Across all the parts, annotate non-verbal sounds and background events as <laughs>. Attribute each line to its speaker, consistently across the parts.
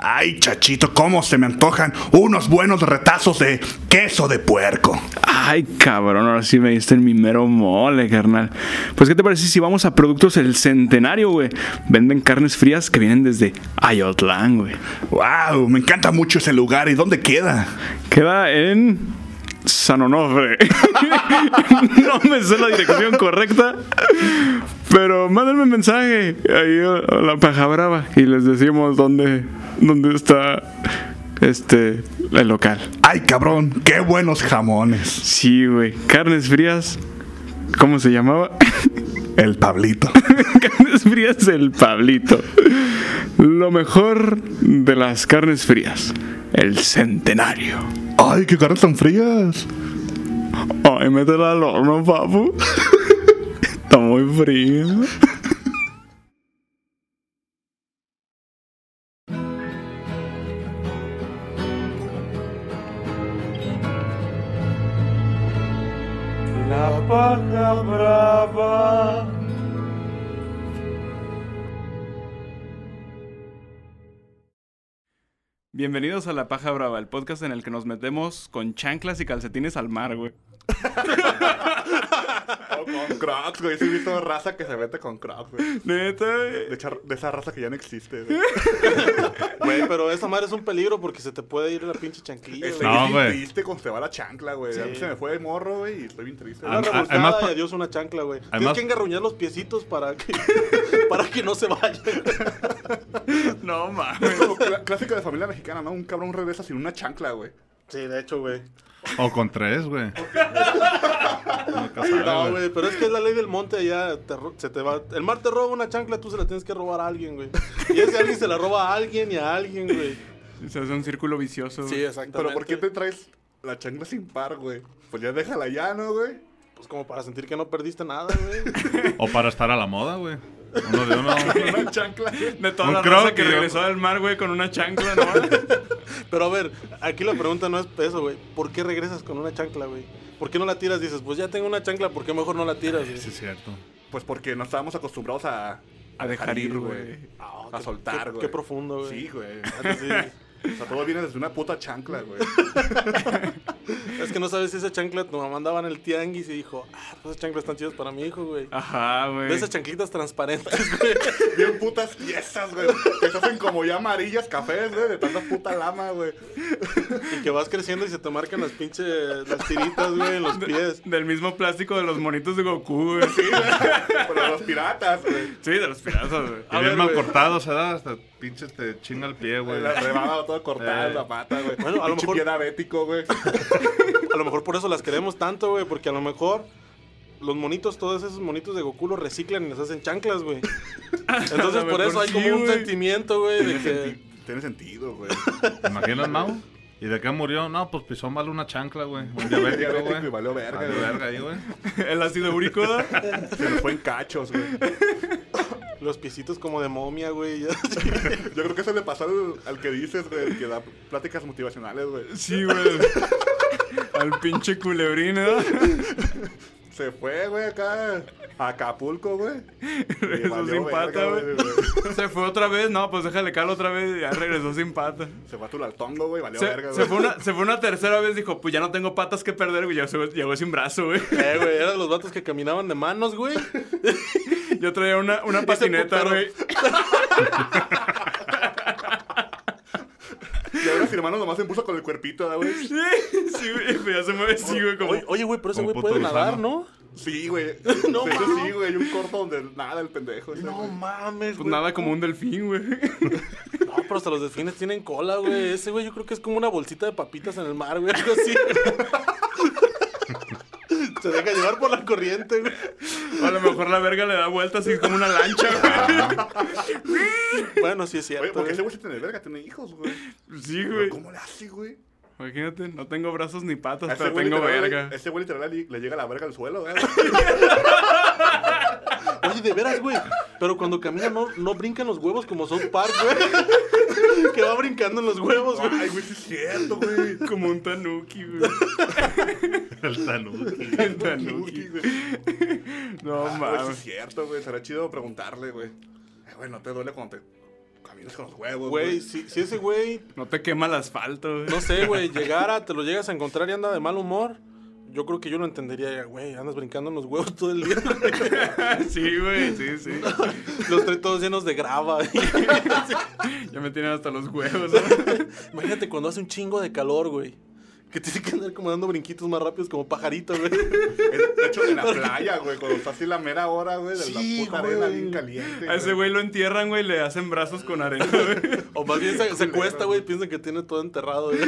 Speaker 1: Ay, chachito, cómo se me antojan unos buenos retazos de queso de puerco.
Speaker 2: Ay, cabrón, ahora sí me diste en mi mero mole, carnal. Pues, ¿qué te parece si vamos a Productos El Centenario, güey? Venden carnes frías que vienen desde Ayotlán, güey.
Speaker 1: Wow, me encanta mucho ese lugar. ¿Y dónde queda?
Speaker 2: Queda en... San Onofre. <laughs> no me sé la dirección correcta, pero mándenme un mensaje ahí a la paja brava y les decimos dónde, dónde está este el local.
Speaker 1: Ay, cabrón, qué buenos jamones.
Speaker 2: Sí, güey. Carnes frías. ¿Cómo se llamaba? <laughs>
Speaker 1: El Pablito. <laughs>
Speaker 2: carnes frías el Pablito. Lo mejor de las carnes frías. El centenario.
Speaker 1: Ay, qué caras tan frías.
Speaker 2: Ay, métela al horno, papu. <laughs> Está muy frío.
Speaker 3: La paja brava.
Speaker 2: Bienvenidos a La Paja Brava, el podcast en el que nos metemos con chanclas y calcetines al mar, güey.
Speaker 1: O Oh, con Crocs, güey. Sí, he visto raza que se mete con Crocs, güey.
Speaker 2: Neta,
Speaker 1: De,
Speaker 2: güey.
Speaker 1: hecho, de esa raza que ya no existe,
Speaker 4: <laughs>
Speaker 1: güey.
Speaker 5: Güey, pero esa madre es un peligro porque se te puede ir la pinche chanquilla.
Speaker 1: Estoy
Speaker 5: güey.
Speaker 4: No,
Speaker 1: bien
Speaker 4: güey.
Speaker 1: triste cuando se va la chancla, güey. A mí se me fue el morro, güey, y estoy bien triste.
Speaker 5: Una
Speaker 4: Ah,
Speaker 1: güey.
Speaker 4: no.
Speaker 5: rebozada
Speaker 4: además pa-
Speaker 5: y adiós una chancla, güey. Tienes
Speaker 4: Además-
Speaker 5: que engarruñar los piecitos para que, <laughs> para que no se vaya.
Speaker 2: No mames.
Speaker 1: Es como cl- clásica de familia mexicana, ¿no? Un cabrón regresa sin una chancla, güey.
Speaker 5: Sí, de hecho, güey.
Speaker 4: O con tres, güey. Nunca sabe,
Speaker 5: No,
Speaker 4: güey.
Speaker 5: güey, pero es que es la ley del monte allá. te ro- se te va. El mar te roba una chancla, tú se la tienes que robar a alguien, güey. Y ese alguien se la roba a alguien y a alguien, güey.
Speaker 2: <laughs> Se hace un círculo vicioso. güey.
Speaker 5: exactamente.
Speaker 1: Pero ¿por qué te traes la chancla sin par, güey? Pues ya déjala ya, ¿no, güey?
Speaker 5: Pues como para sentir que no perdiste nada, güey. <laughs>
Speaker 4: O para estar a la moda, güey. Uno de
Speaker 1: <laughs>
Speaker 4: uno.
Speaker 1: Una chancla.
Speaker 2: De toda
Speaker 4: Un
Speaker 2: la raza
Speaker 4: croc
Speaker 2: que
Speaker 4: y un-
Speaker 2: regresó del mar, güey, con una chancla, ¿no?
Speaker 5: Pero a ver, aquí la pregunta no es eso, güey. ¿Por qué regresas con una chancla, güey? ¿Por qué no la tiras? Dices, pues ya tengo una chancla, ¿por qué mejor no la tiras, güey?
Speaker 4: Sí, es cierto.
Speaker 1: Pues porque no estábamos acostumbrados a,
Speaker 2: <laughs> A dejar ir, güey.
Speaker 5: Ah,
Speaker 1: a
Speaker 5: qué-
Speaker 1: soltar,
Speaker 5: qué-
Speaker 1: güey.
Speaker 5: Qué profundo, güey. <laughs>
Speaker 1: Sí, güey.
Speaker 5: Antes
Speaker 1: O sea, todo viene desde una puta chancla,
Speaker 5: <laughs>
Speaker 1: güey.
Speaker 5: sí. Es que no sabes si esa chancla tu mamá andaba en el tianguis y dijo, ah, pues esas chanclas están chidas para mi hijo, güey.
Speaker 2: Ajá, Ah, güey.
Speaker 5: De esas chanclitas transparentes, <laughs> güey.
Speaker 1: Bien putas piezas, güey. Que se hacen como ya amarillas, cafés, güey, de tanta puta lama, güey.
Speaker 5: y que vas creciendo y se te marcan las pinches, las tiritas, güey, en los pies.
Speaker 2: Del mismo plástico de los monitos de Goku, güey.
Speaker 1: Sí,
Speaker 2: <laughs>
Speaker 1: güey. Pero los piratas, güey.
Speaker 2: Sí, de los pedazos, güey.
Speaker 4: Y
Speaker 5: A
Speaker 4: bien
Speaker 5: ver,
Speaker 4: mal
Speaker 5: güey.
Speaker 4: cortado se da, hasta pinche te chinga el pie, güey.
Speaker 1: La rebaba toda cortada
Speaker 4: Eh.
Speaker 1: en la pata, güey.
Speaker 5: Bueno, a lo
Speaker 1: Pinche
Speaker 5: mejor-
Speaker 1: pie diabético, güey.
Speaker 5: <laughs> A lo mejor por eso las queremos tanto, güey, porque a lo mejor los monitos, todos esos monitos de Goku los reciclan y les hacen chanclas, güey.
Speaker 2: A
Speaker 5: Entonces
Speaker 2: lo
Speaker 5: por eso
Speaker 2: mejor
Speaker 5: hay
Speaker 2: sí,
Speaker 5: como un
Speaker 2: güey.
Speaker 5: sentimiento, güey, de
Speaker 1: Tiene,
Speaker 5: que...
Speaker 1: senti- tiene sentido,
Speaker 4: <laughs>
Speaker 1: güey.
Speaker 4: ¿Te imaginas, Mau? ¿Y de qué murió? No, pues pisó mal una chancla, güey. Un diabético,
Speaker 1: Diabético
Speaker 4: güey.
Speaker 1: y valió verga,
Speaker 4: Valió
Speaker 1: güey.
Speaker 4: verga ahí, güey.
Speaker 2: <laughs> El ácido úrico.
Speaker 1: Se nos fue en cachos, güey.
Speaker 5: Los piecitos como de momia, güey. ya.
Speaker 1: Yo creo que eso le pasó al, al que dices, güey, el que da pláticas motivacionales, güey.
Speaker 2: Sí, güey. Al pinche culebrino.
Speaker 1: Se fue, güey, acá a Acapulco, güey. Le
Speaker 2: <laughs> Regresó
Speaker 1: valió
Speaker 2: sin
Speaker 1: verga,
Speaker 2: pata, güey. Se fue otra vez. No, pues déjale calo otra vez. y Ya regresó sin pata.
Speaker 1: Se fue a Tulaltongo, güey, valió verga,
Speaker 2: Se, se
Speaker 1: güey.
Speaker 2: fue una, se fue una tercera vez, dijo, pues ya no tengo patas que perder, güey. Ya se- llegó sin brazo, güey. <laughs>
Speaker 5: Eh, güey, eran los vatos que caminaban de manos, güey.
Speaker 2: Yo traía una, una patineta,
Speaker 5: pero-
Speaker 2: güey.
Speaker 1: <laughs>
Speaker 2: <laughs>
Speaker 1: Y ahora los hermanos nomás se puso con el cuerpito, güey.
Speaker 2: Sí, sí, güey. Pues ya se mueve así, güey. Como...
Speaker 5: Oye, oye, güey, pero ese
Speaker 4: Como
Speaker 5: güey puede
Speaker 4: puto
Speaker 5: nadar,
Speaker 4: gusano.
Speaker 5: ¿no?
Speaker 1: Sí, güey.
Speaker 5: <laughs> No
Speaker 1: De hecho,
Speaker 5: mames.
Speaker 1: sí, güey. Hay un corto donde nada el pendejo. ese,
Speaker 5: No
Speaker 1: güey.
Speaker 5: mames,
Speaker 2: Pues
Speaker 5: güey.
Speaker 2: nada como un delfín, güey. <laughs>
Speaker 5: No, pero hasta los delfines tienen cola, güey. Ese güey yo creo que es como una bolsita de papitas en el mar, güey. Algo así. Se deja llevar por la corriente, güey.
Speaker 2: A lo mejor la verga le da vueltas así como una lancha, güey.
Speaker 5: Bueno, sí es
Speaker 1: Oye,
Speaker 5: cierto. eh.
Speaker 1: porque ese
Speaker 5: güey.
Speaker 1: güey se tiene verga, tiene hijos, güey.
Speaker 2: Sí, güey. <laughs>
Speaker 1: Pero ¿Cómo le hace, güey?
Speaker 2: Imagínate, no tengo brazos ni
Speaker 1: A
Speaker 2: patas,
Speaker 1: ese
Speaker 2: pero
Speaker 1: güey
Speaker 2: tengo
Speaker 1: literal,
Speaker 2: verga.
Speaker 1: Le, ese güey literal le, le llega la verga al suelo, güey.
Speaker 5: <laughs> Oye, de veras, güey. Pero cuando camina no, no brincan los huevos como South Park, güey. <laughs> que va brincando en los huevos, güey.
Speaker 1: Ay, güey, sí es cierto, güey.
Speaker 2: <laughs> Como un
Speaker 1: <laughs>
Speaker 2: tanuki, güey.
Speaker 4: El tanuki.
Speaker 2: Un
Speaker 1: Uki,
Speaker 2: tanuki.
Speaker 1: güey.
Speaker 2: No
Speaker 1: Ah, güey, sí es
Speaker 2: mames.
Speaker 1: cierto, güey. Será chido preguntarle, güey. Eh, Güey, no te duele cuando te
Speaker 6: Caminas con los huevos,
Speaker 5: Güey,
Speaker 6: güey.
Speaker 5: si, si ese güey,
Speaker 2: No te quema el asfalto, güey.
Speaker 5: no sé, güey, llegara, te lo llegas a encontrar y anda de mal humor, yo creo que yo lo entendería, ya, güey, andas brincando en los huevos todo el día.
Speaker 2: <laughs> sí, güey, sí, sí.
Speaker 5: los trae todos llenos de grava.
Speaker 2: Ya me tienen hasta
Speaker 1: <laughs>
Speaker 2: los huevos, güey.
Speaker 5: Imagínate cuando hace un chingo de calor, güey. Que tiene que andar como dando brinquitos más rápidos como pajarito, güey.
Speaker 1: Es- De hecho, en la playa, güey, cuando está así la mera hora, güey, de
Speaker 5: Sí,
Speaker 1: la puta
Speaker 5: güey.
Speaker 1: arena bien caliente.
Speaker 2: A ese güey lo entierran, güey, le hacen brazos con arena,
Speaker 5: <laughs>
Speaker 2: güey.
Speaker 5: O más bien se, se cuesta, güey, piensan que tiene todo enterrado, güey.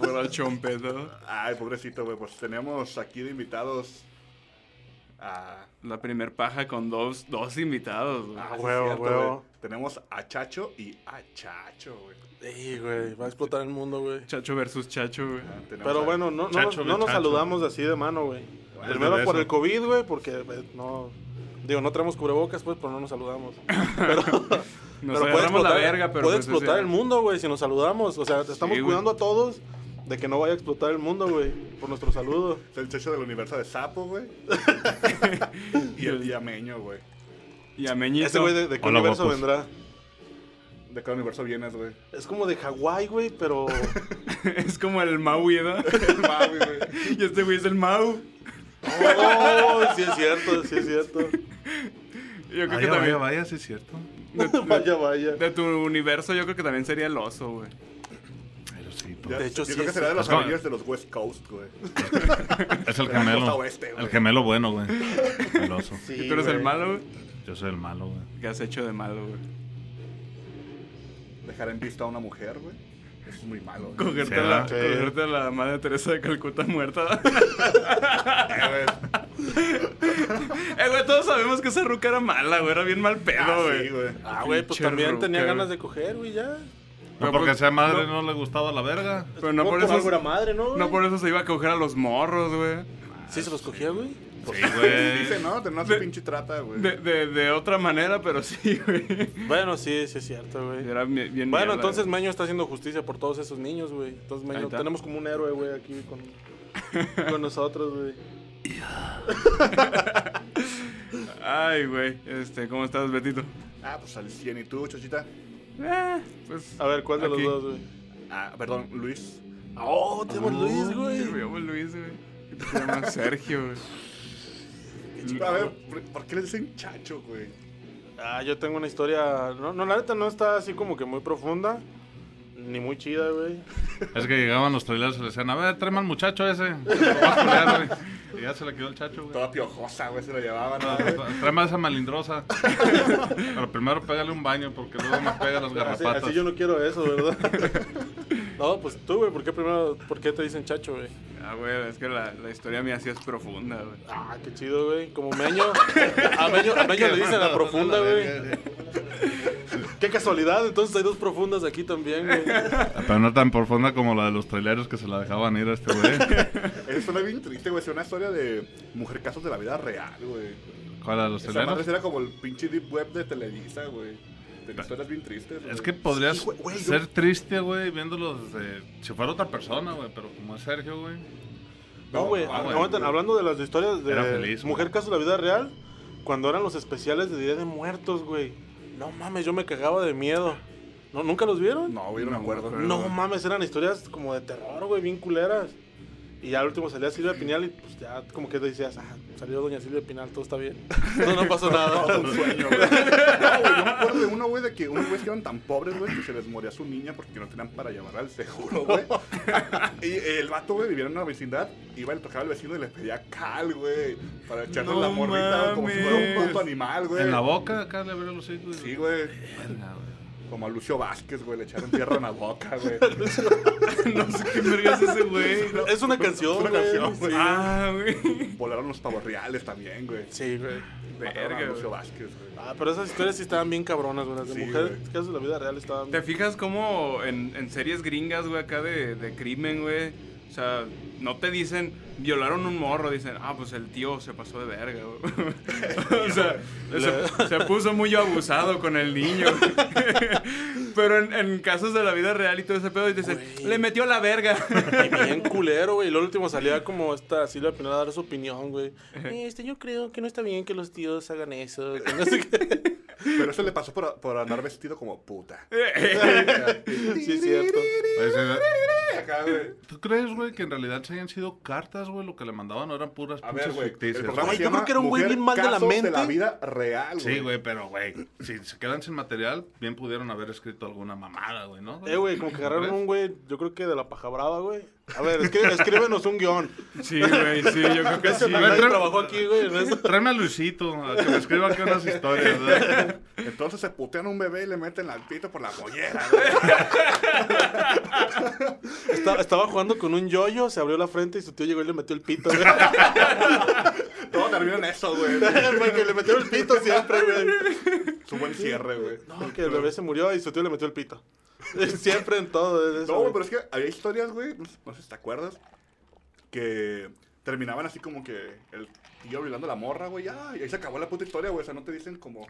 Speaker 2: Por al chompedo.
Speaker 1: Ay, pobrecito, güey, pues tenemos aquí de invitados a...
Speaker 2: La primer paja con dos, dos invitados, güey.
Speaker 1: Ah, sí,
Speaker 5: huevo,
Speaker 1: cierto,
Speaker 5: huevo.
Speaker 1: güey. Tenemos a Chacho y a Chacho, güey.
Speaker 5: Ey, güey, va a explotar el mundo, güey.
Speaker 2: Chacho versus Chacho, güey.
Speaker 1: Ah, tenemos
Speaker 5: Pero
Speaker 1: a-
Speaker 5: bueno, no, no,
Speaker 4: Chacho
Speaker 5: no
Speaker 4: de
Speaker 5: nos
Speaker 4: chacho.
Speaker 5: saludamos así de mano, güey.
Speaker 4: Bueno,
Speaker 5: Primero
Speaker 4: de
Speaker 5: por
Speaker 4: beso.
Speaker 5: el COVID, güey, porque eh, no... Digo, no traemos cubrebocas, pues, pero no nos saludamos.
Speaker 2: <laughs>
Speaker 5: Pero,
Speaker 2: Nos
Speaker 5: puede
Speaker 2: agarramos la
Speaker 5: <laughs> explotar-
Speaker 2: verga, pero...
Speaker 5: Puede
Speaker 2: pues,
Speaker 5: explotar
Speaker 2: o sea,
Speaker 5: el mundo, güey, si nos saludamos. O sea, te estamos
Speaker 2: Sí, güey.
Speaker 5: cuidando a todos de que no vaya a explotar el mundo, güey, por nuestro saludo.
Speaker 1: Es el Chacho del universo de Sapo, güey. y el Diameño, güey.
Speaker 2: Y a Meñito.
Speaker 5: Ese güey, ¿de, de qué
Speaker 4: Hola,
Speaker 5: universo
Speaker 4: guapos.
Speaker 5: vendrá?
Speaker 1: ¿De qué universo vienes, güey?
Speaker 5: Es como de Hawái, güey,
Speaker 2: <laughs>
Speaker 5: pero...
Speaker 2: <laughs>
Speaker 5: <laughs>
Speaker 2: Es como el Maui, ¿no?
Speaker 1: El Maui, güey.
Speaker 2: y este güey es el Mau.
Speaker 5: ¡Oh! Sí es cierto, sí es cierto. <laughs>
Speaker 2: Yo creo que
Speaker 4: Vaya, vaya,
Speaker 2: también...
Speaker 4: vaya, sí es cierto.
Speaker 5: vaya, vaya.
Speaker 2: De tu universo yo creo que también sería el oso, güey.
Speaker 4: Pero sí,
Speaker 1: Ya-
Speaker 4: pues.
Speaker 5: De hecho,
Speaker 1: yo
Speaker 5: sí
Speaker 1: creo que
Speaker 5: es-
Speaker 1: será de los
Speaker 4: es como-
Speaker 1: anillos de los West Coast, güey.
Speaker 4: Es el
Speaker 1: la costa
Speaker 4: gemelo.
Speaker 1: oeste, güey.
Speaker 4: el gemelo
Speaker 1: <laughs>
Speaker 4: bueno, güey. El oso.
Speaker 5: Sí,
Speaker 2: Y tú eres
Speaker 5: güey.
Speaker 2: el malo, güey.
Speaker 4: Yo soy el malo, güey.
Speaker 2: ¿Qué has hecho de malo, güey?
Speaker 1: Dejar en vista a una mujer, güey. Eso es muy malo, güey.
Speaker 2: Cogerte,
Speaker 4: Sí,
Speaker 2: a la,
Speaker 4: ¿verdad?
Speaker 5: Sí.
Speaker 2: cogerte a la madre Teresa de Calcuta muerta.
Speaker 1: Eh, güey.
Speaker 2: eh, güey, todos sabemos que esa ruca era mala, güey. Era bien mal
Speaker 1: Ah,
Speaker 2: pedo,
Speaker 1: sí,
Speaker 2: güey.
Speaker 1: güey.
Speaker 5: Ah, güey, pues
Speaker 2: Pinche
Speaker 5: también
Speaker 2: ruca,
Speaker 5: tenía
Speaker 2: güey.
Speaker 5: ganas de coger, güey, ya.
Speaker 4: No
Speaker 2: Pero
Speaker 4: porque
Speaker 2: pues,
Speaker 4: sea madre
Speaker 2: no-
Speaker 4: no, le gustaba la verga.
Speaker 2: Pero no
Speaker 5: Supongo
Speaker 2: por
Speaker 5: que
Speaker 2: eso...
Speaker 5: algo era madre, ¿no? güey?
Speaker 2: No por eso se iba a coger a los morros, güey.
Speaker 5: Sí se los cogía, güey.
Speaker 4: Sí,
Speaker 1: Pues, <laughs> Dice,
Speaker 4: güey.
Speaker 1: ¿no? Tenemos
Speaker 2: De-
Speaker 1: una pinche trata, güey.
Speaker 2: De, de, de otra manera, pero sí, güey.
Speaker 5: Bueno, sí, sí es cierto, güey.
Speaker 2: Era bien bien mierda,
Speaker 5: Bueno, entonces
Speaker 2: güey.
Speaker 5: Meño está haciendo justicia por todos esos niños, güey. Entonces,
Speaker 2: Ahí
Speaker 5: Meño,
Speaker 2: está.
Speaker 5: tenemos como un héroe, güey, aquí con,
Speaker 2: <laughs>
Speaker 5: con nosotros, güey.
Speaker 2: Ay, güey. Este, ¿cómo estás, Betito?
Speaker 1: Ah, pues al 100. ¿Y tú, Chochita?
Speaker 2: Eh, pues...
Speaker 5: A ver, ¿cuál de
Speaker 2: Aquí.
Speaker 5: los dos, güey?
Speaker 1: Ah, perdón, Luis. Ah.
Speaker 5: Oh, te
Speaker 2: pues,
Speaker 5: llamo Luis,
Speaker 2: Me
Speaker 5: güey.
Speaker 2: llamo pues, Luis, güey. Te llamas Sergio, güey.
Speaker 1: A ver, ¿por- ¿por qué le dicen Chacho, güey?
Speaker 5: Ah, yo tengo una historia. No, no, la neta no está así como que muy profunda. Ni muy chida, güey.
Speaker 4: Es que llegaban los traileros y le decían, a ver, tráeme al muchacho ese. <laughs> Lo vas a culiar, güey. Y ya se le quedó el chacho, güey.
Speaker 1: Toda piojosa, güey, se lo llevaban.
Speaker 4: <laughs>
Speaker 1: ¿no?
Speaker 4: Tráeme a esa malindrosa. Pero primero pégale un baño porque luego me pega las
Speaker 5: Así,
Speaker 4: garrapatas.
Speaker 5: así yo no quiero
Speaker 2: <laughs>
Speaker 5: eso, ¿verdad? no, pues tú, güey, ¿por qué primero, por qué te dicen chacho, güey?
Speaker 2: Ah, güey, es que la, la historia mía sí es profunda, güey.
Speaker 5: Ah, qué chido, güey. Como Meño. A Meño, a Meño
Speaker 2: <laughs>
Speaker 5: le dicen la profunda, güey. Qué casualidad, entonces hay dos profundas aquí también, güey.
Speaker 4: Pero no tan profunda como la de los traileros que se la dejaban ir a este güey.
Speaker 1: Eso era bien triste, güey. Es una historia de mujer casos de la vida real, güey.
Speaker 4: ¿Cuál de los
Speaker 1: Esa madre
Speaker 4: traileros?
Speaker 1: era como el pinche deep web de Televisa, güey. Tenía historias bien tristes.
Speaker 4: Es
Speaker 1: güey.
Speaker 4: que podrías
Speaker 1: Sí, güey, güey, yo-
Speaker 4: ser triste, güey, viéndolo desde... Si fuera otra persona, güey, pero como es Sergio, güey.
Speaker 5: No, güey.
Speaker 1: ah,
Speaker 5: aguanten, hablando de las historias de
Speaker 4: Era feliz, güey.
Speaker 5: Mujer Caso de la Vida Real, cuando eran los especiales de Día de Muertos, güey. No mames, yo me cagaba de miedo. No, ¿Nunca los vieron?
Speaker 1: No, güey, no me acuerdo.
Speaker 5: No mames, eran historias como de terror, güey, bien culeras. Y ya al último salía Silvia Pinal y pues ya como que decías, ah, salió Doña Silvia Pinal, todo está bien. No, no pasó nada.
Speaker 1: Un sueño, güey. No, güey, yo me acuerdo de uno, güey, de que unos güeyes que eran tan pobres, güey, que se les moría su niña porque no tenían para llevar al seguro,
Speaker 2: <laughs>
Speaker 1: güey. Y el vato, güey, vivía en una vecindad, iba y le tocaba al vecino y le pedía cal, güey, para echarle
Speaker 2: No
Speaker 1: la morrita güey, como si fuera un
Speaker 2: mames.
Speaker 1: puto animal, güey.
Speaker 4: En la boca, acá le abrió los hijos.
Speaker 1: Sí, güey. Como a Lucio Vázquez, güey, le echaron tierra en la boca, güey. Es
Speaker 2: No sé qué verga es ese, güey.
Speaker 5: Es una canción,
Speaker 1: una
Speaker 5: güey.
Speaker 1: canción, güey.
Speaker 2: Ah, güey.
Speaker 1: Volaron los pavos reales también, güey.
Speaker 5: Sí, güey.
Speaker 1: Mataron a
Speaker 2: Verga,
Speaker 1: Lucio
Speaker 2: güey.
Speaker 1: Vázquez, güey.
Speaker 5: Ah, pero esas historias sí estaban bien cabronas, güey. Las de
Speaker 1: Sí,
Speaker 5: Mujer
Speaker 1: güey.
Speaker 5: Caso de la Vida Real estaban...
Speaker 2: ¿Te fijas cómo en, en series gringas, güey, acá de, de crimen, güey? O sea, no te dicen, violaron un morro, dicen, ah, pues el tío se pasó de verga, güey. <laughs> o sea, se, se puso muy abusado con el niño. güey. <laughs> Pero en, en casos de la vida real y todo ese pedo, dicen,
Speaker 5: Güey.
Speaker 2: le metió la verga.
Speaker 5: Y bien culero, güey. Y lo último salía como esta Silvia Pinal a dar su opinión, güey. Este, yo creo que no está bien que los tíos hagan eso. que no sé qué.
Speaker 1: Pero eso le pasó por, por andar vestido como puta.
Speaker 5: <laughs>
Speaker 2: Eh.
Speaker 5: Sí, es cierto.
Speaker 4: Oye, se-
Speaker 1: Acá, güey.
Speaker 4: ¿Tú crees, güey, que en realidad se hayan sido cartas, güey? Lo que le mandaban no eran puras
Speaker 1: A ver,
Speaker 4: pinches
Speaker 1: güey. El
Speaker 4: ficticias.
Speaker 1: programa
Speaker 4: güey.
Speaker 1: se
Speaker 5: yo
Speaker 1: llama
Speaker 5: creo que era un güey
Speaker 1: Mujer,
Speaker 5: bien mal de la
Speaker 1: Casos de la
Speaker 5: mente.
Speaker 1: vida real, güey.
Speaker 4: Sí, güey, pero, güey, si se quedan sin material, bien pudieron haber escrito alguna mamada, güey, ¿no?
Speaker 5: Eh, güey, como que agarraron
Speaker 4: ¿Crees?
Speaker 5: un güey, yo creo que de la paja brava, güey. A ver, escri- escríbenos un guión.
Speaker 2: Sí, güey, sí, yo creo que sí.
Speaker 4: A
Speaker 5: Nadie
Speaker 4: ver, tra-
Speaker 5: trabajó aquí, güey, en eso.
Speaker 4: Tráeme a Luisito, a que me escriba aquí unas historias, ¿verdad?
Speaker 1: Entonces se putean a un bebé y le meten la pito por la mollera, güey.
Speaker 5: <laughs> Esta- estaba jugando con un yoyo, se abrió la frente y su tío llegó y le metió el pito, <laughs> güey.
Speaker 1: Todo termina en eso, güey.
Speaker 5: Güey, que le metió el pito siempre, güey.
Speaker 1: Es un buen cierre, güey.
Speaker 5: No, que el bebé se murió y su tío le metió el pito. <laughs> Siempre en todo. es eso,
Speaker 1: No, güey,
Speaker 5: güey.
Speaker 1: pero es que había historias, güey, no sé- no sé si te acuerdas, que terminaban así como que el tío violando a la morra, güey, ya, y ahí se acabó la puta historia, güey, o sea, no te dicen como...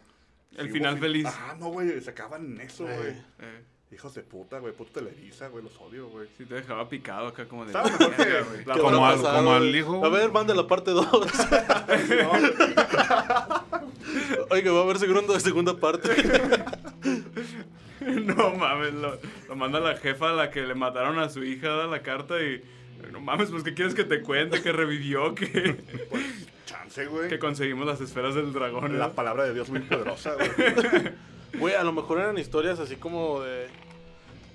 Speaker 2: El
Speaker 1: sí,
Speaker 2: final
Speaker 1: güey,
Speaker 2: feliz.
Speaker 1: Ah, no, güey, se acaban en eso, güey.
Speaker 2: Eh,
Speaker 1: Hijos de puta, güey, puto Televisa, güey, los odio, güey.
Speaker 2: sí te dejaba picado acá como de...
Speaker 1: Estaba mejor que
Speaker 2: Verga, güey.
Speaker 1: la
Speaker 5: ¿Qué
Speaker 4: Como
Speaker 5: habrá
Speaker 4: al-
Speaker 5: pasado,
Speaker 4: como al
Speaker 5: güey?
Speaker 4: hijo.
Speaker 5: A ver, manda la parte <laughs>
Speaker 4: <laughs>
Speaker 5: 2. Oiga, va a haber segunda, segunda
Speaker 4: <laughs>
Speaker 5: parte.
Speaker 2: <laughs> No mames, lo, lo manda la jefa a la que le mataron a su hija, da la carta y... No mames, pues ¿qué quieres que te cuente? Que revivió, que,
Speaker 1: Chance, güey.
Speaker 2: que conseguimos las esferas del dragón. <laughs>
Speaker 1: La palabra de Dios muy poderosa, güey.
Speaker 5: Güey, a lo mejor eran historias así como de.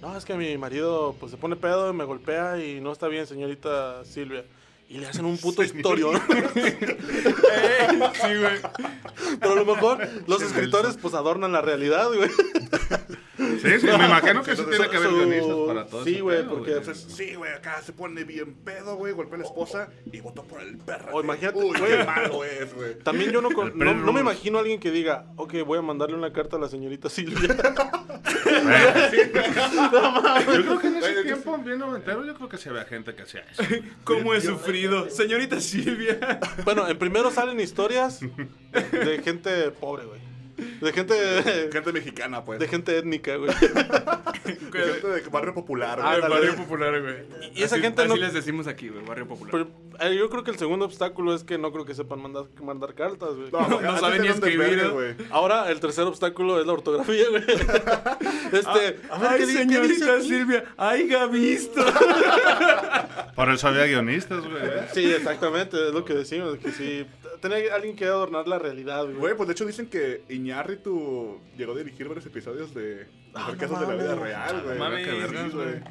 Speaker 5: No, es que mi marido pues se pone pedo y me golpea y no está bien, señorita Silvia. Y le hacen un puto historión. <laughs>
Speaker 2: Ey, sí, güey.
Speaker 5: Pero a lo mejor los escritores pues adornan la realidad, güey.
Speaker 4: Sí, sí, me imagino que sí
Speaker 1: Su-
Speaker 4: tiene que haber
Speaker 5: su-
Speaker 4: guionistas para todo
Speaker 5: sí,
Speaker 4: ese
Speaker 5: güey,
Speaker 4: pedo,
Speaker 5: porque,
Speaker 4: güey.
Speaker 1: Entonces, sí, güey, acá se pone bien pedo, güey, golpea a la esposa y votó por el perro.
Speaker 5: O imagínate,
Speaker 1: Uy, qué
Speaker 5: güey.
Speaker 1: malo es, güey.
Speaker 5: También yo no, con-
Speaker 4: El
Speaker 5: no,
Speaker 4: Prince
Speaker 5: no me
Speaker 4: Rules.
Speaker 5: imagino a alguien que diga, ok, voy a mandarle una carta a la señorita Silvia.
Speaker 4: Yo creo
Speaker 1: <laughs>
Speaker 4: que en ese tiempo, bien noventero, yo creo que sí había gente que hacía eso.
Speaker 2: ¿Cómo he sufrido? Señorita
Speaker 5: <laughs>
Speaker 2: Silvia.
Speaker 5: Bueno, en primero salen historias de gente pobre, güey. De gente de,
Speaker 1: Gente mexicana, pues.
Speaker 5: gente étnica, güey.
Speaker 1: De gente de barrio popular,
Speaker 5: Ah,
Speaker 1: güey.
Speaker 5: la-
Speaker 2: barrio popular, güey.
Speaker 5: Y esa
Speaker 2: Así-
Speaker 5: gente
Speaker 2: así
Speaker 5: no-
Speaker 2: les decimos aquí, güey, barrio popular.
Speaker 5: Pero, eh, yo creo que el segundo obstáculo es que no creo que sepan mandar, mandar cartas, güey.
Speaker 1: No, güey,
Speaker 2: No
Speaker 1: antes
Speaker 2: sabe ni
Speaker 1: eran de
Speaker 2: escribir,
Speaker 1: verga,
Speaker 2: ¿eh?
Speaker 1: güey.
Speaker 5: Ahora el tercer obstáculo es la ortografía, <laughs> güey. Este, a ver
Speaker 2: Ay,
Speaker 5: qué, di- qué
Speaker 2: señorita
Speaker 5: dice aquí?
Speaker 2: Silvia, ay,
Speaker 5: <laughs>
Speaker 2: Gavisto.
Speaker 4: Por eso había guionistas, güey. ¿eh?
Speaker 5: Sí, exactamente, es lo que decimos, que sí tenía alguien que adornar la realidad, güey.
Speaker 1: Güey, pues de hecho dicen que Iñárritu llegó a dirigir varios episodios de
Speaker 5: Ah,
Speaker 1: Mujer
Speaker 5: no
Speaker 1: Casos de la Vida
Speaker 5: mames. Ah,
Speaker 1: Real, güey.
Speaker 2: mames,
Speaker 1: Sí,
Speaker 2: vergas,
Speaker 1: güey.
Speaker 2: güey.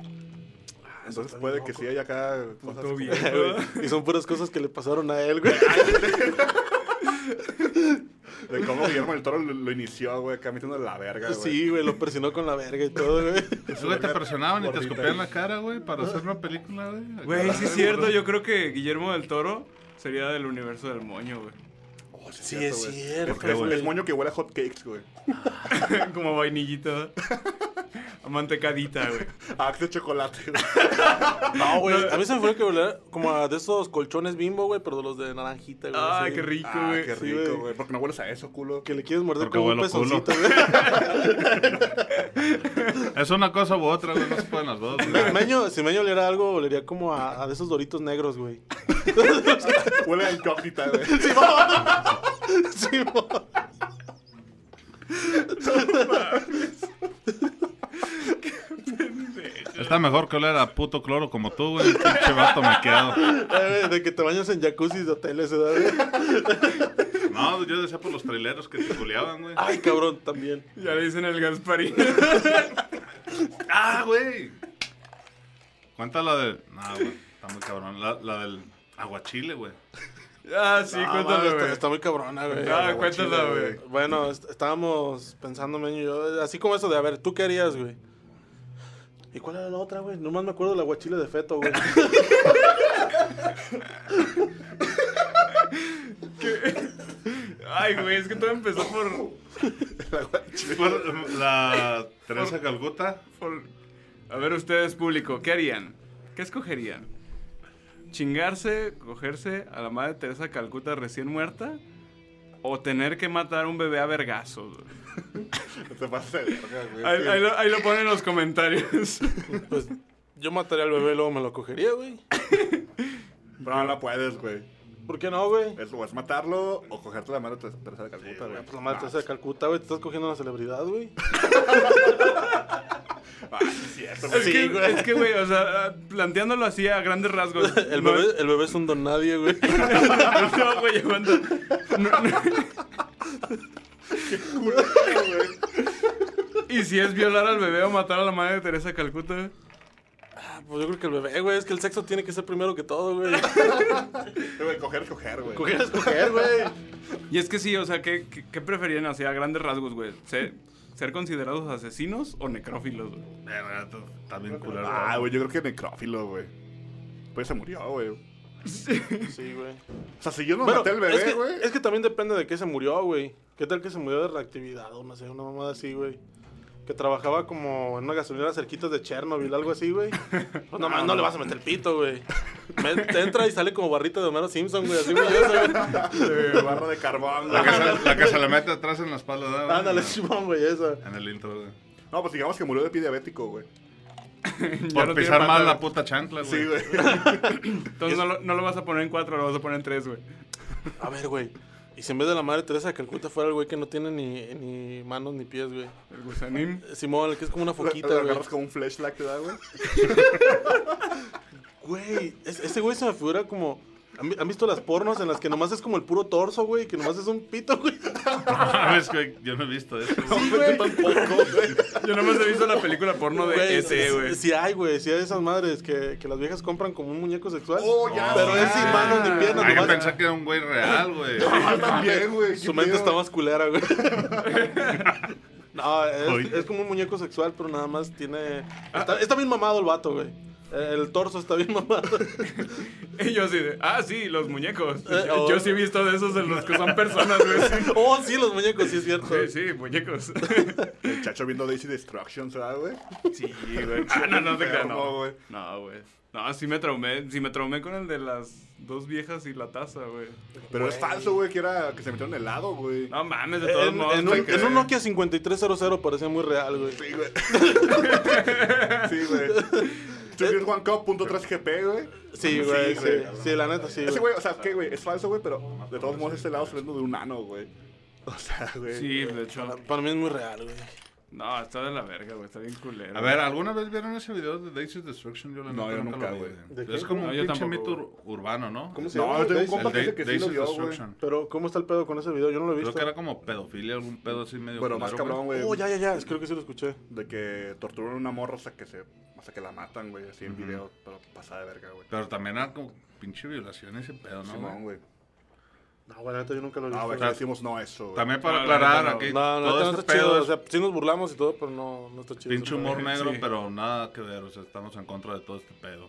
Speaker 1: Entonces puede que sí haya acá cosas
Speaker 2: Puto
Speaker 1: como-
Speaker 2: viejo.
Speaker 5: Y son puras cosas que le pasaron a él, güey.
Speaker 1: de cómo Guillermo del Toro lo, lo inició, güey, acá metiendo la verga, güey.
Speaker 5: Sí, güey, lo presionó con la verga y todo, güey.
Speaker 4: Güey, te presionaban y te
Speaker 1: Gordita
Speaker 4: escupían
Speaker 1: ahí.
Speaker 4: la cara, güey, para hacer una película, güey.
Speaker 2: Güey, sí es cierto, yo creo que Guillermo del Toro sería del universo del moño, güey.
Speaker 1: Oh, sí,
Speaker 5: Sí, es
Speaker 1: güey.
Speaker 5: cierto,
Speaker 1: Porque es-
Speaker 5: güey.
Speaker 1: Es moño que huele a hot cakes, güey.
Speaker 2: <laughs> Como vainillita. A mantecadita, güey.
Speaker 1: <laughs> A Axe de chocolate, güey.
Speaker 5: No, Ah, güey, a mí se me fue que olía como a de esos colchones bimbo, güey, pero de los de naranjita, güey.
Speaker 2: Ay,
Speaker 5: así.
Speaker 2: qué rico,
Speaker 1: Ah,
Speaker 2: güey.
Speaker 1: qué
Speaker 5: Sí,
Speaker 1: rico,
Speaker 5: güey.
Speaker 1: güey. Porque no hueles a eso, culo.
Speaker 5: Que le quieres morder
Speaker 4: Porque
Speaker 5: con un
Speaker 4: huele a culo.
Speaker 5: pezoncito, güey.
Speaker 4: <laughs> Es una cosa u otra, güey, no se pueden las dos, güey.
Speaker 5: Meño, si Meño oliera algo, olería como a, a de esos doritos
Speaker 2: <laughs>
Speaker 5: negros, güey.
Speaker 1: Huele a incógnita, <laughs> güey.
Speaker 5: Sí, mo-
Speaker 4: Está mejor que oler a puto cloro como tú, güey. Pinche vato me quedo.
Speaker 5: eh, de que te bañas en jacuzzi de hoteles, ¿verdad? güey?
Speaker 4: No, pues, yo decía por los traileros que te culeaban, güey.
Speaker 5: Ay, cabrón, también.
Speaker 2: Ya le dicen el Gasparín. <laughs>
Speaker 4: ¡Ah, güey! Cuenta la del. No, güey, está muy cabrón. La, la del aguachile, güey.
Speaker 2: Ah, sí,
Speaker 5: Ah,
Speaker 2: cuéntalo,
Speaker 5: mames, está,
Speaker 2: güey.
Speaker 5: está muy cabrona, güey.
Speaker 2: Ah, cuéntala, güey.
Speaker 5: Bueno, est- estábamos pensando, Meño y yo, así como eso de, a ver, ¿tú qué harías, güey? ¿Y cuál era la otra, güey? Nomás me acuerdo de la guachile de feto, güey. <laughs>
Speaker 2: Ay, güey, es que
Speaker 5: <laughs>
Speaker 2: todo empezó por...
Speaker 4: Por- La Teresa Calcuta.
Speaker 2: por- A ver, ustedes, público, ¿qué harían? ¿Qué escogerían? ¿Chingarse, cogerse a la madre Teresa Calcuta recién muerta? ¿O tener que matar a un bebé a vergazos? güey?
Speaker 1: Te pasas de verga, güey.
Speaker 2: Ahí, ahí lo, ahí lo ponen en los comentarios.
Speaker 5: Pues yo mataría al bebé y luego me lo cogería, güey.
Speaker 1: Pero no la puedes, güey.
Speaker 5: ¿Por qué no, güey?
Speaker 1: Es, o es matarlo o cogerte la mano de Teresa de Calcuta, güey.
Speaker 5: Pues la madre te hace de Calcuta, güey. Te estás cogiendo una celebridad, güey.
Speaker 1: Ah, sí, es cierto, güey.
Speaker 2: Es
Speaker 5: Sí,
Speaker 2: que,
Speaker 5: güey.
Speaker 2: es que, güey, o sea, ah, planteándolo así a grandes rasgos.
Speaker 5: <laughs> <laughs> El
Speaker 2: no
Speaker 5: bebé, el bebé es un don nadie, güey. <laughs>
Speaker 2: es- no, güey, aguanta. No, no. ¿Y si es violar al bebé o matar a la madre de Teresa de Calcuta? güey?
Speaker 5: Ah, Pues yo creo que el bebé, güey. Es que el sexo tiene que ser primero que todo, güey.
Speaker 1: Güey, coger, coger, güey.
Speaker 5: <laughs> Coger es coger, güey.
Speaker 2: Y es que sí, o sea, ¿qué, qué, qué preferían así a grandes rasgos, güey? ¿Ser, ser considerados asesinos o necrófilos, güey?
Speaker 4: Verga, tú, Está bien culero.
Speaker 1: Ah, güey, yo creo que necrófilo, güey. Pues se murió, güey. O
Speaker 5: Sí, güey.
Speaker 1: sea, si yo no
Speaker 5: Bueno,
Speaker 1: maté al
Speaker 5: es,
Speaker 1: bebé,
Speaker 5: que,
Speaker 1: güey.
Speaker 5: es que también depende de qué se murió, güey. ¿Qué tal que se murió de reactividad o no sé, una mamada así, güey? Que trabajaba como en una gasolinera cerquitas de Chernobyl, algo así, güey. Pues
Speaker 1: Ah.
Speaker 5: nomás no le vas a meter el pito, güey. Me- Te entra y sale como barrita de Homero Simpson, güey, así,
Speaker 1: <laughs>
Speaker 5: güey. esa, güey.
Speaker 1: ah, De barra de carbón,
Speaker 4: La
Speaker 1: güey.
Speaker 4: que, se, la que se le mete atrás en la espalda, ¿no, güey?
Speaker 5: Ándale, <laughs> chimón, güey, esa.
Speaker 4: En el intro, güey.
Speaker 1: No, pues digamos que murió de pie diabético, güey.
Speaker 2: Ya
Speaker 4: Por
Speaker 2: no tiene
Speaker 4: pisar
Speaker 2: pata,
Speaker 4: mal la
Speaker 2: güey.
Speaker 4: puta chancla, güey.
Speaker 1: Sí,
Speaker 4: <laughs>
Speaker 1: güey.
Speaker 5: <laughs>
Speaker 2: Entonces no lo, no lo vas a poner en cuatro, lo vas a poner en tres, güey.
Speaker 5: A ver, güey. Y si en vez de la madre Teresa de Calcuta fuera el güey que no tiene ni, ni manos ni pies, güey.
Speaker 2: El gusanín.
Speaker 5: Simón, el que es como una
Speaker 1: Lo-
Speaker 5: foquita,
Speaker 1: lo
Speaker 5: güey.
Speaker 1: agarras con un flashlight, te da, güey.
Speaker 5: Güey, es- ese güey se me figura como. ¿Han, vi- han visto las pornos en las que nomás es como el puro torso, güey? Que nomás es un pito, güey.
Speaker 4: Mames, güey, yo no he visto eso.
Speaker 1: Yo
Speaker 4: güey.
Speaker 1: tampoco, güey.
Speaker 2: Yo nomás he visto la película porno de
Speaker 5: Güey,
Speaker 2: ese, güey.
Speaker 5: Sí hay, güey. Sí hay esas madres que, que las viejas compran como un muñeco sexual.
Speaker 1: Oh, ya,
Speaker 5: pero
Speaker 1: sí,
Speaker 5: es sin
Speaker 1: ya.
Speaker 5: manos ni piernas.
Speaker 4: Hay que
Speaker 5: nomás-
Speaker 4: pensar que era un güey real, güey.
Speaker 1: Ah, también, güey.
Speaker 5: Su
Speaker 1: qué
Speaker 5: mente
Speaker 1: pedo.
Speaker 5: está más culera, güey. no, es,
Speaker 4: Oye.
Speaker 5: es como un muñeco sexual, pero nada más tiene... Está, está bien mamado el vato, güey. Eh, El torso está bien mamado. <laughs>
Speaker 2: Y yo así de, ah, sí, los muñecos.
Speaker 5: Eh,
Speaker 2: yo,
Speaker 5: oh.
Speaker 2: yo sí he visto de esos de los que son personas, güey.
Speaker 5: oh, sí, los muñecos, <laughs> sí es cierto.
Speaker 2: Sí, sí, muñecos.
Speaker 1: El chacho viendo Daisy Destruction, ¿sabes, güey?
Speaker 2: Sí, güey. Ah, no, no te creas,
Speaker 1: Enfermo,
Speaker 2: no.
Speaker 1: güey.
Speaker 2: No, güey. No, sí me traumé. Sí me traumé con el de las dos viejas y la taza, güey.
Speaker 1: Pero es falso, güey, que era que se metieron helado, güey.
Speaker 2: No mames, de todos
Speaker 5: En,
Speaker 2: modos.
Speaker 5: en
Speaker 2: te
Speaker 5: un,
Speaker 2: crees.
Speaker 5: en un Nokia 5300 parecía muy real, güey.
Speaker 1: Sí, güey. sí, güey. Tú tienes OneCup.3GP, güey.
Speaker 5: Sí,
Speaker 1: Sí,
Speaker 5: güey, sí,
Speaker 1: güey.
Speaker 5: sí, la neta, sí,
Speaker 1: Ese
Speaker 5: güey.
Speaker 1: güey, o sea, ¿qué, güey? Es falso, güey, pero de todos modos este helado saliendo de un ano, güey. O sea, güey.
Speaker 2: Sí, de hecho.
Speaker 5: Para mí es muy real, güey.
Speaker 2: No, está de la verga, güey. Está bien culero.
Speaker 4: A ver, ¿alguna vez vieron ese video de Daisy's Destruction? Yo la
Speaker 1: No,
Speaker 4: neta
Speaker 1: yo nunca,
Speaker 4: lo vi,
Speaker 1: güey.
Speaker 5: ¿De
Speaker 4: Es
Speaker 5: qué?
Speaker 4: como
Speaker 2: No,
Speaker 4: un
Speaker 2: yo
Speaker 4: pinche
Speaker 2: tampoco,
Speaker 4: mito ur- urbano, ¿no?
Speaker 5: ¿Cómo se
Speaker 1: No,
Speaker 5: llama?
Speaker 1: yo tengo un
Speaker 5: Daisy?
Speaker 1: compa que dice que sí lo
Speaker 4: Daisy's
Speaker 1: vio, güey.
Speaker 4: Destruction.
Speaker 5: Pero, ¿cómo está el pedo con ese video? Yo no lo he
Speaker 4: Creo
Speaker 5: visto.
Speaker 4: que era como pedofilia, algún pedo así medio.
Speaker 1: Pero más
Speaker 4: culero,
Speaker 1: cabrón, güey.
Speaker 5: Oh, ya, ya, ya, creo que sí lo escuché.
Speaker 1: De que torturaron a una morra hasta que se... Hasta que la matan, güey, así en video. Pero pasada de verga, güey.
Speaker 4: Pero también era como pinche violación ese pedo, ¿no? güey?
Speaker 1: Simón, güey.
Speaker 5: No, güey, la neta, yo nunca lo he
Speaker 1: Ah,
Speaker 5: visto.
Speaker 1: güey,
Speaker 5: güey.
Speaker 1: aquí decimos no a eso, güey.
Speaker 4: También para
Speaker 2: No, la
Speaker 4: aclarar
Speaker 2: neta no.
Speaker 4: aquí,
Speaker 5: No, no,
Speaker 4: todo
Speaker 5: no
Speaker 4: este
Speaker 5: está chido.
Speaker 4: pedo
Speaker 5: O
Speaker 4: es
Speaker 5: sea, sí nos burlamos y todo, pero no, no está chido.
Speaker 4: pinche humor negro,
Speaker 2: Sí.
Speaker 4: pero nada que ver. O sea, estamos en contra de todo este pedo.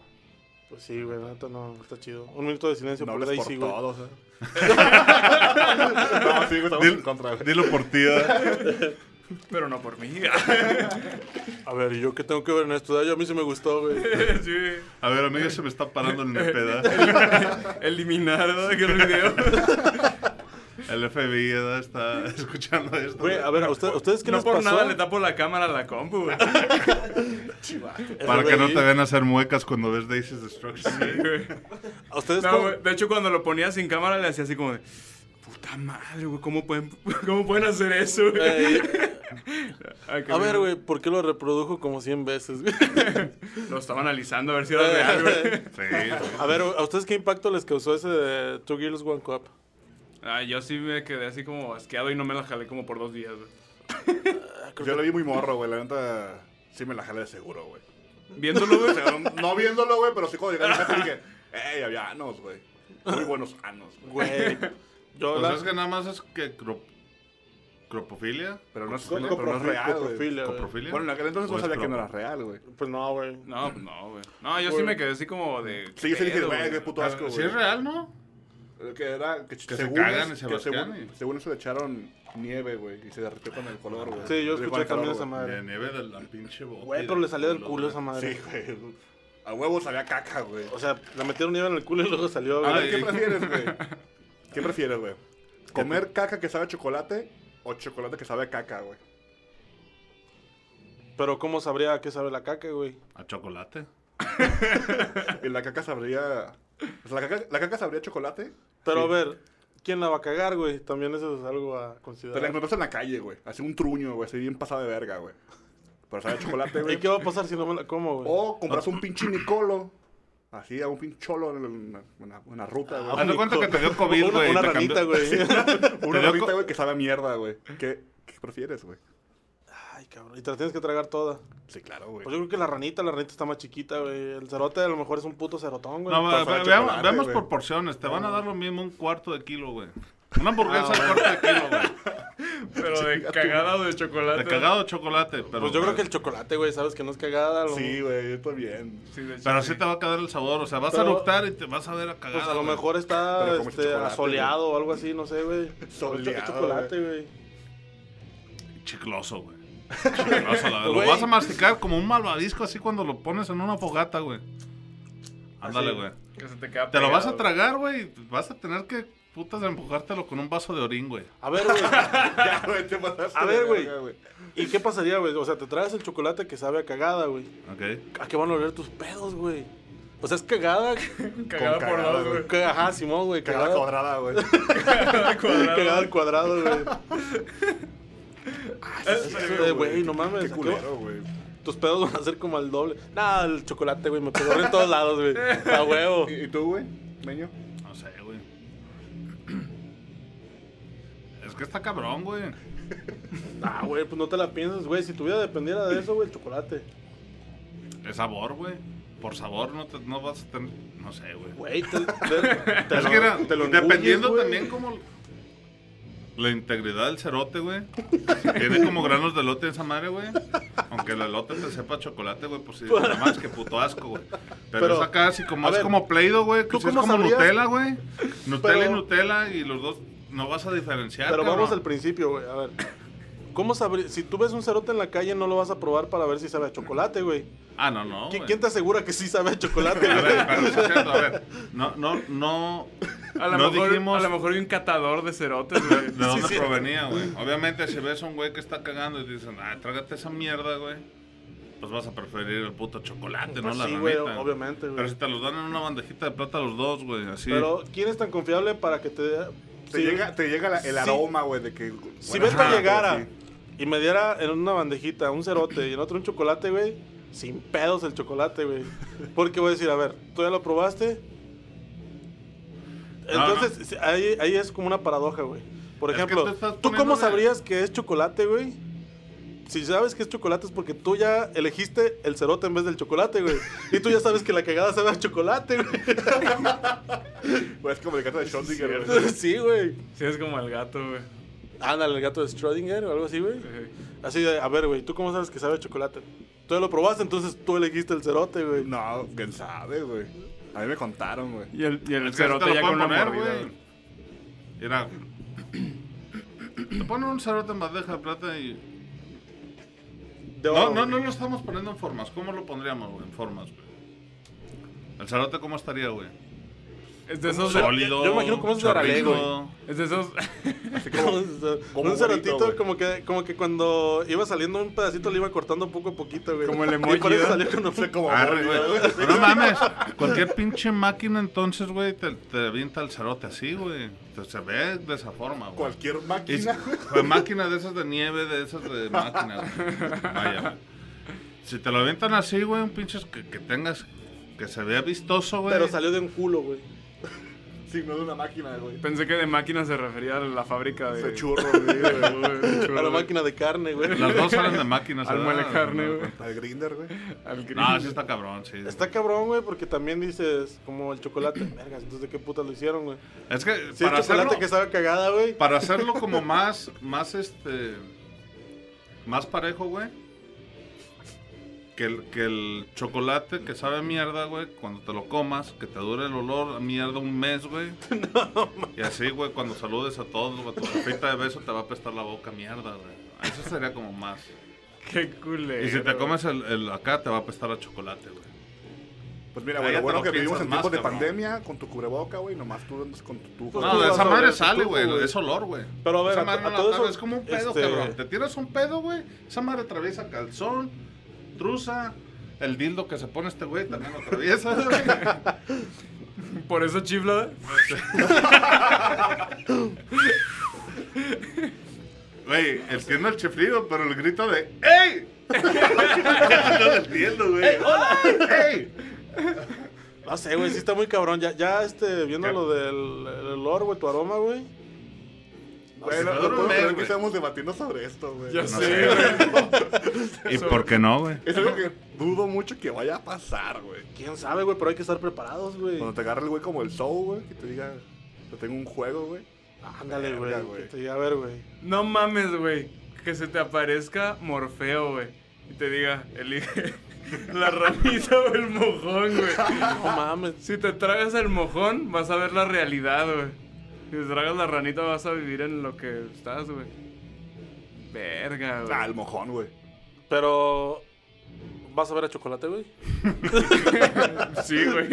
Speaker 5: Pues sí, güey, la neta no, no está chido. Un minuto de silencio
Speaker 1: No
Speaker 5: por
Speaker 1: hables
Speaker 5: Daisy,
Speaker 1: por
Speaker 5: güey.
Speaker 1: todos, eh. No, Ah, sí, güey, estamos en contra, güey.
Speaker 4: Dilo por ti, ¿eh?
Speaker 2: Pero no por mí. <laughs>
Speaker 5: A ver, ¿y yo qué tengo que ver en esto? Ay, a mí sí me gustó, güey.
Speaker 2: sí. <laughs>
Speaker 4: A ver, amigo, se me está parando el nepeda.
Speaker 2: Eliminar, ¿no? Aquel
Speaker 5: <laughs>
Speaker 2: video.
Speaker 4: El FBI ¿verdad? está <laughs> escuchando esto.
Speaker 5: Güey, a ver, ¿a usted- ustedes qué
Speaker 2: No
Speaker 5: les
Speaker 2: por
Speaker 5: pasó?
Speaker 2: nada le tapo la cámara a la compu, güey.
Speaker 5: Eh,
Speaker 4: Para que no
Speaker 5: FBI.
Speaker 4: te vean hacer muecas cuando ves Daisy's Destruction.
Speaker 5: ¿A ustedes
Speaker 2: No,
Speaker 5: cómo-
Speaker 2: güey, de hecho, cuando lo ponía sin cámara, le hacía así como de. Puta madre, güey, ¿cómo pueden, <laughs> ¿cómo pueden hacer eso, güey?
Speaker 5: <laughs> Eh,
Speaker 2: Ay, que
Speaker 5: a
Speaker 2: me-
Speaker 5: ver, güey, ¿por qué lo reprodujo como 100 veces, güey?
Speaker 2: Lo estaba analizando a ver si era real, güey.
Speaker 4: Sí, güey.
Speaker 5: A ver, ¿a ustedes qué impacto les causó ese de Two Girls One Cup?
Speaker 2: Ah, yo sí me quedé así como asqueado y no me la jalé como por dos días, güey.
Speaker 1: Yo lo vi muy morro, güey. La neta, sí me la jalé de seguro, güey.
Speaker 2: Viéndolo, güey.
Speaker 1: O
Speaker 7: <laughs>
Speaker 1: sea, no, no viéndolo, güey, pero sí cuando llegué a la casa dije, ¡ey, había anos, güey! Muy buenos anos, güey.
Speaker 5: Güey. Yo
Speaker 4: Pues
Speaker 5: la-
Speaker 4: es que nada más es que cro- cropofilia.
Speaker 1: Pero no es,
Speaker 5: Co-
Speaker 1: pero no es
Speaker 5: coprofi-
Speaker 1: real, güey.
Speaker 5: coprofilia, güey.
Speaker 4: Coprofilia.
Speaker 1: Bueno, en aquel entonces
Speaker 4: ¿O
Speaker 1: no
Speaker 4: es
Speaker 1: sabía que no
Speaker 4: cropo?
Speaker 1: era real, güey.
Speaker 5: Pues no, güey.
Speaker 2: No, no, güey. No, yo sí me quedé así como de.
Speaker 1: Sí, yo sí dije,
Speaker 2: pedo,
Speaker 1: güey, qué puto asco,
Speaker 4: Si
Speaker 1: güey.
Speaker 4: es real, ¿no?
Speaker 5: Eh,
Speaker 1: Que era, que,
Speaker 4: se
Speaker 1: según,
Speaker 4: cagan
Speaker 1: es-
Speaker 4: en
Speaker 1: que
Speaker 4: Sebastián
Speaker 1: según,
Speaker 4: y-
Speaker 1: según eso le echaron nieve, güey, y se derritió con el color, güey.
Speaker 5: Sí, yo
Speaker 1: Le
Speaker 5: escuché
Speaker 1: dejó con el
Speaker 5: también
Speaker 1: color,
Speaker 5: esa madre.
Speaker 4: De nieve de la pinche boca.
Speaker 5: Güey, pero le salió del culo esa madre.
Speaker 1: güey. Sí, güey. A huevos había caca, güey.
Speaker 5: O sea, la metieron nieve en el culo y luego salió.
Speaker 1: A ver,
Speaker 5: güey.
Speaker 1: ¿qué
Speaker 4: Ay.
Speaker 1: prefieres, güey? ¿Qué prefieres, güey? ¿Comer caca que sabe a chocolate o chocolate que sabe a caca, güey?
Speaker 5: Pero ¿cómo sabría a qué sabe la caca, güey?
Speaker 4: A chocolate.
Speaker 1: Y la caca sabría. o sea, la, caca, la caca sabría a chocolate
Speaker 5: Pero a ver, ¿quién la va a cagar, güey? También eso es algo a
Speaker 1: Te la
Speaker 5: considerar.
Speaker 1: encontraste en la calle, güey. Así un truño, güey. Así bien pasada de verga, güey. Pero sabe a chocolate,
Speaker 5: ¿Y <laughs>
Speaker 1: güey.
Speaker 5: qué va a pasar si no me la como,
Speaker 4: Oh,
Speaker 5: güey?
Speaker 1: O compras un pinche Nicolo. Así, a un pincholo en una, una- una ruta, güey.
Speaker 5: Ah,
Speaker 4: Haz de cuenta que te dio COVID,
Speaker 5: Una-
Speaker 4: güey.
Speaker 5: Una
Speaker 4: te
Speaker 5: ranita,
Speaker 4: cambió-
Speaker 5: güey.
Speaker 4: <laughs>
Speaker 1: una
Speaker 4: te dio
Speaker 1: rita,
Speaker 4: co-
Speaker 1: güey, que sabe a mierda, güey. ¿Qué, qué prefieres, güey?
Speaker 5: Ay, cabrón. Y te la tienes que tragar toda.
Speaker 1: Sí, claro,
Speaker 5: Pues
Speaker 1: güey.
Speaker 5: yo creo que la ranita, la ranita está más chiquita, güey. El cerote a lo mejor es un puto cerotón, güey.
Speaker 4: No,
Speaker 5: Pero sabe a
Speaker 4: ve- ve- veamos,
Speaker 5: chocolate,
Speaker 4: veamos
Speaker 5: güey.
Speaker 4: por porciones. Te van a dar lo mismo un cuarto de kilo, güey. Una
Speaker 5: Ah,
Speaker 4: hamburguesa al cuarto de kilo,
Speaker 5: Pues
Speaker 4: güey.
Speaker 7: <laughs> Pero
Speaker 4: <laughs>
Speaker 7: de cagada o de chocolate.
Speaker 4: De cagado de chocolate. Pero,
Speaker 5: Pues yo creo que el chocolate, güey, sabes que no es cagada. a lo- pues,
Speaker 1: Sí, güey, yo estoy bien.
Speaker 7: Sí, de
Speaker 4: Pero
Speaker 7: chile.
Speaker 4: sí te va a quedar el sabor. O sea, vas a
Speaker 5: Pero-
Speaker 4: eructar y te vas a ver a cagada.
Speaker 5: Pues a lo
Speaker 4: güey.
Speaker 5: mejor está
Speaker 1: Pero como
Speaker 5: este,
Speaker 1: chocolate,
Speaker 5: soleado o algo así, no sé, güey.
Speaker 1: Soleado,
Speaker 5: Chocolate, güey.
Speaker 4: Chicloso, güey. Chicloso, la verdad. Lo
Speaker 5: Güey.
Speaker 4: vas a masticar como un malvavisco así cuando lo pones en una fogata, güey. Ándale, güey.
Speaker 7: Que se te queda
Speaker 4: Te lo
Speaker 7: pegado,
Speaker 4: vas a
Speaker 7: güey.
Speaker 4: tragar, güey. Vas a tener que putas empujártelo con un vaso de orín, güey.
Speaker 5: A ver, güey.
Speaker 1: Ya, güey, te pasaste.
Speaker 5: A ver,
Speaker 1: de
Speaker 5: güey.
Speaker 1: verga,
Speaker 5: ¿Y qué pasaría, güey? O sea, te traes el chocolate que sabe a cagada, güey.
Speaker 4: Ok.
Speaker 5: ¿A qué van a oler tus pedos, güey? O sea, es
Speaker 4: <laughs>
Speaker 5: cagada.
Speaker 7: Cagada
Speaker 1: Con
Speaker 7: por
Speaker 1: cagada,
Speaker 7: dos,
Speaker 1: güey.
Speaker 7: güey.
Speaker 5: que- Ajá, Simón, güey.
Speaker 1: Cagada
Speaker 5: Cagada.
Speaker 1: cuadrada, güey.
Speaker 5: <laughs> Cagada al cuadrado,
Speaker 4: <laughs>
Speaker 5: güey. Ah,
Speaker 7: Es-
Speaker 5: Eso de, güey, no mames. ¿a
Speaker 1: Qué
Speaker 5: qué
Speaker 1: culero, güey.
Speaker 5: va- Tus pedos van a ser como al doble. Nah, el chocolate, güey, me pegó en todos lados, güey. A huevo.
Speaker 1: ¿Y y tú, güey? Meño.
Speaker 4: No sé, güey. Es que está cabrón, güey.
Speaker 5: Ah, güey, pues no te la piensas, güey. Si tu vida dependiera de eso, güey, el chocolate.
Speaker 4: Es sabor, güey. Por sabor no, te, no vas a tener... No sé, güey.
Speaker 5: Güey, te, te- te
Speaker 4: Es
Speaker 5: lo-
Speaker 4: que era-
Speaker 5: te lo engulles,
Speaker 4: dependiendo
Speaker 5: güey.
Speaker 4: también como la integridad del cerote, güey. Tiene como granos de elote esa madre, güey. Aunque el elote te sepa a chocolate, güey, pues sí, nada más que puto asco, güey. Pero,
Speaker 5: Pero,
Speaker 4: es acá así como
Speaker 5: a
Speaker 4: es
Speaker 5: ver,
Speaker 4: como pleido, güey, que
Speaker 5: ¿tú
Speaker 4: sí es
Speaker 5: cómo
Speaker 4: como
Speaker 5: sabrías?
Speaker 4: Nutella, güey. Nutella
Speaker 5: Pero-
Speaker 4: y Nutella y los dos no vas a diferenciar,
Speaker 5: Pero
Speaker 4: cabrón.
Speaker 5: vamos al principio, güey. A ver. ¿Cómo sabría? Si tú ves un cerote en la calle, no lo vas a probar para ver si sabe a chocolate, güey.
Speaker 4: Ah, no, no.
Speaker 5: ¿Qui-
Speaker 4: güey.
Speaker 5: ¿Quién te asegura que sí
Speaker 4: <laughs>
Speaker 5: sabe a chocolate,
Speaker 4: A ver,
Speaker 5: güey?
Speaker 4: pero sí es cierto, a ver. No, no, no.
Speaker 7: A lo,
Speaker 4: no
Speaker 7: mejor,
Speaker 4: dijimos
Speaker 7: a lo mejor hay un catador de cerotes,
Speaker 4: <laughs>
Speaker 7: güey.
Speaker 4: ¿De dónde provenía, güey? Obviamente, si ves a un güey que está cagando y te dicen, ah, trágate esa mierda, güey, pues vas a preferir el puto chocolate,
Speaker 5: Pues
Speaker 4: no la
Speaker 5: sí, güey,
Speaker 4: ranita.
Speaker 5: obviamente, güey.
Speaker 4: Pero si te los dan en una bandejita de plata los dos, güey, así.
Speaker 5: Pero ¿quién es tan confiable para que te...
Speaker 1: Te
Speaker 5: si-
Speaker 1: llega, te llega la- el
Speaker 5: Sí.
Speaker 1: aroma, güey, de que.
Speaker 5: Si
Speaker 1: bueno,
Speaker 5: Beto
Speaker 1: ajá,
Speaker 5: llegara
Speaker 1: sí.
Speaker 5: y me diera en una bandejita un cerote y en otro un chocolate, güey, sin pedos el chocolate, güey. Porque voy a decir, a ver, ¿tú ya lo probaste?
Speaker 4: No,
Speaker 5: Entonces, sí, Ahí, ahí es como una paradoja, güey. Por
Speaker 4: Es que
Speaker 5: ejemplo,
Speaker 4: tú estás
Speaker 5: ¿tú, cómo
Speaker 4: poniéndole-
Speaker 5: sabrías que es chocolate, güey? Si sabes que es chocolate es porque tú ya elegiste el cerote en vez del chocolate, güey. Y tú ya sabes que la cagada sabe a chocolate, güey.
Speaker 1: Güey, es como el gato de Schrödinger, güey.
Speaker 7: cierto.
Speaker 5: <laughs> sí, güey.
Speaker 7: Sí, es como el gato, güey.
Speaker 5: Ándale, el gato de Schrödinger o algo así, güey.
Speaker 7: Sí.
Speaker 5: Así de, a ver, güey, ¿tú cómo sabes que sabe a chocolate? Tú ya lo probaste, entonces tú elegiste el cerote, güey.
Speaker 1: No, quién sabe, güey. A mí me contaron, güey.
Speaker 7: Y el, y el
Speaker 4: es que así
Speaker 7: cerote
Speaker 4: te
Speaker 7: ya
Speaker 4: lo
Speaker 7: con
Speaker 4: pueden
Speaker 7: una
Speaker 4: poner,
Speaker 7: mordida,
Speaker 4: güey.
Speaker 7: güey.
Speaker 4: Mira, te ponen un cerote en bandeja de plata y.
Speaker 5: De
Speaker 4: No,
Speaker 5: abajo,
Speaker 4: no, no
Speaker 5: güey.
Speaker 4: lo estamos poniendo en formas. ¿Cómo lo pondríamos, güey? En formas, güey. ¿El cerote cómo estaría, güey?
Speaker 7: Es de esos...
Speaker 4: Sólido.
Speaker 5: yo imagino cómo es Zaralé, güey.
Speaker 4: chorrido.
Speaker 7: Es de esos... <laughs>
Speaker 5: <laughs>
Speaker 1: como
Speaker 5: un
Speaker 1: bonito,
Speaker 5: cerotito
Speaker 1: güey.
Speaker 5: como que, como que cuando iba saliendo un pedacito le iba cortando poco a poquito, güey.
Speaker 7: Como el emoji,
Speaker 5: <laughs> Y por eso
Speaker 7: ¿verdad?
Speaker 5: salió con un... como...
Speaker 4: Arre, güey. No mames, cualquier pinche máquina entonces, güey, te, te avienta el cerote así, güey. Te- Se ve de esa forma, güey.
Speaker 1: Cualquier
Speaker 4: Y si-
Speaker 1: máquina.
Speaker 4: pues, máquina de esas de nieve, de esas de máquinas. güey. Vaya, güey. Si te lo avientan así, güey, un pinche que, que tengas, que se vea vistoso, güey.
Speaker 5: <laughs> Pero salió de un culo, güey.
Speaker 1: Sí, no es una máquina, güey.
Speaker 7: Pensé que de máquina se refería a la fábrica de...
Speaker 1: Ese
Speaker 7: <laughs>
Speaker 1: churro, güey, güey.
Speaker 5: A
Speaker 7: A
Speaker 5: la máquina de carne, güey.
Speaker 4: Las dos salen de máquinas.
Speaker 7: Al
Speaker 4: ¿verdad?
Speaker 7: muele carne, güey.
Speaker 1: Al grinder, güey.
Speaker 7: Al gris.
Speaker 4: No,
Speaker 2: <laughs>
Speaker 4: sí está cabrón, sí.
Speaker 5: <laughs> Está cabrón, güey, porque también dices, como el chocolate, <clears throat> vergas, entonces de qué puta lo hicieron, güey.
Speaker 4: Es que
Speaker 5: Si es chocolate
Speaker 4: hacerlo-
Speaker 5: que sabe a cagada, güey.
Speaker 4: Para hacerlo como más, más este, más parejo, güey. Que el, que el chocolate que sabe a mierda, güey, cuando te lo comas, que te dure el olor a mierda un mes, güey. y así, güey, cuando saludes a todos, güey, tu repita de beso te va a apestar la boca a mierda, güey. Eso sería como más.
Speaker 7: Qué culero.
Speaker 4: Y si te
Speaker 7: güey.
Speaker 4: comes el, el acá, te va a apestar a chocolate, güey.
Speaker 1: Pues mira,
Speaker 4: Ah,
Speaker 1: güey, lo
Speaker 4: ya te
Speaker 1: bueno
Speaker 4: lo
Speaker 1: que vivimos
Speaker 4: piensas
Speaker 1: en
Speaker 4: más,
Speaker 1: tiempos de
Speaker 4: cabrón.
Speaker 1: pandemia, con tu cubreboca, güey, nomás tú andas con tu tu-
Speaker 5: Pues
Speaker 4: No,
Speaker 5: tú
Speaker 4: de
Speaker 5: vas
Speaker 4: esa
Speaker 5: a ver
Speaker 4: madre
Speaker 5: tu
Speaker 4: sale,
Speaker 5: tubo, güey.
Speaker 4: güey, es olor, güey.
Speaker 5: Pero a ver,
Speaker 4: Esa
Speaker 5: a-
Speaker 4: madre
Speaker 5: a
Speaker 4: no la
Speaker 5: todo
Speaker 4: atardes,
Speaker 5: eso,
Speaker 4: es como un pedo,
Speaker 5: este-
Speaker 4: cabrón. Te tiras un pedo, güey. Esa madre atraviesa calzón,
Speaker 5: <laughs>
Speaker 4: trusa, el dildo que se pone este güey también lo atraviesa. güey.
Speaker 2: Por eso chifla.
Speaker 4: Güey, entiendo el chiflido, pero el grito de
Speaker 5: <laughs>
Speaker 4: ¡Ey! no lo entiendo, güey. ¡Ey!
Speaker 5: No sé, güey, sí está muy cabrón. Ya, ya este, viendo
Speaker 4: Ya.
Speaker 5: lo del el olor, güey, tu aroma, güey.
Speaker 1: Güey, no, no
Speaker 4: se me duerme,
Speaker 1: puedo creer que
Speaker 4: güey.
Speaker 1: estamos debatiendo sobre esto, güey.
Speaker 2: Ya
Speaker 1: No
Speaker 2: sé,
Speaker 1: sé.
Speaker 4: ¿Y por qué no, güey?
Speaker 1: Es algo que dudo mucho que vaya a pasar, güey.
Speaker 5: Quién sabe, güey, pero hay que estar preparados, güey.
Speaker 1: Cuando te agarre el güey como el show, güey, que te diga, yo tengo un juego, güey.
Speaker 5: Ándale, güey.
Speaker 1: Verga, güey.
Speaker 5: que te diga, A ver, güey.
Speaker 2: No mames, güey. Que se te aparezca Morfeo, güey. Y te diga, elige <laughs> la ramita o el mojón, güey.
Speaker 4: <laughs>
Speaker 5: No mames.
Speaker 2: Si te tragas el mojón, vas a ver la realidad, güey. Si te tragas la ranita, vas a vivir en lo que estás, güey. Verga,
Speaker 1: Ah,
Speaker 2: güey.
Speaker 1: el mojón, güey.
Speaker 5: Pero. ¿Vas a ver a chocolate, güey?
Speaker 2: <laughs> Sí, güey.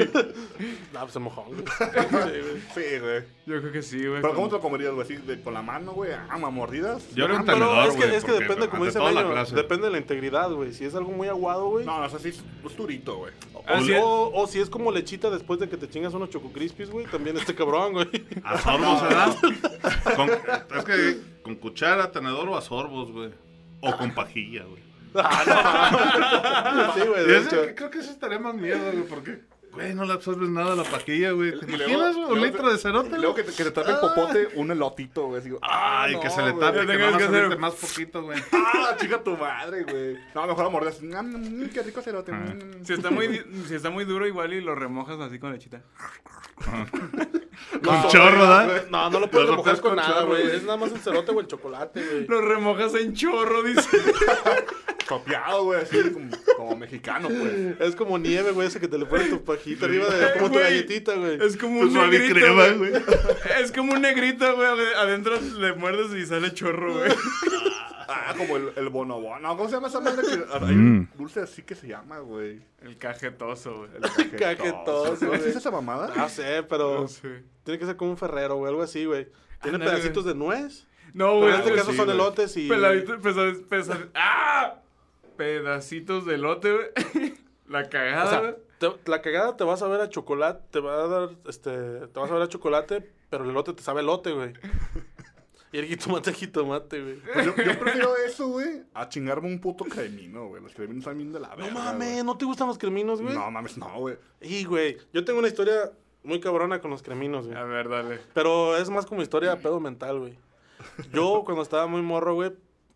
Speaker 5: No, pues el mojón, güey. Sí, güey.
Speaker 1: Sí, güey.
Speaker 2: Yo creo que sí, güey.
Speaker 1: Pero ¿cómo te
Speaker 2: Con-
Speaker 1: lo comerías, güey? Así, de- con la mano, güey, ama mordidas.
Speaker 4: Yo creo que
Speaker 5: Pero
Speaker 4: tenedor,
Speaker 5: es
Speaker 4: güey,
Speaker 5: que, es que
Speaker 4: porque
Speaker 5: depende, como
Speaker 4: ante
Speaker 5: dice
Speaker 4: toda la
Speaker 5: Mayo,
Speaker 4: clase.
Speaker 5: depende de la integridad, güey. Si es algo muy aguado, güey.
Speaker 1: No, no, es así, es durito, güey.
Speaker 5: O,
Speaker 2: Así
Speaker 5: o- o si es como lechita después de que te chingas unos choco crispies, güey. También este cabrón, güey.
Speaker 4: A sorbos, ¿verdad? Con- es que con cuchara, tenedor o a sorbos, güey. O con pajilla, güey.
Speaker 5: sí, güey.
Speaker 4: Y
Speaker 5: De
Speaker 4: ese-
Speaker 5: hecho.
Speaker 4: creo que eso estaría más miedo, güey, porque, güey, no le absorbes nada a la pajilla, güey. ¿Te
Speaker 1: Y luego-
Speaker 4: imaginas, güey? Un
Speaker 1: luego-
Speaker 4: litro de cerote,
Speaker 1: Y luego
Speaker 4: güey? Ah.
Speaker 1: que te, que te tape el popote un elotito, güey. Así, "Ah,
Speaker 4: Ay,
Speaker 1: no,
Speaker 4: que se le
Speaker 1: güey.
Speaker 4: tape,
Speaker 2: Ya
Speaker 4: que
Speaker 2: tengas
Speaker 4: nada más
Speaker 2: que hacer-
Speaker 4: apriete más poquito, <laughs> güey.
Speaker 1: ¡Ah, chica tu madre, güey! No, mejor a mordidas. Mm, mm, ¡Qué rico
Speaker 4: Ah.
Speaker 1: cerote! mm.
Speaker 2: Si está, muy, di- si está muy duro, igual y lo remojas así con lechita.
Speaker 4: Con chorro, ¿verdad?
Speaker 5: No, no lo puedes
Speaker 4: Lo
Speaker 5: remojar
Speaker 4: rompes
Speaker 5: con
Speaker 4: con
Speaker 5: nada,
Speaker 4: chorro,
Speaker 5: güey.
Speaker 4: güey.
Speaker 5: Es nada más el cerote o el chocolate, güey.
Speaker 2: Lo remojas en chorro, dice.
Speaker 1: Copiado, güey, así como, como mexicano, pues.
Speaker 5: Es como nieve, güey, ese que te le pones tu pajita arriba de como tu
Speaker 2: Güey,
Speaker 5: galletita, güey.
Speaker 2: Es como
Speaker 4: Pues
Speaker 2: un
Speaker 4: suave
Speaker 2: negrito,
Speaker 4: crema,
Speaker 2: güey.
Speaker 4: güey.
Speaker 2: Es como un negrito, güey. Adentro le muerdes y sale chorro, güey.
Speaker 1: Ah, como el, el bonobo. No, ¿cómo se llama esa madre? Que, hay un dulce así que se llama, güey.
Speaker 2: El cajetoso, güey.
Speaker 5: <laughs>
Speaker 1: El
Speaker 5: Cajetoso,
Speaker 1: ¿No es
Speaker 5: güey. Ah.
Speaker 1: esa mamada?
Speaker 5: No sé, pero
Speaker 2: No sé.
Speaker 5: tiene que ser como un ferrero, güey, algo así, güey. Tiene
Speaker 2: Ándale,
Speaker 5: pedacitos de nuez.
Speaker 2: No,
Speaker 5: Pero
Speaker 2: güey. Pues
Speaker 5: en este caso
Speaker 2: sí,
Speaker 5: son
Speaker 2: güey.
Speaker 5: elotes y.
Speaker 2: Peladito- pesa- pesa- ¡Ah! Pedacitos de elote, güey. <laughs> La
Speaker 5: O
Speaker 2: cagada,
Speaker 5: sea,
Speaker 2: güey.
Speaker 5: te- la cagada te vas a ver a chocolate, te va a dar, este, te vas a ver a chocolate, pero el elote te sabe a
Speaker 2: <laughs>
Speaker 5: elote, güey. Y el jitomate es jitomate, güey.
Speaker 1: Pues yo, yo prefiero eso, güey, a chingarme un puto cremino, güey. Los creminos están bien de la
Speaker 5: No
Speaker 1: verga.
Speaker 5: mames, ¿no te gustan los creminos,
Speaker 1: güey.
Speaker 5: güey?
Speaker 1: No mames, no, güey.
Speaker 5: Y, güey, yo tengo una historia muy cabrona con los creminos, güey.
Speaker 2: A ver, dale.
Speaker 5: Pero es más como historia de pedo mental, güey. Yo cuando estaba muy morro, güey,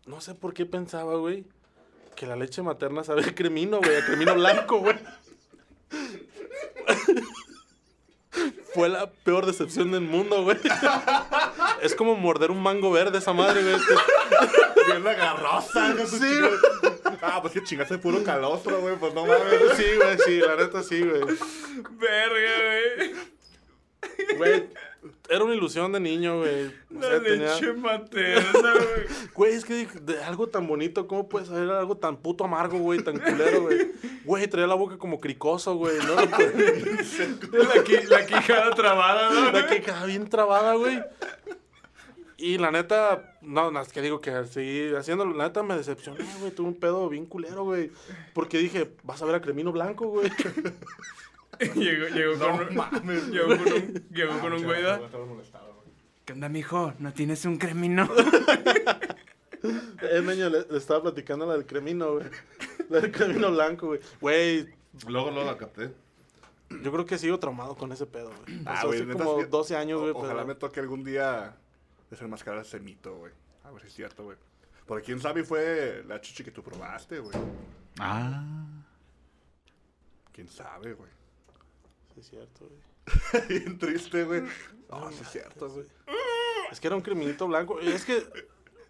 Speaker 5: no sé por qué pensaba, güey, que la leche materna sabe a cremino, güey, a cremino blanco, güey. Fue la peor decepción del mundo, güey. Es como morder un mango verde esa madre, güey.
Speaker 1: Bien la garrosa, güey.
Speaker 5: Sí,
Speaker 1: Ah, pues que chingaste puro calostro, güey. Pues
Speaker 5: Ah,
Speaker 1: no mames.
Speaker 5: Sí, güey, sí, la neta sí, güey.
Speaker 2: Verga, güey.
Speaker 5: Güey, era una ilusión de niño, güey. O
Speaker 2: La
Speaker 5: sea, tenía-
Speaker 2: leche materna, güey.
Speaker 5: <laughs> Güey, es que dije, de algo tan bonito, ¿cómo puede saber algo tan puto amargo, güey? Tan culero, güey. Güey, traía la boca como cricoso, güey. No lo puedo-
Speaker 2: La, qui- la quijada trabada, ¿no? <laughs>
Speaker 5: La que quedaba bien trabada, güey. Y la neta, no, no, es que digo que sí, haciéndolo, la neta me decepcioné, güey. Tuve un pedo bien culero, güey. Porque dije, vas a ver a Cremino Blanco, <laughs> güey.
Speaker 2: Llegó, llegó con un. llegó con un. Llegó con un güey. ¿da? ¿Qué onda, mijo? ¿No tienes un cremino?
Speaker 5: El niño Eh, le, le estaba platicando la del Cremino, güey. La del Cremino Blanco, güey. Güey,
Speaker 4: Luego, luego la capté.
Speaker 5: yo creo que sigo traumado con ese pedo, güey.
Speaker 1: Ah,
Speaker 5: Pasó
Speaker 1: güey,
Speaker 5: hace
Speaker 1: neta,
Speaker 5: como
Speaker 1: sí.
Speaker 5: 12 años,
Speaker 1: O-
Speaker 5: güey. pues, ah.
Speaker 1: Ojalá
Speaker 5: pero-
Speaker 1: me toque algún día desenmascarar ese mito, güey. A ver si es cierto, güey. Porque quién sabe fue la chichi que tú probaste, güey.
Speaker 4: Ah.
Speaker 1: Quién sabe, güey. <laughs>
Speaker 5: Sí, es cierto, güey.
Speaker 1: Bien triste, güey. No, sí es cierto, güey.
Speaker 5: Es que era un creminito blanco. Es que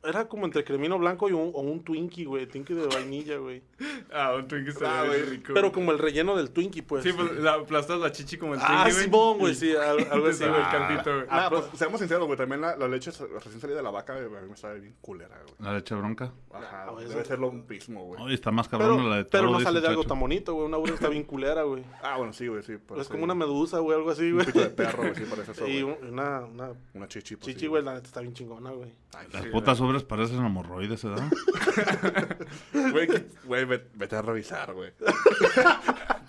Speaker 5: era como entre cremino blanco y un, o un Twinkie, güey. Twinkie de vainilla, güey.
Speaker 2: Ah, un Twinkie estaría
Speaker 1: Ah,
Speaker 2: bien
Speaker 1: güey.
Speaker 2: rico.
Speaker 5: Pero como el relleno del Twinkie, pues.
Speaker 2: Sí, pues la aplastas la chichi como el
Speaker 5: ah,
Speaker 2: Twinkie, Ah,
Speaker 5: Simón,
Speaker 2: <laughs>
Speaker 5: güey. Sí, al- algo así,
Speaker 2: Sí, güey,
Speaker 5: güey.
Speaker 2: el caldito,
Speaker 5: Ah,
Speaker 2: güey.
Speaker 1: Nah, pues seamos sinceros, güey. También la, la leche sa- recién salida de la vaca, güey, a mí me sabe bien culera, güey.
Speaker 4: La leche bronca.
Speaker 1: Ajá,
Speaker 5: güey,
Speaker 1: debe
Speaker 5: eso-
Speaker 1: ser lo mismo, güey.
Speaker 4: Ay, está más cabrón la de
Speaker 5: Pero, pero
Speaker 4: todos
Speaker 5: no
Speaker 4: los
Speaker 5: sale de algo tan
Speaker 4: muchachos.
Speaker 5: bonito, güey. Una burra está bien culera, güey.
Speaker 1: Ah, bueno, sí, güey, sí. pero
Speaker 5: Es
Speaker 1: sí,
Speaker 5: como una medusa, güey, algo así,
Speaker 1: Un
Speaker 5: güey.
Speaker 1: pito
Speaker 5: <laughs>
Speaker 1: de perro, güey, sí, parece eso,
Speaker 5: Y
Speaker 1: güey.
Speaker 5: un- una, una
Speaker 1: Una chichi, pues,
Speaker 5: chichi, güey, la neta está bien chingona, güey.
Speaker 1: Ay,
Speaker 4: Las
Speaker 1: sí, <laughs>
Speaker 4: putas obras parecen hemorroides, ¿verdad?
Speaker 1: Güey, que- güey, ve- vete a revisar, güey. <laughs>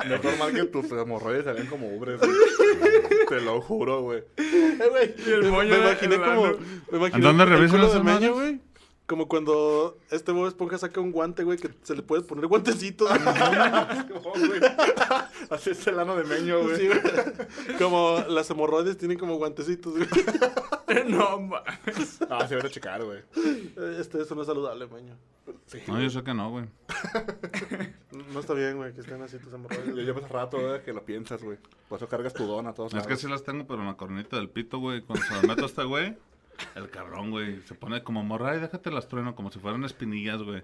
Speaker 1: No es normal que tus hemorroides salgan como ubres, güey. Te lo juro, güey. <laughs>
Speaker 5: Eh, güey, me-
Speaker 2: moño
Speaker 5: me
Speaker 2: de-
Speaker 5: imaginé
Speaker 2: el
Speaker 5: como.
Speaker 2: ano.
Speaker 5: Me imaginé
Speaker 4: ¿En dónde
Speaker 5: el
Speaker 4: revisan
Speaker 5: culo
Speaker 4: esas
Speaker 5: de
Speaker 4: madres?
Speaker 5: Meño, güey. Como cuando este Bob Esponja saca un guante, güey, que se le puede poner guantecitos.
Speaker 1: Así es el ano de meño, güey.
Speaker 5: Sí, güey. como las hemorroides tienen como guantecitos, güey. <laughs>
Speaker 2: <laughs> No, ma.
Speaker 1: Ah, se van a checar, güey.
Speaker 5: Este, eso no es saludable, meño.
Speaker 4: No, yo sé que no, güey.
Speaker 5: No está bien, güey, que estén así tus
Speaker 1: Ya
Speaker 5: hemorroides.
Speaker 1: llevas rato, güey, que lo piensas, güey. Por eso cargas tu dona, todos
Speaker 4: Es que sí las tengo, pero en la cornita del pito, güey. Cuando se las meto a este güey, el cabrón, güey, se pone como morra y déjate las trueno como si fueran espinillas, güey.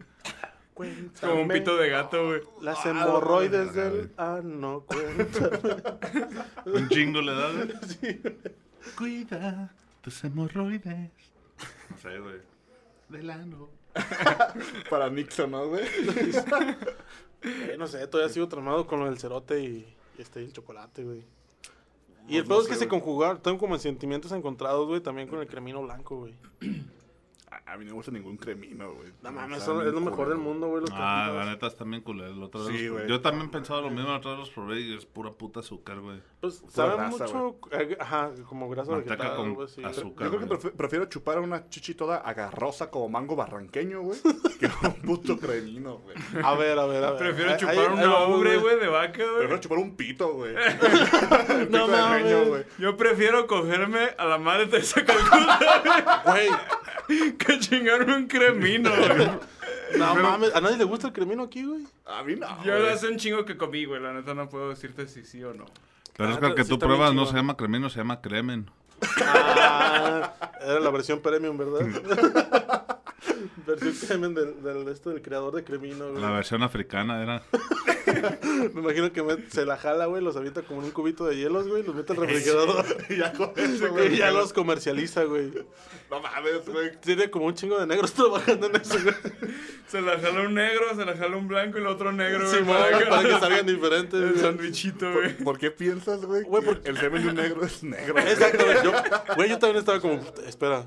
Speaker 5: Cuéntame
Speaker 2: Como un pito de gato, güey.
Speaker 5: Las hemorroides del ah, ano, cuéntame.
Speaker 4: Un chingo le da, güey. Cuida tus hemorroides. No sé, güey. Del ano.
Speaker 1: Para Nixon, ¿no, güey?
Speaker 5: <laughs> Eh, no sé, todavía sigo traumado con lo del cerote y, y este y el chocolate, güey. Y el pedo es que se conjugaron, tengo como sentimientos encontrados, güey, también con el cremino blanco, güey.
Speaker 1: A mí no me gusta ningún cremino, güey.
Speaker 5: No mames, eso es lo mejor del mundo, güey. los
Speaker 4: Ah,
Speaker 5: creminos.
Speaker 4: la neta está bien culero. La otra vez
Speaker 1: Sí,
Speaker 4: los-
Speaker 1: güey.
Speaker 4: yo también pensaba lo mismo, la otra vez los probé y es pura puta azúcar, güey.
Speaker 5: Pues sabe
Speaker 1: grasa,
Speaker 5: mucho, eh, ajá, como grasa
Speaker 4: Manteca
Speaker 5: vegetal,
Speaker 4: con
Speaker 5: algo así.
Speaker 4: azúcar.
Speaker 1: Yo creo que
Speaker 4: güey.
Speaker 1: prefi- prefiero chupar una chichi toda agarrosa como mango barranqueño, güey, que un puto cremino, güey.
Speaker 5: A ver, a ver, a ver.
Speaker 2: Prefiero
Speaker 5: Ahí-
Speaker 2: chupar
Speaker 5: ahí- ahí
Speaker 2: una
Speaker 5: vamos,
Speaker 2: ubre, güey, de vaca,
Speaker 1: Prefiero
Speaker 2: güey.
Speaker 1: chupar un pito, güey.
Speaker 5: No mames.
Speaker 1: güey.
Speaker 2: Yo prefiero cogerme a la madre de esa calcuta
Speaker 5: <laughs> Güey,
Speaker 2: que chingarme un cremino,
Speaker 5: <laughs>
Speaker 2: güey.
Speaker 5: no mames. A nadie le gusta el cremino aquí, Ah, güey.
Speaker 1: A mí no,
Speaker 2: Yo
Speaker 1: güey.
Speaker 2: hace un chingo que comí, güey. La neta no puedo decirte si sí o no.
Speaker 4: Pero es
Speaker 5: Ah,
Speaker 4: que el que
Speaker 5: sí
Speaker 4: tú
Speaker 5: está
Speaker 4: pruebas
Speaker 5: bien
Speaker 4: no
Speaker 5: chido.
Speaker 4: se llama cremino, se llama cremen.
Speaker 5: Ah, era la versión premium, ¿verdad? <laughs> versión premium del, del, este, del creador de cremino, güey.
Speaker 4: La versión africana era.
Speaker 5: Me imagino que met- se la jala, güey, los avienta como en un cubito de hielos, güey, los mete al refrigerador
Speaker 1: Y <laughs> ya con eso,
Speaker 5: y
Speaker 1: güey.
Speaker 5: ya los comercializa, güey.
Speaker 1: No mames, güey.
Speaker 5: Tiene como un chingo de negros <laughs> trabajando en eso, güey.
Speaker 2: Se la jala un negro, se la jala un blanco y el otro negro, güey.
Speaker 5: Sí,
Speaker 2: para que-
Speaker 5: para que salgan diferentes.
Speaker 2: El
Speaker 5: güey.
Speaker 2: sandwichito, güey.
Speaker 1: ¿Por qué piensas, güey?
Speaker 5: Güey,
Speaker 1: que
Speaker 5: porque-
Speaker 1: El semen de un negro es
Speaker 5: <laughs>
Speaker 1: negro.
Speaker 5: Exacto, güey. Yo, güey, yo también estaba como, espera.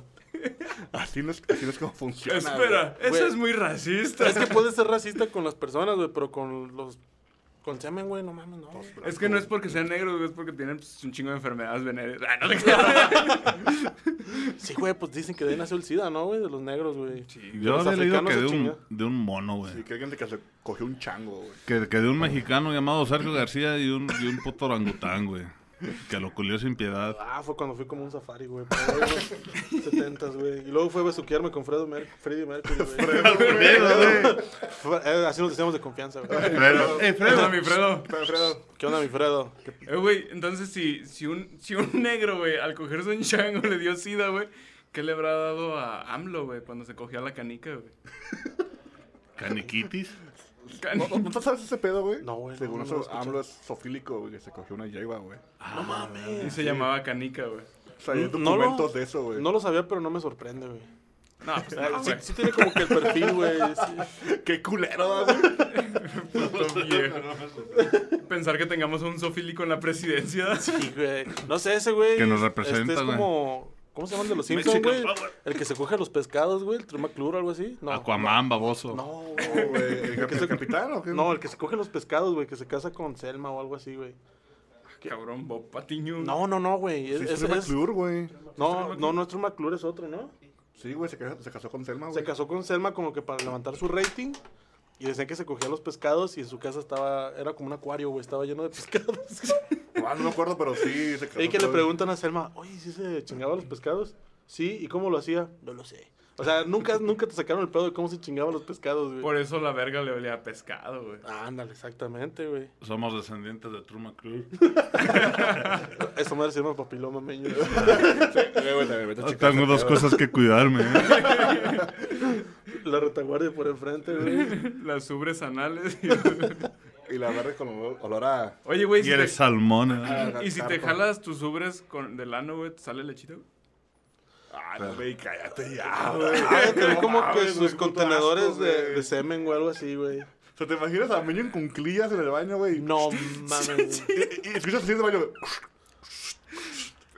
Speaker 1: Así no es, así no es como funciona.
Speaker 2: Espera,
Speaker 5: güey.
Speaker 2: eso es muy racista.
Speaker 5: Es que puedes ser racista con las personas, güey, pero con los. Con semen, güey, no mames, no.
Speaker 2: Es que no es porque sean negros, güey, es porque tienen pues, un chingo de enfermedades venéreas. Ah, no te creas.
Speaker 5: Sí, güey, pues dicen que de ahí nació el SIDA, ¿no, güey? De los negros, güey.
Speaker 4: Yo
Speaker 5: los
Speaker 4: había leído
Speaker 5: africanos
Speaker 4: que
Speaker 5: se
Speaker 4: de un,
Speaker 5: chingan.
Speaker 4: de un mono, güey.
Speaker 1: Y que alguien que se cogió un chango, güey.
Speaker 4: Que, que de un mexicano llamado
Speaker 5: <laughs>
Speaker 4: Sergio García y un, y un puto orangután, güey. Que lo culió sin piedad.
Speaker 5: Ah, fue cuando fui como un safari, güey. por ahí, <laughs> güey, 70s, güey. Y luego fue a besuquearme con Fredo Mer Freddy Mercury, güey. <laughs> Fue- eh, Así nos decíamos de confianza, güey.
Speaker 4: Pero, eh,
Speaker 2: ¿Qué onda, mi Fredo?
Speaker 5: ¿Qué onda, mi Fredo?
Speaker 2: Eh, güey, entonces si, si, un, si un negro, güey, al cogerse un chango le dio sida, güey, ¿qué le habrá dado a AMLO, güey, cuando se cogió a la canica, güey?
Speaker 4: ¿Caniquitis?
Speaker 2: Can-
Speaker 1: ¿No, no- no sabes ese pedo, güey?
Speaker 5: No, güey,
Speaker 1: Según
Speaker 5: no, no
Speaker 1: eso,
Speaker 5: lo he escuchado.
Speaker 1: AMLO es sofílico, güey, que se cogió una yegua, güey.
Speaker 2: Y se llamaba canica, güey.
Speaker 1: O sea, hay
Speaker 5: Mm, No lo-
Speaker 1: documentos de eso, güey.
Speaker 5: No lo sabía, pero no me sorprende, güey.
Speaker 2: No, pues
Speaker 5: Ah,
Speaker 2: no,
Speaker 5: sí,
Speaker 2: güey.
Speaker 5: sí tiene como que el perfil, güey. sí.
Speaker 1: <laughs> Qué culero, güey.
Speaker 2: Puto viejo. Pensar que tengamos a un sofílico en la <laughs> presidencia.
Speaker 5: Sí, güey. No sé, ese güey.
Speaker 4: Que nos
Speaker 5: este,
Speaker 4: representa,
Speaker 5: es
Speaker 4: güey.
Speaker 5: como. ¿Cómo se llaman de los Simpsons,
Speaker 4: Mexican
Speaker 5: güey?
Speaker 4: Power. Ah,
Speaker 5: El que se coge a los pescados, güey. El True McClure o algo así. No.
Speaker 4: <laughs> Aquaman, baboso.
Speaker 5: No,
Speaker 1: <laughs> No, güey. ¿El,
Speaker 5: que
Speaker 1: cap-
Speaker 5: se-
Speaker 1: el capitán o qué?
Speaker 5: No, el que se coge los pescados, güey, que se casa con Selma o algo así, güey.
Speaker 2: Cabrón, Bob Patiño.
Speaker 5: No, no, no, güey. Es,
Speaker 1: Sí,
Speaker 5: es-
Speaker 1: es
Speaker 5: es-
Speaker 1: McClure, güey.
Speaker 5: no, no, nuestro McClure es otro, ¿no?
Speaker 1: Sí, güey, se, ca- se casó con Selma, Ah, güey.
Speaker 5: Se casó con Selma como que para levantar su rating. Y decían que se cogía los pescados y en su casa estaba, era como un acuario, güey, estaba lleno de pescados.
Speaker 1: Ah, no me acuerdo, pero sí, se casó.
Speaker 5: y que le
Speaker 1: con-
Speaker 5: preguntan a Selma, oye, ¿sí se chingaba los pescados? Sí, ¿y cómo lo hacía? No lo sé. O sea, nunca, nunca te sacaron el pedo de cómo se chingaban los pescados, güey.
Speaker 2: Por eso la verga le olía a pescado, güey. <laughs>
Speaker 5: Ándale, exactamente, güey.
Speaker 4: Somos descendientes de Truman
Speaker 5: <laughs>
Speaker 4: Club.
Speaker 5: Esa madre se llama papiloma, meño. <laughs>
Speaker 1: Eh, güey, también, vete a checar
Speaker 4: Ah, Tengo
Speaker 1: ese
Speaker 4: dos
Speaker 1: pedo.
Speaker 4: cosas que cuidarme,
Speaker 5: <laughs>
Speaker 4: ¿eh?
Speaker 5: La retaguardia por enfrente, güey.
Speaker 2: Las ubres anales. <laughs>
Speaker 1: Y la verga con olor, olor a.
Speaker 2: Oye, güey,
Speaker 4: Y
Speaker 2: si
Speaker 4: eres
Speaker 2: te,
Speaker 4: salmón,
Speaker 1: a
Speaker 4: ¿eh?
Speaker 5: Ah.
Speaker 2: y si te
Speaker 1: garcarpa.
Speaker 2: jalas tus ubres con, del ano, güey, ¿te sale lechita, güey?
Speaker 1: Ah, no, güey, cállate ya, güey.
Speaker 5: Ah,
Speaker 1: <laughs>
Speaker 5: ya tenía como
Speaker 1: mames,
Speaker 5: que
Speaker 1: güey,
Speaker 5: sus
Speaker 1: puto
Speaker 5: contenedores
Speaker 1: asco,
Speaker 5: de,
Speaker 1: güey.
Speaker 5: de semen o algo así, güey.
Speaker 1: O sea, ¿te imaginas a Meño en cunclillas en el baño, güey?
Speaker 5: No mames. güey.
Speaker 1: Y, y escuchas así en el baño, güey.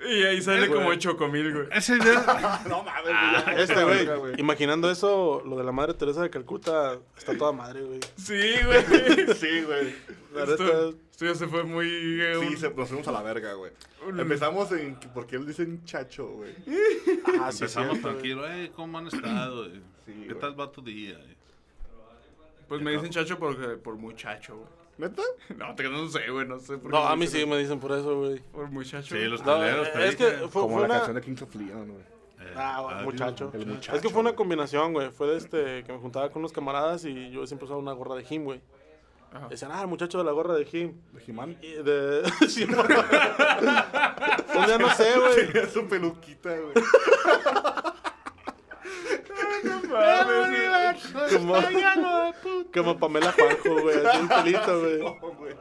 Speaker 2: Y ahí
Speaker 5: Eh,
Speaker 2: sale como chocomil, güey.
Speaker 5: <laughs>
Speaker 4: Esa idea.
Speaker 1: No mames, Ah, güey.
Speaker 5: Este, güey. Imaginando eso, lo de la madre Teresa de Calcuta está toda madre, güey.
Speaker 2: Sí, güey.
Speaker 1: Sí, güey.
Speaker 5: La
Speaker 2: Esto,
Speaker 5: neta,
Speaker 2: esto ya se fue muy. eh,
Speaker 1: Sí,
Speaker 2: un-
Speaker 1: se- nos fuimos a la verga, güey. Empezamos en. ¿Por qué él dice chacho, güey?
Speaker 5: ah, sí,
Speaker 4: Empezamos
Speaker 5: cierto, güey.
Speaker 4: tranquilo, "Ey, ¿cómo han estado? eh?
Speaker 1: Sí,
Speaker 4: ¿Qué
Speaker 1: güey.
Speaker 4: tal va tu día? eh?"
Speaker 2: Pues me dicen chacho porque, por muchacho, güey. <laughs>
Speaker 1: ¿Neta?
Speaker 2: No, te- no sé, güey, no sé por
Speaker 5: No,
Speaker 2: qué
Speaker 5: a
Speaker 2: me
Speaker 5: mí
Speaker 2: dicen
Speaker 5: sí me dicen por eso, güey.
Speaker 2: Por muchacho.
Speaker 4: Sí, los
Speaker 5: No, eh,
Speaker 4: culeros, te
Speaker 5: es que
Speaker 4: dije.
Speaker 5: fue, fue
Speaker 1: Como la
Speaker 5: una...
Speaker 1: canción de King of Leon, güey.
Speaker 4: Eh,
Speaker 5: Ah,
Speaker 4: adiós,
Speaker 5: muchacho.
Speaker 1: El muchacho.
Speaker 5: Es que fue una combinación, güey. Fue de este que me juntaba con unos camaradas y yo siempre usaba una gorra de Jim, güey. Decían, ah, el muchacho de la gorra de Jim.
Speaker 1: ¿De Jimán?
Speaker 5: Y de... <laughs> Sí, mo- Un día no sé, güey.
Speaker 1: Tenía su peluquita, güey. <laughs>
Speaker 5: Como, como Pamela Juanjo, güey. Así un pelito,
Speaker 4: <laughs>
Speaker 5: güey.
Speaker 1: No, güey.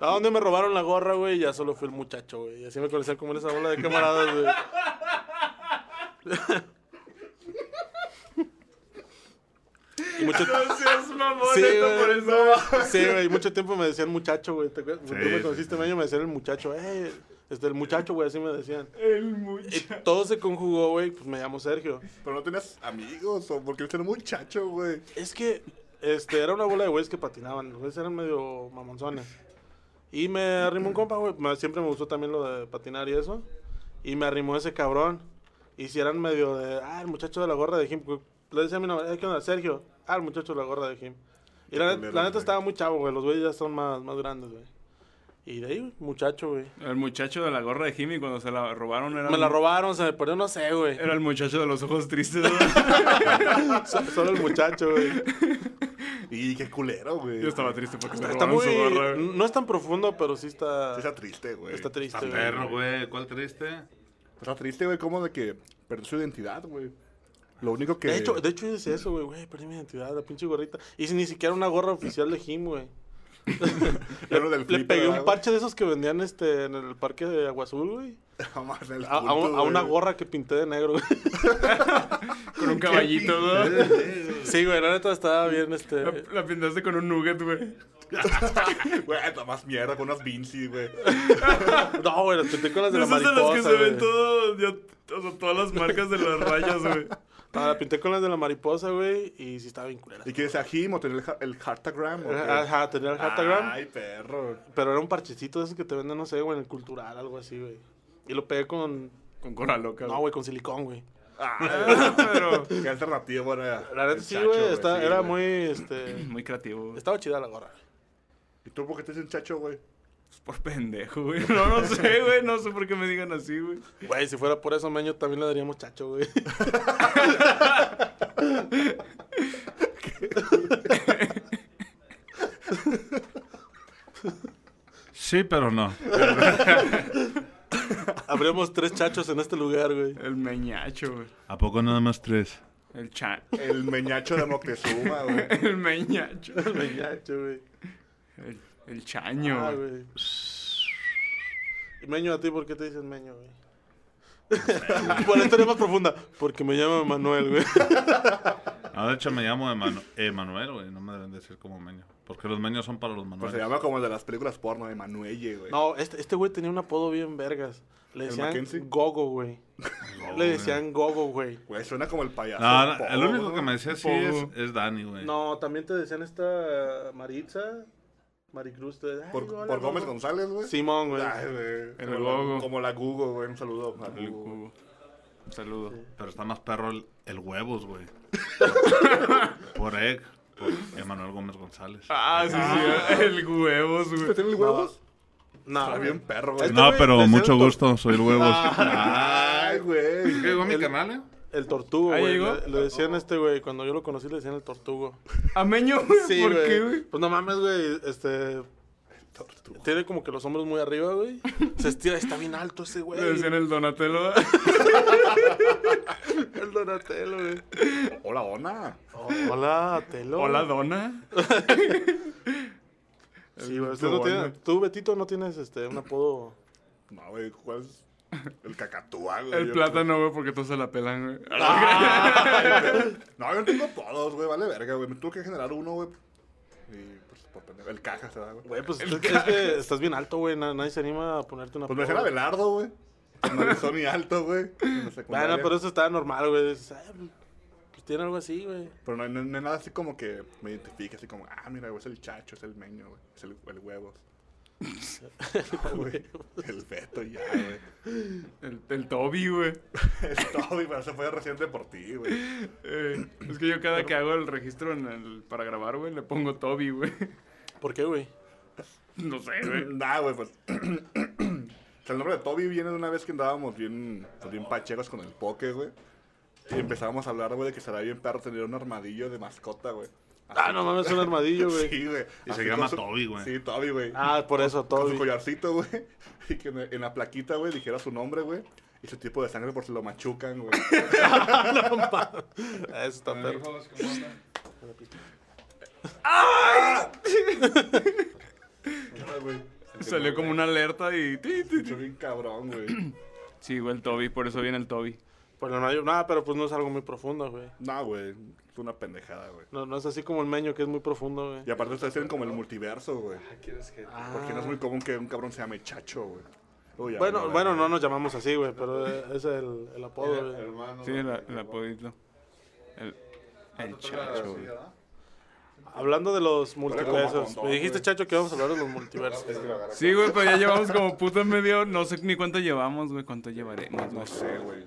Speaker 5: ¿A dónde me robaron la gorra, güey? Ya solo fue el muchacho, güey. Y así me conocían como en esa bola de camaradas,
Speaker 4: <laughs>
Speaker 5: güey. Y mucho... sí, güey. Sí, güey. Mucho tiempo me decían muchacho, güey. ¿Te acuerdas? Tú me
Speaker 4: sí,
Speaker 5: conociste en año, me decían el muchacho. Eh, este, el muchacho, güey. Así me
Speaker 4: <laughs>
Speaker 5: decían. El muchacho. Y todo se conjugó, güey. Pues me llamo Sergio.
Speaker 1: Pero no tenías amigos, o porque él era muchacho, güey.
Speaker 5: Es que este, era una bola de güeyes que patinaban. Los güeyes eran medio mamonzones. Y me arrimó un compa, güey. me- Siempre me gustó también lo de patinar y eso. Y me arrimó ese cabrón. Y si eran medio de. Ah, el muchacho de la gorra de Jim. Le decía a mi nombre, "Eh, ¿qué onda? Sergio. Ah, el muchacho de la gorra de Jim. Y la, net-
Speaker 1: culero,
Speaker 5: la neta
Speaker 1: güey.
Speaker 5: estaba muy chavo, güey. Los güeyes ya son más, más grandes, güey. Y de ahí, güey, muchacho, güey.
Speaker 2: El muchacho de la gorra de Jimmy cuando se la robaron era.
Speaker 5: Me la robaron, se me perdió, no sé, güey.
Speaker 2: Era el muchacho de los ojos tristes. güey.
Speaker 5: <laughs> So- Solo el
Speaker 2: <laughs>
Speaker 5: muchacho, güey.
Speaker 1: Y qué culero, güey.
Speaker 2: Yo estaba triste porque me
Speaker 5: Está
Speaker 2: robaron
Speaker 5: muy. Mm.
Speaker 2: su gorra. güey.
Speaker 5: No es tan profundo, pero sí está.
Speaker 1: Sí Está triste, güey.
Speaker 5: Está triste,
Speaker 4: San
Speaker 5: güey.
Speaker 4: perro, güey. ¿Cuál triste?
Speaker 1: Está triste, güey, como de que perdió su identidad, güey. Lo único que.
Speaker 5: De hecho, de hecho yo decía eso, güey, güey, perdí mi identidad, la pinche gorrita. Y si ni siquiera una gorra oficial de Jim, güey.
Speaker 1: Yo lo del
Speaker 5: Le
Speaker 1: flipper,
Speaker 5: pegué
Speaker 1: ¿verdad,
Speaker 5: un parche de esos que vendían este en el parque de Agua Azul, güey.
Speaker 1: <laughs> Jamás en el
Speaker 5: A, a
Speaker 1: culto,
Speaker 5: un- a
Speaker 1: güey.
Speaker 5: una gorra que pinté de negro, güey.
Speaker 2: Con
Speaker 5: <laughs>
Speaker 2: un caballito, güey.
Speaker 5: Sí, güey, la neta estaba bien, este.
Speaker 2: La pintaste con un nugget, güey.
Speaker 1: Güey, nada más mierda con unas Vinci, güey.
Speaker 5: <laughs> No, güey, las pinté con las de la
Speaker 2: Esas de
Speaker 5: mariposa.
Speaker 2: las que se ven
Speaker 5: güey.
Speaker 2: todo, ya- o sea, todas las marcas de las rayas, güey.
Speaker 5: No, Ah, la pinté con las de la mariposa, güey. Y sí estaba bien culera.
Speaker 1: Y que sea Jim o tener el, ha- el Heartagram. ¿o qué?
Speaker 5: Ajá, tenía el hatagram.
Speaker 1: Ay, perro.
Speaker 5: Pero era un parchecito de esos que te venden, no sé, güey, en el cultural, algo así, güey. Y lo pegué con.
Speaker 2: Con cola loca,
Speaker 5: No,
Speaker 2: güey.
Speaker 5: güey, con silicón, güey. <laughs>
Speaker 1: Ah,
Speaker 2: Pero
Speaker 1: <laughs> qué alternativa era.
Speaker 5: La neta
Speaker 1: el
Speaker 5: sí,
Speaker 1: chacho,
Speaker 5: güey, está-
Speaker 1: sí,
Speaker 5: era
Speaker 1: güey.
Speaker 2: <clears throat>
Speaker 5: muy, este...
Speaker 2: muy creativo, güey.
Speaker 5: Estaba chida la gorra.
Speaker 1: ¿Y tú por qué te dicen chacho, güey?
Speaker 2: Por pendejo, güey. <laughs> No, no sé, güey. No sé por qué me digan así, güey.
Speaker 5: Güey, si fuera por eso, Meño, también le daríamos chacho, güey. <laughs>
Speaker 4: Sí, pero no.
Speaker 5: Habríamos tres chachos en este lugar, güey.
Speaker 2: El meñacho, güey.
Speaker 4: ¿A poco nada más tres?
Speaker 2: El cha...
Speaker 1: El meñacho de Moctezuma, Ah, güey.
Speaker 2: <laughs> El meñacho.
Speaker 5: El chacho, güey.
Speaker 2: El, el chaño,
Speaker 5: Ah,
Speaker 2: güey.
Speaker 5: güey. Y Meño, ¿a ti por qué te dicen Meño, güey? <laughs> por la historia más profunda. Porque me llama Manuel, güey.
Speaker 4: Ah, de hecho me llamo Emanu- Emanuel, güey. No me deben decir como meño. Porque los meños son para los
Speaker 1: Pues
Speaker 4: manuales.
Speaker 1: se llama como el de las películas porno de Manuelle, güey.
Speaker 5: <laughs> No, este, este güey tenía un apodo bien vergas. Le
Speaker 1: ¿El
Speaker 5: decían
Speaker 1: Mackenzie?
Speaker 5: Gogo, güey. Le decían Gogo, güey.
Speaker 1: Güey, suena como el payaso.
Speaker 4: No, no,
Speaker 1: Pogo,
Speaker 4: el único
Speaker 1: güey.
Speaker 4: que me decía así es,
Speaker 2: Pogo.
Speaker 4: es Dani, güey.
Speaker 5: No, también te decían esta Maritza, Maricruz. Te... ay,
Speaker 1: Por,
Speaker 5: hola,
Speaker 1: por Gómez
Speaker 5: Gogo.
Speaker 1: González, güey.
Speaker 5: Simón, güey.
Speaker 1: Ay, güey.
Speaker 2: El
Speaker 1: Como la-
Speaker 2: Gogo.
Speaker 1: Como la Google, güey. Un saludo a
Speaker 2: El
Speaker 1: Google.
Speaker 2: cubo. Un saludo.
Speaker 4: Pero está más perro el, el
Speaker 1: <laughs>
Speaker 4: huevos, güey. por Egg, por Emanuel Gómez González.
Speaker 2: Ah, sí, sí. El huevos, güey.
Speaker 1: ¿Tiene huevos?
Speaker 5: No,
Speaker 1: Está bien Ah, perro, güey.
Speaker 5: Este güey, le decían el tor-
Speaker 4: soy el huevos.
Speaker 1: Ay, güey.
Speaker 4: ¿Llegó mi canal, eh?
Speaker 5: El tortugo,
Speaker 2: ¿Ahí
Speaker 5: güey.
Speaker 2: llegó?
Speaker 5: Le, le decían a este güey, cuando yo lo conocí le decían
Speaker 2: <laughs>
Speaker 5: el tortugo.
Speaker 2: A meño, güey.
Speaker 5: Sí,
Speaker 2: ¿Por
Speaker 5: güey.
Speaker 2: qué, güey?
Speaker 5: Pues no mames, güey. Este. Tiene como que los hombros muy arriba, güey. <laughs> Se estira, está bien alto ese güey.
Speaker 2: Le decían el Donatello.
Speaker 5: el Donatello, güey.
Speaker 1: Hola, Ona.
Speaker 5: Oh, Hola, Telo.
Speaker 2: Hola, Dona.
Speaker 5: Sí, güey. usted no tiene- tú, Betito, no tienes este, un apodo.
Speaker 1: No, güey, ¿cuál es? El cacatúa, güey.
Speaker 2: El
Speaker 1: Yo-
Speaker 2: plátano, güey, porque todos se la pelan, güey.
Speaker 5: Ah.
Speaker 2: <laughs>
Speaker 1: No, yo no tengo todos, güey. Vale verga, güey. Me tuve que generar uno, güey. Y, pues, por pendejo. El caja se da, güey.
Speaker 5: Güey, pues es, es que estás bien alto, güey. na- nadie se anima a ponerte un
Speaker 1: Pues
Speaker 5: apodo.
Speaker 1: me decían Abelardo, güey. No son ni alto, güey. en la
Speaker 5: Bueno,
Speaker 1: secundaria.
Speaker 5: pero eso está normal, güey. Es- ay, pues, Tiene algo así, güey.
Speaker 1: Pero no, no- no es nada así como que me identifique, así como, ah, mira, güey, es el chacho, es el meño, güey, es el, el huevos. <laughs> No, güey, el Beto ya, güey.
Speaker 2: El, el Toby, güey.
Speaker 1: Es Toby, pero se fue reciente por ti, güey.
Speaker 2: Eh, es que yo cada que hago el registro en el- para grabar, güey, le pongo Toby, güey. <laughs>
Speaker 5: ¿Por qué, güey?
Speaker 2: No sé, güey.
Speaker 1: Nah, güey, pues. <clears throat> o sea, el nombre de Toby viene de una vez que andábamos bien, pues, bien pachecos con el poke, güey. Y empezábamos a hablar, güey, de que será bien perro tener un armadillo de mascota, güey.
Speaker 5: Ah, no mames,
Speaker 2: <laughs>
Speaker 5: un armadillo, güey.
Speaker 1: Sí, güey.
Speaker 4: Y se
Speaker 1: Así
Speaker 4: llama
Speaker 1: con su-
Speaker 4: Toby, güey.
Speaker 1: Sí, Toby, güey.
Speaker 5: Ah, por eso,
Speaker 1: Con
Speaker 5: Toby.
Speaker 1: su collarcito, güey. <laughs> Y que en, en la plaquita, güey, dijera su nombre, güey. Y su tipo de sangre por si lo machucan, güey.
Speaker 5: No mames. Eso está perro.
Speaker 1: Ah, güey.
Speaker 2: Salió como una alerta y... ti, ti, ti.
Speaker 1: Yo bien cabrón, güey.
Speaker 2: Sí, güey, el Toby, por eso viene el Toby.
Speaker 5: Bueno, no hay nada, pero pues no es algo muy profundo, güey.
Speaker 1: No, güey. Es una pendejada, güey.
Speaker 5: No, no es así como el meño que es muy profundo, güey.
Speaker 1: Y aparte ustedes tienen como el multiverso, güey. Porque no es muy común que un cabrón se llame Chacho, güey. Uy, ya,
Speaker 5: Bueno,
Speaker 1: güey.
Speaker 5: bueno, no nos llamamos así, güey, pero eh, ese es el, el apodo, güey.
Speaker 1: Ah,
Speaker 4: Hermano.
Speaker 2: Sí, el, el apodito. El, el chacho, güey.
Speaker 5: Hablando de los multiversos,
Speaker 1: condón,
Speaker 5: me dijiste,
Speaker 1: güey.
Speaker 5: Chacho, que íbamos a hablar de los multiversos.
Speaker 2: Sí, güey, pero ya llevamos
Speaker 1: <laughs>
Speaker 2: como puto medio... No sé ni cuánto llevamos, güey. ¿Cuánto llevaremos? No sé, güey.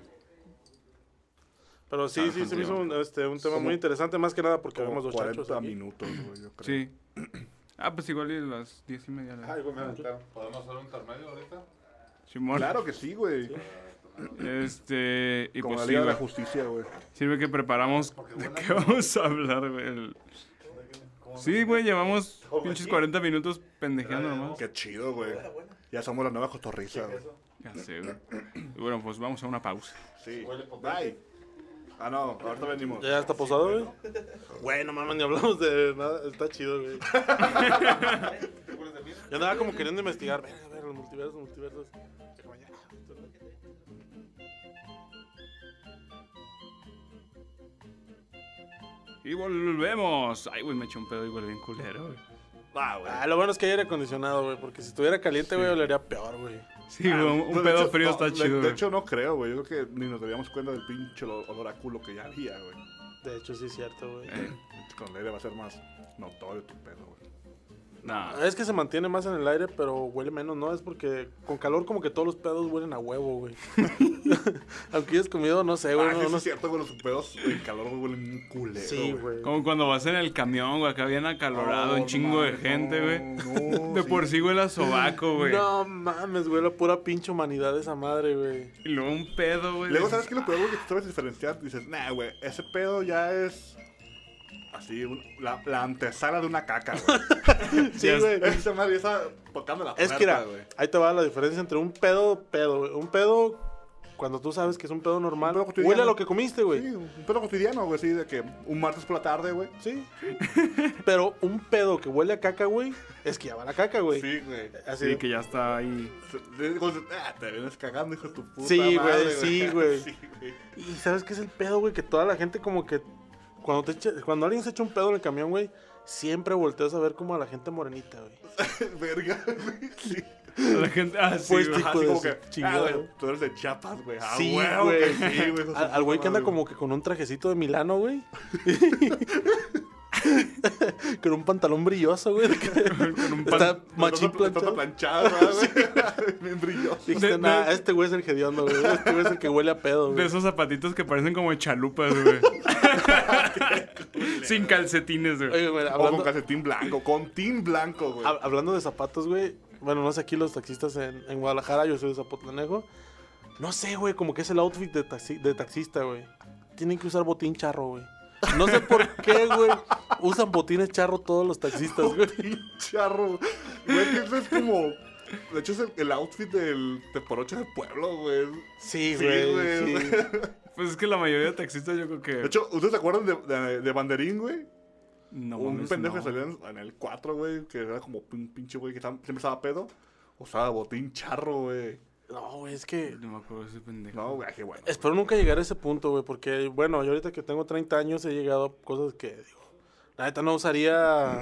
Speaker 5: Pero sí, sí, se me hizo un, este, un tema muy interesante, más que nada porque
Speaker 1: Como
Speaker 5: vemos dos
Speaker 1: 40
Speaker 5: chachos. aquí.
Speaker 1: minutos, güey, yo creo.
Speaker 2: Sí. Ah, pues igual y a las diez y media. la-
Speaker 4: ¿Podemos hacer un intermedio ahorita?
Speaker 2: Simón.
Speaker 1: Claro que sí, güey.
Speaker 2: Este... Y
Speaker 1: Como
Speaker 2: pues
Speaker 1: la
Speaker 2: sí,
Speaker 1: Liga de la
Speaker 2: güey.
Speaker 1: Justicia, güey.
Speaker 2: Sirve que preparamos de qué <laughs> vamos a hablar, güey. El- Sí, güey, llevamos pinches 40 minutos pendejeando nomás.
Speaker 1: Qué chido, güey. Ya somos la nueva cotorriza, güey.
Speaker 2: Ya sé, güey. Y Bueno, pues vamos a una pausa.
Speaker 1: Sí. Bye. Ah, no, ahorita venimos.
Speaker 5: ¿Ya está posado, güey? Güey, no mames, ni hablamos de nada. Está chido, güey. Yo andaba como queriendo investigar. Ver, a ver, los multiversos, los multiversos. Pero ya,
Speaker 2: Y volvemos. Ay, güey, me eché un pedo igual bien culero, güey.
Speaker 1: Va, güey.
Speaker 5: Ah, lo bueno es que hay aire acondicionado, güey, porque si estuviera caliente, güey, olería peor, güey.
Speaker 2: Sí, güey, un, un
Speaker 1: Pues, de
Speaker 2: pedo
Speaker 1: hecho,
Speaker 2: frío
Speaker 1: no,
Speaker 2: está
Speaker 1: de-
Speaker 2: chido,
Speaker 1: De
Speaker 2: güey.
Speaker 1: hecho, no creo, güey. Yo creo que ni nos daríamos cuenta del pinche lo- olor a culo que ya había, güey.
Speaker 5: De hecho, sí es cierto, güey.
Speaker 2: Eh,
Speaker 1: Con el aire va a ser más notorio tu pedo, güey.
Speaker 2: nah.
Speaker 5: Es que se mantiene más en el aire, pero huele menos, ¿no? Es porque con calor como que todos los pedos huelen a huevo,
Speaker 1: <laughs>
Speaker 5: güey. <laughs> Aunque hayas comido, no sé, güey.
Speaker 1: ah,
Speaker 5: no-
Speaker 1: sí, sí
Speaker 5: no
Speaker 1: es
Speaker 5: sé.
Speaker 1: cierto, güey. Los pedos en calor güey, huelen un culero,
Speaker 5: Sí, güey.
Speaker 2: Como cuando vas en el camión, güey, acá bien acalorado,
Speaker 1: No,
Speaker 2: un chingo de
Speaker 1: Oh, no,
Speaker 2: gente, güey.
Speaker 1: no,
Speaker 2: de
Speaker 1: sí.
Speaker 2: por sí huele a sobaco, güey.
Speaker 5: No mames, güey, la pura pinche humanidad esa
Speaker 1: <laughs>
Speaker 5: madre, güey.
Speaker 2: Y luego un pedo, güey.
Speaker 1: Luego,
Speaker 2: de-
Speaker 1: ¿sabes qué es lo peor, güey? Que tú sabes diferenciar. Dices, nah, güey, ese pedo ya es. Así, un- la, la antesala de una caca,
Speaker 2: <laughs>
Speaker 1: güey.
Speaker 5: Sí, güey.
Speaker 1: Esa madre ya está tocando la
Speaker 5: Es
Speaker 1: puerta,
Speaker 5: que mira,
Speaker 1: güey.
Speaker 5: ahí te va la diferencia entre un pedo, pedo, güey. Un pedo, cuando tú sabes que es un pedo normal,
Speaker 1: pedo cotidiano.
Speaker 5: huele a lo que comiste, güey.
Speaker 1: Sí, un pedo cotidiano, güey, sí, de que un martes por la tarde, güey.
Speaker 5: Sí. Pero un pedo que huele a caca, güey, es que ya va la caca, güey.
Speaker 1: Sí, güey.
Speaker 5: Así.
Speaker 2: Sí, que ya está ahí.
Speaker 1: Es como, Ah, te vienes cagando, hijo de tu puta.
Speaker 5: Sí, güey,
Speaker 1: madre, <laughs>
Speaker 5: sí, güey.
Speaker 1: Sí, güey.
Speaker 5: Y sabes qué es el pedo, güey, que toda la gente como que cuando te echa- cuando alguien se echa un pedo en el camión, güey, siempre volteas a ver como a la gente morenita, güey.
Speaker 1: Verga, güey. Sí.
Speaker 2: La gente. Ah, sí,
Speaker 5: Pues,
Speaker 2: güey.
Speaker 5: Hijo
Speaker 1: Así
Speaker 5: de
Speaker 1: como
Speaker 5: su
Speaker 1: que, ah,
Speaker 5: chingada.
Speaker 1: güey, tú eres de Chiapas, güey. Ah,
Speaker 5: Sí,
Speaker 1: huevo
Speaker 5: güey.
Speaker 1: que sí, güey. hijo de su
Speaker 5: Al al güey que
Speaker 1: puta
Speaker 5: anda
Speaker 1: madre,
Speaker 5: como que con un trajecito de
Speaker 1: <laughs>
Speaker 5: Milano, güey. con un pantalón brilloso, güey. de que Está machín
Speaker 1: Está toda
Speaker 5: planchado.
Speaker 1: planchada,
Speaker 5: <laughs>
Speaker 1: güey. Bien brilloso.
Speaker 5: Dijiste,
Speaker 2: De-
Speaker 5: "Nah,
Speaker 2: de-
Speaker 5: este güey es el hediondo, güey. Este güey es el que huele a pedo,
Speaker 2: De
Speaker 5: güey.
Speaker 2: esos zapatitos que parecen como chalupas,
Speaker 1: <laughs>
Speaker 2: güey. Sin calcetines, güey.
Speaker 5: Oye, güey,
Speaker 1: O con
Speaker 5: hablando,
Speaker 1: calcetín blanco, con tin blanco, güey. <laughs>
Speaker 5: hab- hablando de zapatos, güey. Bueno, no sé, aquí los taxistas en, en Guadalajara, yo soy de Zapotlanejo. No sé, güey, como que es el outfit de, taxi- de taxista, güey. Tienen que usar botín charro, güey. No sé por qué, güey. Usan botines charro todos los taxistas, güey.
Speaker 1: Charro. Güey, que eso es como. De hecho, es el, el outfit del teporocho del pueblo, güey.
Speaker 5: Sí,
Speaker 1: Sí,
Speaker 5: güey.
Speaker 1: güey.
Speaker 5: sí.
Speaker 2: Pues es que la mayoría de taxistas yo creo que.
Speaker 1: De hecho, ¿ustedes se acuerdan de, de, de Banderín, güey?
Speaker 2: no,
Speaker 1: un
Speaker 2: mames,
Speaker 1: pendejo
Speaker 2: no.
Speaker 1: que salió en, en el 4, güey, que era como un pinche güey que estaba- siempre estaba pedo. Usaba botín charro, güey.
Speaker 5: No, güey, es que.
Speaker 2: No me acuerdo de ese pendejo.
Speaker 1: No, güey, qué bueno.
Speaker 5: Espero nunca llegar a ese punto, güey, porque, bueno, yo ahorita que tengo 30 años he llegado a cosas que, digo, la neta no usaría.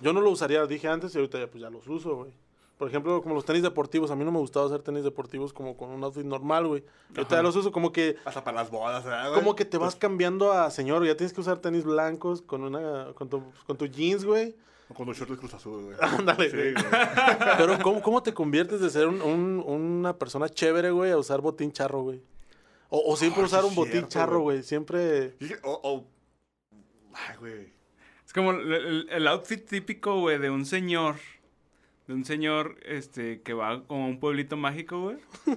Speaker 5: Yo no lo usaría, dije antes y ahorita ya, pues ya los uso, güey. Por ejemplo, como los tenis deportivos. A mí no me gustaba usar tenis deportivos como con un outfit normal, güey. Ahorita los uso como que...
Speaker 1: Hasta para las bodas, ¿verdad, güey?
Speaker 5: Como que te vas cambiando a señor. Ya tienes que usar tenis blancos con una... Con tu, con tu jeans, güey.
Speaker 1: O Con los shorts de Cruz Azul, güey.
Speaker 5: Ándale,
Speaker 1: Sí,
Speaker 2: <laughs>
Speaker 5: güey.
Speaker 1: güey.
Speaker 5: Pero ¿cómo, cómo te conviertes de ser un- un- una persona chévere, güey, a usar botín charro, güey? O, o siempre
Speaker 1: Ah,
Speaker 5: usar
Speaker 1: sí
Speaker 5: un
Speaker 1: es
Speaker 5: botín
Speaker 1: cierto,
Speaker 5: charro,
Speaker 1: güey.
Speaker 5: güey. Siempre...
Speaker 1: Y dije, O, o... Ay, güey.
Speaker 2: Es como el, el- el outfit típico, güey, de un señor. De un señor este, que va como a un pueblito
Speaker 1: <laughs>
Speaker 2: mágico, güey.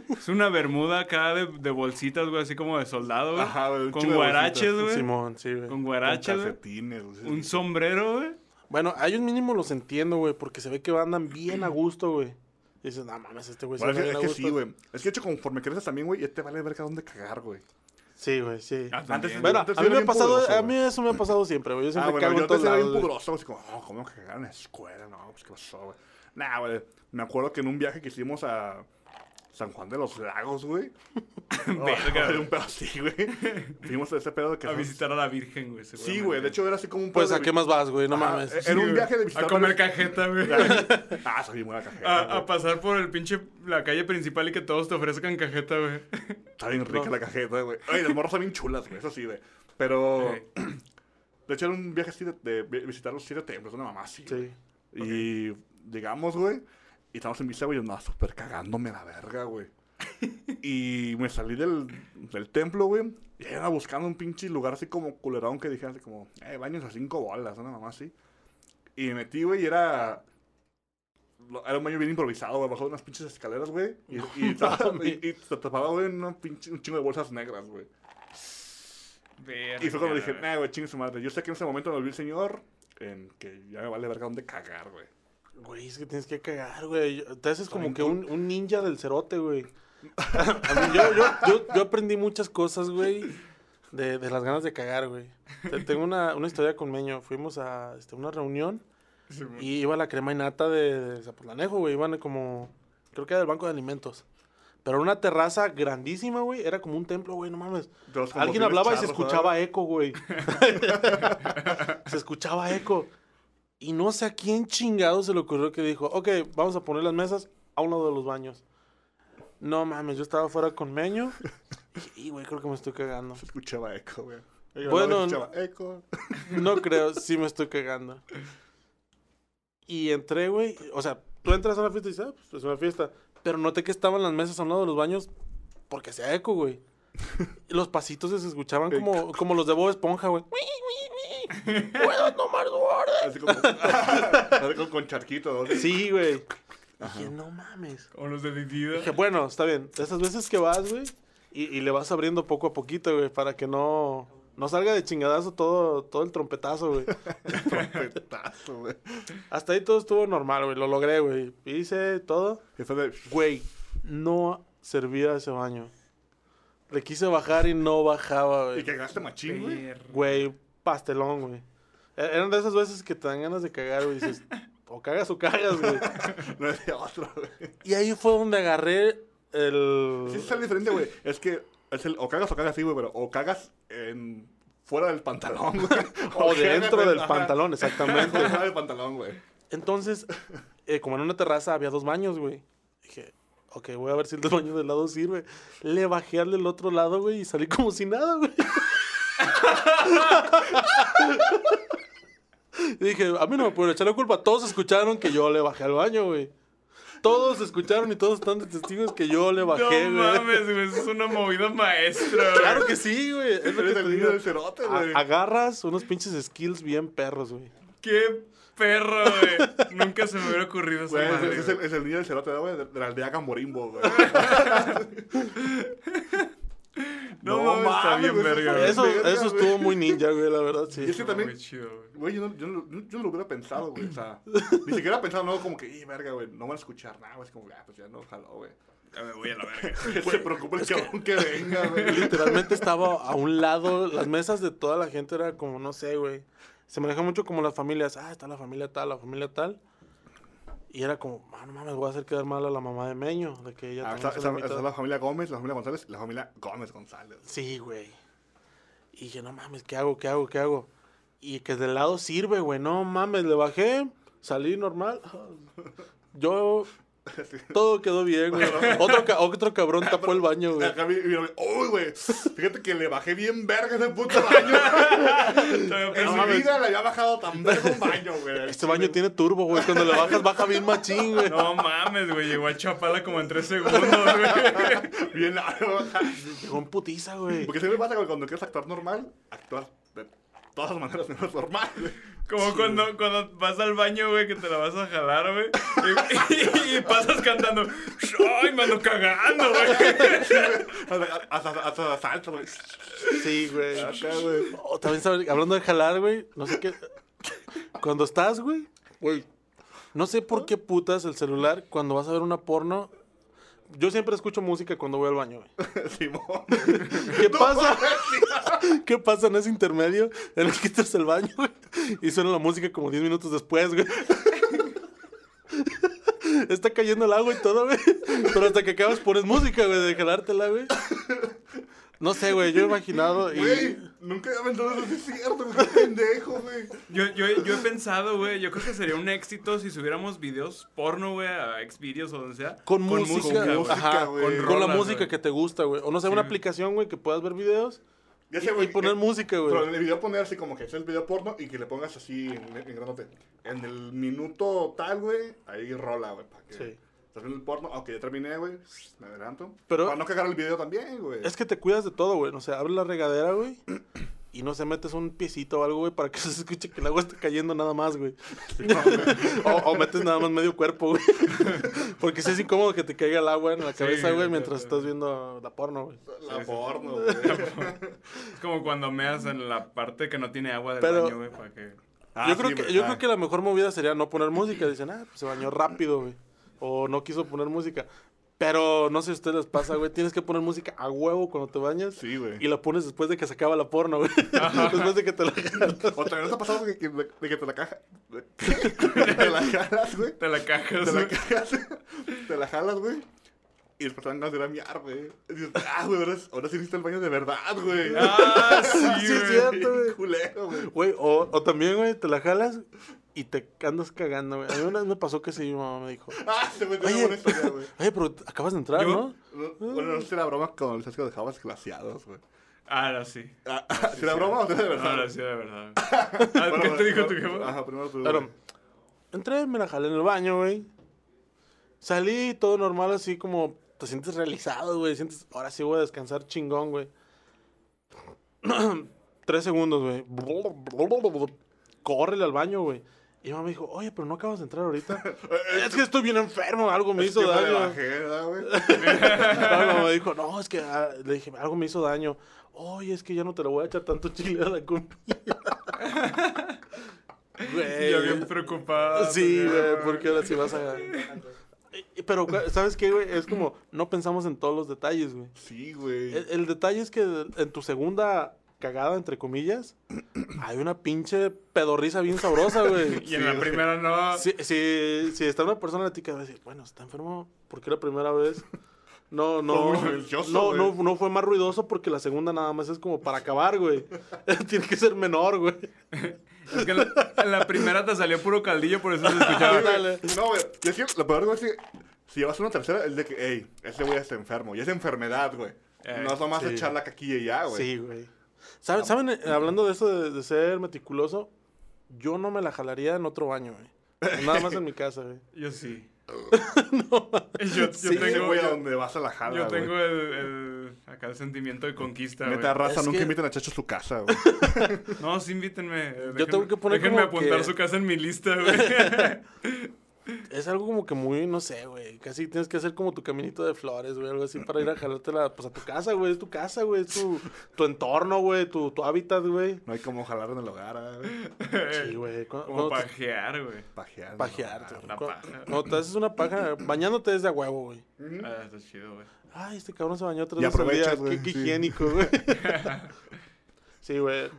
Speaker 2: Es una bermuda acá de, de bolsitas, güey, así como de soldado, güey.
Speaker 1: Ajá, güey, un
Speaker 2: Con
Speaker 1: chingo de
Speaker 2: guaraches,
Speaker 1: bolsitas.
Speaker 2: güey.
Speaker 5: Simón, sí, güey.
Speaker 2: Con
Speaker 1: Con
Speaker 2: guaraches, güey.
Speaker 1: calcetines, güey.
Speaker 2: Un sombrero, güey.
Speaker 5: Bueno, a ellos mínimo los entiendo, güey, porque se ve que andan bien a gusto, güey. Y dices, no mames, este güey se
Speaker 1: Bueno,
Speaker 5: anda
Speaker 1: es, que- es
Speaker 5: bien a
Speaker 1: que
Speaker 5: gusto.
Speaker 1: sí, güey. Es que, hecho, conforme creces también, güey, ya te vale verga dónde cagar, güey.
Speaker 5: Sí, güey, sí.
Speaker 2: Ah,
Speaker 1: Antes,
Speaker 5: Bueno,
Speaker 1: antes
Speaker 5: a
Speaker 1: Ah, yo
Speaker 5: mí
Speaker 1: era bien
Speaker 5: me ha pasado,
Speaker 1: pudoroso,
Speaker 5: a
Speaker 1: güey.
Speaker 5: mí eso me ha pasado siempre, güey. Yo
Speaker 1: Ah,
Speaker 5: siempre
Speaker 1: bueno,
Speaker 5: cago
Speaker 1: yo
Speaker 5: en todos
Speaker 1: antes era bien
Speaker 5: lados. güey.
Speaker 1: pudoroso, así como, oh, ¿cómo cagar en la escuela? No, pues qué pasó, güey. Nah, güey, me acuerdo que en un viaje que hicimos a San Juan de los Lagos, güey.
Speaker 2: <laughs>
Speaker 1: <laughs>
Speaker 2: Verga,
Speaker 1: Verga. un pedo así, güey. Fuimos a ese pedo de que...
Speaker 2: A visitar a la Virgen, güey.
Speaker 1: Sí, güey, de hecho era así como un pedo
Speaker 5: Pues, ¿a
Speaker 1: de-
Speaker 5: qué más vas, güey? No
Speaker 1: Ajá,
Speaker 5: mames.
Speaker 1: eh, Era un viaje de visitar...
Speaker 2: A comer
Speaker 1: varios-
Speaker 2: cajeta, güey.
Speaker 1: <laughs> Ah, soy buena cajeta,
Speaker 2: A, a
Speaker 1: güey.
Speaker 2: pasar por el pinche, la calle principal y que todos te ofrezcan cajeta, güey.
Speaker 1: Está bien rica la cajeta, güey. Oye, las morras son bien chulas, güey, eso sí, güey. Pero...
Speaker 2: Ey.
Speaker 1: <clears throat> De hecho, era un viaje así de, de vi- visitar los siete templos, una mamá así, güey.
Speaker 5: Sí.
Speaker 1: Y llegamos, güey. Y estábamos en misa, güey. Yo andaba súper cagándome la verga, güey. y me salí del, del templo, güey. Y ahí andaba buscando un pinche lugar así como culerón que dije así como, eh, baños a cinco bolas, una mamá así. Y me metí, güey, y era. lo- Era un baño bien improvisado, güey, bajo unas pinches escaleras, güey. Y, y, y- y se tapaba, güey, una pinche- un chingo de bolsas negras, güey. Y fue cuando dije, nah, güey, chingue su madre. Yo sé que en ese momento me volví el señor, en que ya me vale verga dónde cagar, güey.
Speaker 5: Güey, es que tienes que cagar, güey. Te haces como que un, un ninja del cerote, güey. A mí, yo, yo, yo, yo aprendí muchas cosas, güey, de, de las ganas de cagar, güey. Te- Tengo una, una historia con Meño. Fuimos a este, una reunión y iba la crema y nata de, de Zapotlanejo, güey. Iban como, creo que era del Banco de Alimentos. Pero era una terraza grandísima, güey. Era como un templo, güey, no mames.
Speaker 1: De los
Speaker 5: Alguien
Speaker 1: combustibles
Speaker 5: hablaba y se
Speaker 1: charros,
Speaker 5: escuchaba eco, güey. <laughs> se escuchaba eco. Y no sé a quién chingado se le ocurrió que dijo, ok, vamos a poner las mesas a uno de los baños. No mames, yo estaba fuera con Meño. Y, güey, creo que me estoy cagando.
Speaker 1: Se escuchaba eco, güey. Yo
Speaker 5: Bueno,
Speaker 1: hablaba y escuchaba
Speaker 5: <laughs>
Speaker 1: eco.
Speaker 5: No creo, sí me estoy cagando. Y entré, güey. O sea, tú entras a una fiesta y dices, ah, pues es una fiesta. Pero noté que estaban las mesas a un lado de los baños porque hacía eco, güey. Y Los pasitos se <laughs> escuchaban como, como los de Bob Esponja, güey. ¡Puedo tomar tu orden!
Speaker 1: Así como. <laughs> así como con charquito, ¿no?
Speaker 5: Sí, güey. Dije, no mames.
Speaker 2: O los de Didida.
Speaker 5: Dije, bueno, está bien. Esas veces que vas, güey, y, y le vas abriendo poco a poquito, güey, para que no, no salga de chingadazo todo, todo el trompetazo, güey.
Speaker 1: Trompetazo, güey.
Speaker 5: Hasta ahí todo estuvo normal, güey. Lo logré, güey. Hice todo.
Speaker 1: Y fue de.
Speaker 5: Güey, no servía ese baño. Le quise bajar y no bajaba,
Speaker 1: Y
Speaker 5: güey.
Speaker 1: cagaste machín, güey.
Speaker 5: Güey, pastelón, güey. E- Eran de esas veces que te dan ganas de cagar, güey. Dices, <laughs> o cagas o cagas, güey.
Speaker 1: <laughs> No es de otro, güey.
Speaker 5: Y ahí fue donde agarré
Speaker 1: Sí,
Speaker 5: el...
Speaker 1: es diferente, güey. Es que. Es el, o cagas o cagas, sí, güey, pero. O cagas en. Fuera del pantalón,
Speaker 5: <laughs>
Speaker 1: güey.
Speaker 5: O
Speaker 1: cagas
Speaker 5: dentro
Speaker 1: en- <laughs>
Speaker 5: del
Speaker 1: ajá.
Speaker 5: pantalón,
Speaker 1: O
Speaker 5: exactamente.
Speaker 1: Fuera del pantalón, güey.
Speaker 5: Entonces, <laughs> eh, como en una terraza había dos baños, güey. Dije, ok, voy a ver si el <laughs> del baño del lado sirve. Le bajé al del otro lado, güey, y salí como si nada, güey. <laughs> Y dije, a mí no me pueden echar la culpa. Todos escucharon que yo le bajé al baño, güey. Todos escucharon y todos están de testigos que yo le
Speaker 2: No
Speaker 5: bajé, güey.
Speaker 2: mames, güey, eso es una movida maestra, güey.
Speaker 5: Claro que sí, güey. Es lo que
Speaker 1: Eres
Speaker 5: te
Speaker 1: el niño
Speaker 5: digo.
Speaker 1: del cerote,
Speaker 5: A-
Speaker 1: güey.
Speaker 5: Agarras unos pinches skills bien perros, güey.
Speaker 2: Qué perro, güey. Nunca se me hubiera ocurrido esa
Speaker 1: Güey, es,
Speaker 2: madre,
Speaker 1: es
Speaker 2: güey.
Speaker 1: el, es el niño del cerote, güey, de, de la aldea Gamborimbo, güey.
Speaker 2: No, mames, está bien
Speaker 1: güey,
Speaker 2: verga, güey.
Speaker 5: Eso,
Speaker 1: verga,
Speaker 5: eso
Speaker 1: güey.
Speaker 5: estuvo muy ninja, güey, la verdad, sí.
Speaker 1: Y es que
Speaker 2: Muy
Speaker 1: también,
Speaker 2: chido,
Speaker 1: güey,
Speaker 2: güey.
Speaker 1: yo no, yo, no, yo no lo hubiera pensado, güey. O sea, ni siquiera pensado, no, como que, y verga, güey, no van a escuchar nada, güey. Es como, ah, pues ya no, jaló, güey.
Speaker 2: Ya me voy a la verga.
Speaker 1: <laughs> Se preocupa el cabrón que venga, güey.
Speaker 5: Literalmente estaba a un lado, las mesas de toda la gente era como, no sé, güey. Se maneja mucho como las familias, ah, está la familia tal, la familia tal. Y era como, "Ah, no mames, voy a hacer quedar mal a la mamá de Meño, de que ella
Speaker 1: Ah,
Speaker 5: también
Speaker 1: está,
Speaker 5: se
Speaker 1: está-
Speaker 5: la
Speaker 1: está
Speaker 5: invitó".
Speaker 1: la familia Gómez, la familia González y la familia Gómez González.
Speaker 5: Sí, güey. Y dije, no mames, ¿qué hago? ¿Qué hago? ¿Qué hago? Y que
Speaker 1: <laughs>
Speaker 5: del lado sirve, güey. No mames, le bajé, salí normal. Yo Todo quedó bien, güey. Otro, ca- otro cabrón tapó el baño, güey.
Speaker 1: Acá vi- vi- uy, güey. Fíjate que le bajé bien verga ese puto baño. en mi vida le había bajado tan verga un baño, güey.
Speaker 5: Este baño tiene turbo, güey. Cuando le bajas, baja bien machín, güey.
Speaker 2: No mames, güey. Llegó a Chapala como en tres segundos, güey.
Speaker 1: Bien largo.
Speaker 5: Llegó en
Speaker 1: <laughs>
Speaker 5: putiza, güey.
Speaker 1: Porque siempre pasa que cuando quieres actuar normal, actúas de todas maneras menos normal, <laughs> güey.
Speaker 2: Como cuando, cuando vas al baño, güey, que te la vas a jalar, güey. Y, y- y pasas cantando. ¡Ay, me ando cagando, güey!
Speaker 1: Hasta- Hasta hasta salto, güey.
Speaker 5: Sí, güey.
Speaker 1: Acá, güey.
Speaker 5: Oh, también sabe- hablando de jalar, güey. No sé qué. Cuando estás, güey. Güey. No sé por qué putas el celular cuando vas a ver una porno. Yo siempre escucho música cuando voy al baño, güey.
Speaker 1: Simón. <laughs>
Speaker 5: ¿Qué pasa? ¿Qué pasa en ese intermedio en el que estás al baño, güey? Y suena la música como 10 minutos después, güey. <laughs> Está cayendo el agua y todo, güey. Pero hasta que acabas pones música, güey, de jalártela, güey. No sé, güey, yo he imaginado y...
Speaker 1: Güey, nunca había pensado eso, sí es cierto, güey. Qué pendejo, güey.
Speaker 2: Yo, yo, yo he pensado, güey. Yo creo que sería un éxito si subiéramos videos porno, güey, a Xvideos o donde sea.
Speaker 5: Con, música,
Speaker 2: güey.
Speaker 1: música,
Speaker 5: ajá,
Speaker 1: güey.
Speaker 5: con,
Speaker 2: Con
Speaker 5: con la
Speaker 2: rolas,
Speaker 5: música
Speaker 2: güey.
Speaker 5: que te gusta, güey. O no sé, una aplicación, güey, que puedas ver videos
Speaker 1: Ya sé,
Speaker 5: y, y
Speaker 1: güey.
Speaker 5: poner
Speaker 1: eh,
Speaker 5: música,
Speaker 1: Pero en
Speaker 5: güey.
Speaker 1: el video poner así como que es el video porno y que le pongas así en, en granote. En el minuto tal, güey, ahí rola, güey. para que-
Speaker 5: Sí.
Speaker 1: Estás viendo el porno, aunque ya terminé, güey. Me adelanto.
Speaker 5: Pero-
Speaker 1: Para no cagar el video también, güey.
Speaker 5: Es que te cuidas de todo, güey. No sé, abres la regadera, güey. <clears throat> Y no se metes un piecito o algo, güey, para que <laughs> se escuche que el agua está cayendo nada más, güey. o, <laughs> o metes nada más medio cuerpo, <laughs> güey. Porque sí es incómodo que te caiga el agua en la cabeza, güey, mientras estás viendo la porno, güey.
Speaker 1: La
Speaker 5: <laughs>
Speaker 1: porno, güey.
Speaker 2: Es como cuando meas en la parte que no tiene agua del
Speaker 5: Pero-
Speaker 2: baño, güey, para que.
Speaker 1: Ah,
Speaker 5: yo
Speaker 1: sí,
Speaker 5: creo, que,
Speaker 1: güey,
Speaker 5: yo
Speaker 1: ah.
Speaker 5: creo que la mejor movida sería no poner música. Dicen, ah, pues se bañó rápido, güey. O no quiso poner música. Pero no sé si a ustedes les pasa, güey. Tienes que poner música a huevo cuando te bañas.
Speaker 1: Sí, güey.
Speaker 5: Y la pones después de que se acaba la porno, güey. <laughs> después de que te la
Speaker 1: O también nos ha pasado de que, de, de que te la caja. de- <laughs> te la jalas, güey.
Speaker 2: Te la cajas,
Speaker 1: Te la
Speaker 2: güey.
Speaker 1: cagas, <laughs> te la jalas, güey. Y después te dan ganas de ir a miar, güey. Y dices, ah, güey, ahora, ahora sí viste el baño de verdad, güey. <laughs>
Speaker 2: Ah,
Speaker 5: Sí,
Speaker 2: sí,
Speaker 5: es
Speaker 2: güey.
Speaker 5: cierto. güey.
Speaker 1: Bien culero, güey.
Speaker 5: Güey, o, o también, güey, te la jalas y te andas cagando, güey. A mí una vez me pasó que sí, mi mamá me dijo.
Speaker 1: Ah, se me tiene
Speaker 5: Oye, Ah.
Speaker 1: buena historia, güey.
Speaker 5: oye, pero acabas de entrar,
Speaker 2: Yo-
Speaker 5: ¿no?
Speaker 1: No- Bueno, no sé la broma con el sesgo de jabas glaciados, güey.
Speaker 2: Ahora sí.
Speaker 1: Ah, ah, ¿sí la broma o sea, de verdad?
Speaker 2: Ahora sí, de
Speaker 5: <laughs>
Speaker 2: verdad. Ah,
Speaker 1: Bueno,
Speaker 2: ¿Qué te dijo
Speaker 1: bueno,
Speaker 2: tu jefa?
Speaker 1: Ajá, primero tú.
Speaker 5: Claro.
Speaker 1: güey.
Speaker 5: Entré, me la jalé en el baño, güey. Salí, todo normal, así como te sientes realizado, güey. Sientes, ahora sí voy a descansar chingón, güey. <clears throat> Tres segundos, güey. Córrele al baño, güey. Y mamá me dijo, oye, pero no acabas de entrar ahorita. es que estoy bien enfermo, algo me hizo
Speaker 1: Yo me
Speaker 5: daño. <laughs>
Speaker 1: bajé, ¿verdad, güey?
Speaker 5: Ah, mamá me dijo, no, es que ah", le dije, algo me hizo daño. Oye, es que ya no te lo voy a echar tanto chile a la comida. <laughs> Güey.
Speaker 2: Yo bien preocupado.
Speaker 5: Sí, güey, porque ahora sí vas a. Ah, pues, Y- Pero, güey, ¿sabes qué, güey? Es como, no pensamos en todos los detalles, güey.
Speaker 1: Sí, güey.
Speaker 5: El, el detalle es que en tu segunda cagada, entre comillas, hay una pinche pedorriza bien sabrosa, güey.
Speaker 2: <laughs> Y en la primera no.
Speaker 5: Si, si, si está una persona a ti que va a decir, bueno, está enfermo, porque la primera vez. No, no,
Speaker 1: Fue muy ruidoso,
Speaker 5: no, no,
Speaker 1: güey.
Speaker 5: no fue más ruidoso porque la segunda nada más es como para acabar, güey. <laughs> Tiene que ser menor, güey.
Speaker 2: Es que en la, en la primera te salió puro caldillo, por eso se escuchaba.
Speaker 5: Ándale.
Speaker 1: No, güey. Es que lo peor, güey, es que si llevas una tercera, es de que, ey, ese güey está enfermo. Y es enfermedad, güey.
Speaker 2: Eh,
Speaker 1: no es nomás
Speaker 5: sí.
Speaker 1: echar la caquilla y ya, güey.
Speaker 5: Sí, güey. ¿Saben, saben, eh, hablando de eso de, de ser meticuloso, yo no me la jalaría en otro baño, güey. Nada más en mi casa, güey.
Speaker 2: Yo sí. Yo, yo
Speaker 1: Sí,
Speaker 2: tengo,
Speaker 1: güey, a
Speaker 2: yo,
Speaker 1: donde vas a la jala,
Speaker 2: yo
Speaker 1: güey.
Speaker 2: tengo el, el- acá el sentimiento de conquista, güey.
Speaker 1: Neta raza,
Speaker 5: Es
Speaker 1: nunca
Speaker 5: que-
Speaker 1: inviten a Chacho a su casa, güey.
Speaker 2: No, sí, invítenme. eh,
Speaker 5: Yo tengo
Speaker 2: déjenme-
Speaker 5: que poner
Speaker 2: Déjenme
Speaker 5: como
Speaker 2: apuntar
Speaker 5: que-
Speaker 2: su casa en mi lista, güey.
Speaker 5: <laughs> Es algo como que muy, no sé, güey. Casi tienes que hacer como tu caminito de flores, güey. Algo así para ir a jalártela, pues a tu casa, güey. Es tu casa, güey. Es tu, tu entorno, güey. Tu, tu hábitat, güey.
Speaker 1: No hay como jalar en el hogar, ah, güey.
Speaker 5: <laughs> Sí, güey. Cu-
Speaker 2: Eh, Como
Speaker 5: cuando te-
Speaker 2: pajear, güey.
Speaker 1: Pajear.
Speaker 5: Pajearte, güey.
Speaker 2: la
Speaker 5: Cu-
Speaker 2: paja.
Speaker 5: Cuando te haces una paja, bañándote es de a huevo, güey.
Speaker 2: Ah, está chido, güey.
Speaker 5: Ay, este cabrón se bañó tres
Speaker 1: Y
Speaker 5: veces al día.
Speaker 1: aprovechas,
Speaker 5: Qué-
Speaker 1: güey,
Speaker 5: Qué,
Speaker 1: sí.
Speaker 5: higiénico, güey. sí, güey.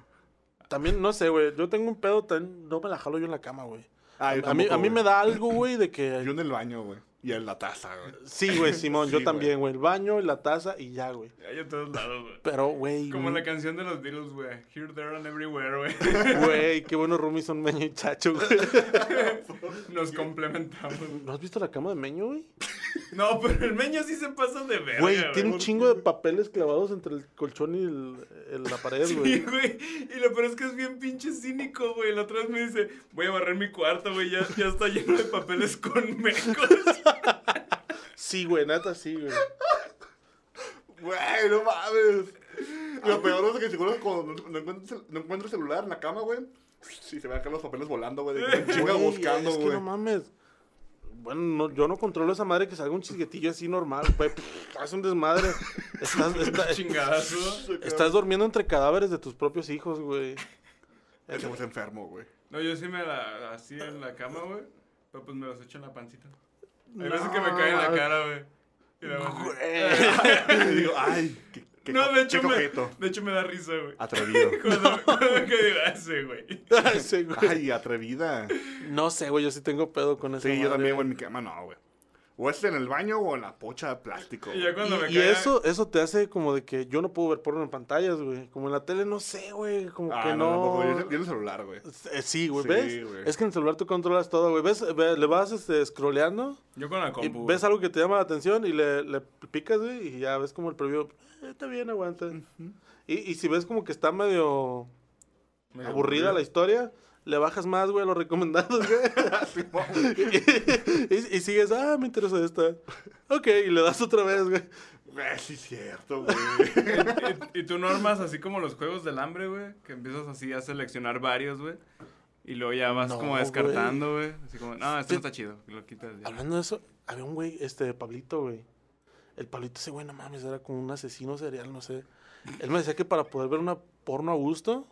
Speaker 5: También, no sé, güey. Yo tengo un pedo, tan... no me la jalo yo en la cama, güey.
Speaker 1: Ah, yo
Speaker 5: a, mí,
Speaker 1: tampoco,
Speaker 5: a mí
Speaker 1: güey.
Speaker 5: me da algo, güey, de
Speaker 1: Yo
Speaker 5: que...
Speaker 1: en el baño, güey. Y en la taza, güey.
Speaker 5: Sí,
Speaker 1: <laughs>
Speaker 5: güey, Simón, yo
Speaker 1: Sí,
Speaker 5: también, güey. El baño, y la taza y ya, güey.
Speaker 2: Hay a todos lados, güey.
Speaker 5: Pero, güey.
Speaker 2: Como la
Speaker 5: güey,
Speaker 2: canción de los Beatles, güey. Here, there and everywhere, güey. <laughs>
Speaker 5: Güey, qué buenos roomies son Meño y
Speaker 1: <laughs>
Speaker 5: Chacho, güey.
Speaker 2: Nos complementamos.
Speaker 5: ¿No has visto la cama de Meño, güey?
Speaker 2: No, pero el meño sí se pasa de verga,
Speaker 5: Güey, tiene un
Speaker 2: porque-
Speaker 5: chingo de papeles clavados entre el colchón y el- el- la pared, güey.
Speaker 2: Sí, güey. Y lo peor es que es bien pinche cínico, güey. La otra vez me dice, voy a barrer mi cuarto, güey. Ya, ya está lleno de papeles con <laughs> mecos.
Speaker 5: Sí, güey, neta, sí, güey.
Speaker 1: Güey, no <laughs> mames. Lo peor es que seguro cuando no- no encuentro, el- no encuentro el celular en la cama, güey. Sí, se van a caer los papeles volando, güey. De que chinga
Speaker 5: Güey,
Speaker 1: buscando,
Speaker 5: es que
Speaker 1: güey.
Speaker 5: no mames. Bueno, no- yo no controlo esa madre que salga un chisguetillo así normal, güey. <laughs> Hace un desmadre.
Speaker 1: <laughs>
Speaker 5: Estás, está-
Speaker 2: Chingadazo.
Speaker 5: estás durmiendo entre cadáveres de tus propios hijos, güey.
Speaker 1: Ese güey es enfermo, güey.
Speaker 2: No, yo sí me la... Así en la cama, güey. Pero pues me los echo en la pancita. Hay veces que me cae en la cara, güey. Y la hago así.
Speaker 1: <laughs> Y digo, ay, qué, qué,
Speaker 2: No,
Speaker 1: co-
Speaker 2: de
Speaker 1: qué
Speaker 2: hecho, me,
Speaker 1: coqueto. Ah.
Speaker 2: de hecho me da risa, güey.
Speaker 1: <laughs> Atrevido.
Speaker 2: Cuando, <laughs> cuando que digo, "Ah, sí, güey.
Speaker 5: Sí, güey.
Speaker 1: <laughs> Ay, atrevida.
Speaker 5: No sé, güey, yo sí tengo pedo con eso.
Speaker 1: Sí, yo también, güey, en mi cama no, güey. O es en el baño o en la pocha de plástico.
Speaker 2: Y
Speaker 1: güey.
Speaker 2: ya cuando me
Speaker 5: Y, y
Speaker 2: cae-
Speaker 5: eso, eso te hace como de que yo no puedo ver porno en pantallas, güey. Como en la tele, no sé, güey. Como
Speaker 1: Ah,
Speaker 5: que
Speaker 1: no,
Speaker 5: no.
Speaker 1: tampoco, yo en el- yo en el celular, güey.
Speaker 5: Eh, Sí, güey,
Speaker 1: Sí,
Speaker 5: ¿ves?
Speaker 1: güey.
Speaker 5: Es que en el celular tú controlas todo, güey. ¿Ves? Ve- le vas este, scrolleando,
Speaker 2: Yo con la
Speaker 5: y
Speaker 2: compu.
Speaker 5: ves algo que te llama la atención y le, le picas, güey, y ya ves como el preview. eh, está bien, aguanta. y, y si ves como que está medio
Speaker 2: güey.
Speaker 5: aburrida la historia, le bajas más, güey, a los recomendados, güey. y, <laughs> y- y sigues, ah, me interesa esta. Ok, y le das otra vez, güey.
Speaker 1: Güey, Eh, sí, es cierto,
Speaker 2: <laughs>
Speaker 1: güey.
Speaker 2: Y, y tú normas así como los juegos del hambre, güey. Que empiezas así a seleccionar varios, güey. Y luego ya vas
Speaker 5: No,
Speaker 2: como descartando, güey. Así como, no, esto no está chido. y Lo quitas. ya.
Speaker 5: Hablando de eso, había un güey, este, Pablito, güey. El Pablito, ese güey, no mames, era como un asesino serial, no sé. Él me decía que para poder ver una porno a gusto,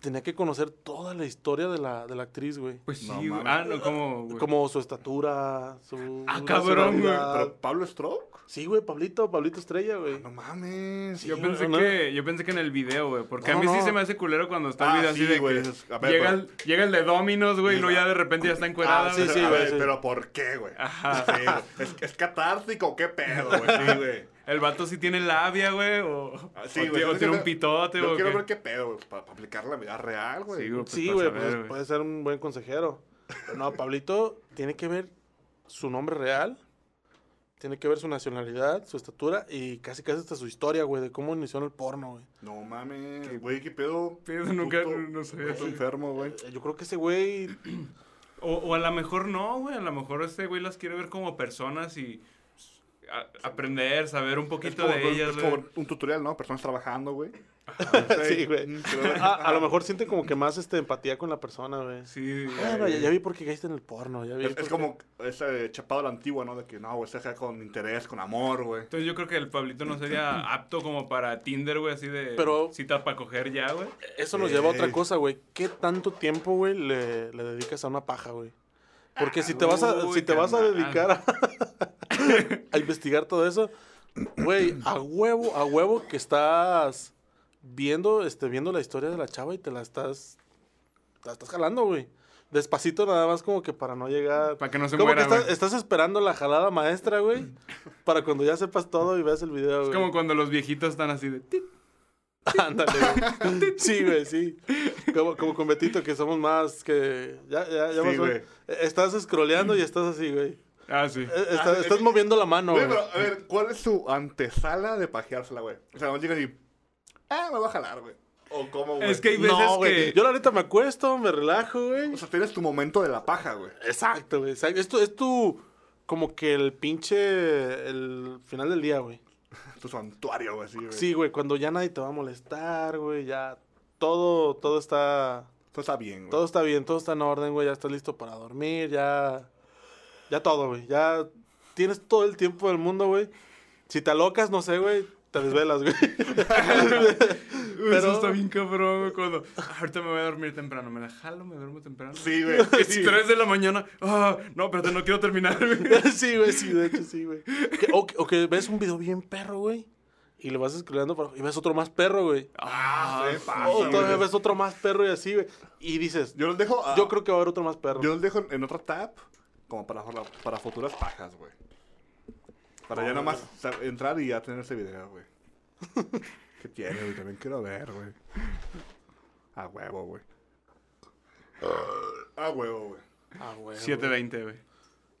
Speaker 5: tenía que conocer toda la historia de la, de la actriz, güey.
Speaker 2: Pues sí,
Speaker 1: No
Speaker 2: güey.
Speaker 1: mames.
Speaker 2: Ah, no, como, güey.
Speaker 5: Como su estatura, su.
Speaker 2: Ah, cabrón, güey.
Speaker 5: nacionalidad.
Speaker 1: Pero Pablo Stroke.
Speaker 5: Sí, güey, Pablito, Pablito Estrella, güey.
Speaker 1: No mames.
Speaker 2: Yo
Speaker 5: Sí,
Speaker 2: pensé,
Speaker 5: no, no.
Speaker 2: que, yo pensé que en el video, güey. Porque a
Speaker 5: No,
Speaker 2: mí sí
Speaker 5: no.
Speaker 2: se me hace culero cuando está
Speaker 1: Ah,
Speaker 2: el video
Speaker 1: sí,
Speaker 2: así de
Speaker 1: güey,
Speaker 2: que
Speaker 1: es- a ver,
Speaker 2: llega,
Speaker 1: pero-
Speaker 2: el, llega el de Dominos, güey, y luego ya de repente ya está encuerada.
Speaker 5: Ah, sí,
Speaker 2: güey.
Speaker 5: sí,
Speaker 1: a
Speaker 5: güey,
Speaker 1: ver,
Speaker 5: sí.
Speaker 1: pero ¿por qué, güey?
Speaker 2: Ajá.
Speaker 1: Sí, güey. es, es catártico, qué pedo, güey. Sí, güey.
Speaker 2: El vato sí tiene labia, güey, o,
Speaker 1: Ah,
Speaker 2: o
Speaker 1: Sí,
Speaker 2: tiene-
Speaker 1: güey.
Speaker 2: o
Speaker 1: Yo
Speaker 2: tiene
Speaker 1: quiero-
Speaker 2: un pitote,
Speaker 1: Yo
Speaker 2: o
Speaker 1: quiero
Speaker 2: qué.
Speaker 1: ver qué pedo, güey. Para aplicar la vida real, güey.
Speaker 2: Sí, güey, pues,
Speaker 5: Sí,
Speaker 2: para
Speaker 5: güey,
Speaker 2: saber,
Speaker 5: pues, puede ser un buen consejero. Pero no, Pablito tiene que ver su nombre real, tiene que ver su nacionalidad, su estatura y casi casi hasta su historia, güey, de cómo inició en el porno, güey.
Speaker 1: No mames. Güey, qué pedo.
Speaker 2: Pedo, nunca-
Speaker 1: Puto-
Speaker 2: no sabía.
Speaker 1: puto enfermo, güey.
Speaker 5: Eh, Yo creo que ese güey,
Speaker 2: O, o a lo mejor no, güey. A lo mejor este güey las quiere ver como personas y pues, a- aprender, saber un
Speaker 1: Es
Speaker 2: poquito
Speaker 1: como,
Speaker 2: de ellas,
Speaker 1: es
Speaker 2: güey.
Speaker 1: como un tutorial, ¿no? Personas trabajando, güey.
Speaker 5: sí,
Speaker 1: <laughs>
Speaker 5: güey. Ah, A, a lo mejor siente como que más este, empatía con la persona, güey.
Speaker 2: Sí.
Speaker 5: Ah, no, ya, ya vi por qué caíste en el porno, ya vi.
Speaker 1: Es,
Speaker 5: por
Speaker 1: es
Speaker 5: qué-
Speaker 1: como ese chapado a la antigua, ¿no? De que no, güey, se deja con interés, con amor, güey.
Speaker 2: Entonces yo creo que el Pablito no
Speaker 5: <laughs>
Speaker 2: sería apto como para Tinder, güey, así de
Speaker 5: Pero-
Speaker 2: citas para coger ya, güey.
Speaker 5: Eso nos lleva a otra
Speaker 1: Ey.
Speaker 5: cosa, güey. ¿Qué tanto tiempo, güey, le, le dedicas a una paja, güey? Porque si te vas a,
Speaker 2: Ah, Uy,
Speaker 5: si te vas a
Speaker 2: carnal.
Speaker 5: dedicar a, <laughs> a investigar todo eso, güey, a huevo, a huevo que estás viendo, este, viendo la historia de la chava y te la estás, te la estás jalando, güey. Despacito nada más como que para no llegar...
Speaker 2: Para que no se
Speaker 5: como
Speaker 2: muera,
Speaker 5: que estás,
Speaker 2: güey.
Speaker 5: estás esperando la jalada maestra, güey, para cuando ya sepas todo y veas el video,
Speaker 2: Es
Speaker 5: güey.
Speaker 2: como cuando los viejitos están así de... "Tit".
Speaker 5: <laughs> Ándale, güey. Sí, güey, sí. Como, como con Betito, que somos más que. Ya, ya, ya
Speaker 1: Sí,
Speaker 5: pasó.
Speaker 1: güey.
Speaker 5: Eh, Estás scrolleando y estás así, güey.
Speaker 2: Ah, sí.
Speaker 5: Eh, está-
Speaker 1: Ah,
Speaker 5: estás
Speaker 1: eh,
Speaker 5: moviendo la mano,
Speaker 1: Güey,
Speaker 5: güey.
Speaker 1: pero a ver, ¿cuál es su antesala de pajeársela, güey? O sea, no llegas y. Ah, me voy a jalar, güey. O cómo, güey.
Speaker 2: Es que hay veces
Speaker 5: No,
Speaker 2: que...
Speaker 5: güey. Yo la neta me acuesto, me relajo, güey.
Speaker 1: O sea, tienes tu momento de la paja, güey.
Speaker 5: Exacto, güey. exacto. Esto es tu. Como que el pinche. El final del día, güey.
Speaker 1: Tu santuario, güey, así, güey.
Speaker 5: Sí, güey. Cuando ya nadie te va a molestar, güey. Ya. Todo, todo está.
Speaker 1: Todo está bien,
Speaker 5: Todo
Speaker 1: güey.
Speaker 5: está bien, todo está en orden, güey. Ya estás listo para dormir, ya. Ya todo, güey. Ya tienes todo el tiempo del mundo, güey. Si te alocas, no sé, güey, te desvelas, güey.
Speaker 2: Uy,
Speaker 5: pero-
Speaker 2: <laughs> Eso está bien cabrón, güey, cuando... "Ah, Ahorita me voy a dormir temprano. Me la jalo, me duermo temprano.
Speaker 1: Sí, güey.
Speaker 2: Es 3 de la mañana. Ah, no, espérate, no quiero terminar,
Speaker 5: <laughs>
Speaker 2: güey.
Speaker 5: <laughs> sí, güey, sí, de hecho, sí, güey. Que- O, que- o que ves un video bien perro, güey. Y le vas escribiendo para... y ves otro más perro, güey.
Speaker 1: Ah, se pasa,
Speaker 5: o todavía
Speaker 1: güey.
Speaker 5: ves otro más perro y así, güey. Y dices, yo,
Speaker 2: ah.
Speaker 1: Yo los dejo. a-
Speaker 5: creo que va a haber otro más perro.
Speaker 1: Yo los dejo en otra tab Como para, para, para futuras pajas, güey. Para
Speaker 2: Ah,
Speaker 1: ya nomás sa- entrar y ya tener ese video, güey. <laughs> ¿Qué tiene, güey? También quiero ver, güey. A huevo, güey. A huevo, güey.
Speaker 5: A huevo.
Speaker 2: 720, güey.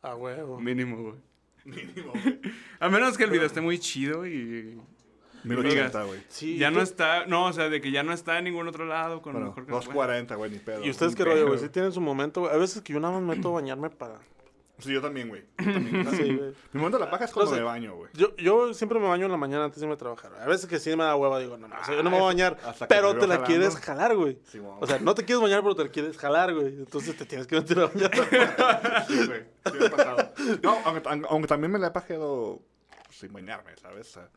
Speaker 5: A huevo.
Speaker 2: Mínimo, güey.
Speaker 1: Mínimo, güey.
Speaker 2: A menos que el video esté muy chido y.
Speaker 1: 1080, güey.
Speaker 5: Sí,
Speaker 2: ya no
Speaker 5: ¿qué-
Speaker 2: está. No, o sea, de que ya no está en ningún otro lado con
Speaker 1: Bueno,
Speaker 2: mejor que
Speaker 1: 240, güey, ni pedo.
Speaker 5: ¿Y ustedes
Speaker 1: qué?
Speaker 5: qué rollo, güey? Sí tienen su momento, güey. A veces que yo nada más meto a bañarme para...
Speaker 1: Sí, yo también, güey. Yo
Speaker 2: <laughs>
Speaker 1: también.
Speaker 5: Sí, güey.
Speaker 1: Mi momento de la paja es cuando
Speaker 5: No sé.
Speaker 1: me baño, güey.
Speaker 5: <laughs> Yo, yo siempre me baño en la mañana antes de irme a trabajar. güey. A veces que sí me da hueva, digo, no, no, o sea, yo no me voy a bañar,
Speaker 1: hasta que
Speaker 5: pero
Speaker 1: me
Speaker 5: te
Speaker 1: veo
Speaker 5: la quieres
Speaker 1: jalando.
Speaker 5: jalar, güey.
Speaker 1: Simón.
Speaker 5: O sea, no te quieres bañar, pero te la quieres jalar, güey. Entonces te tienes que meter a
Speaker 1: <laughs>
Speaker 5: bañar.
Speaker 1: Sí, güey. Sí me ha pasado. No, aunque, aunque- aunque también me la he pajeado sin bañarme, ¿sabes? O sea,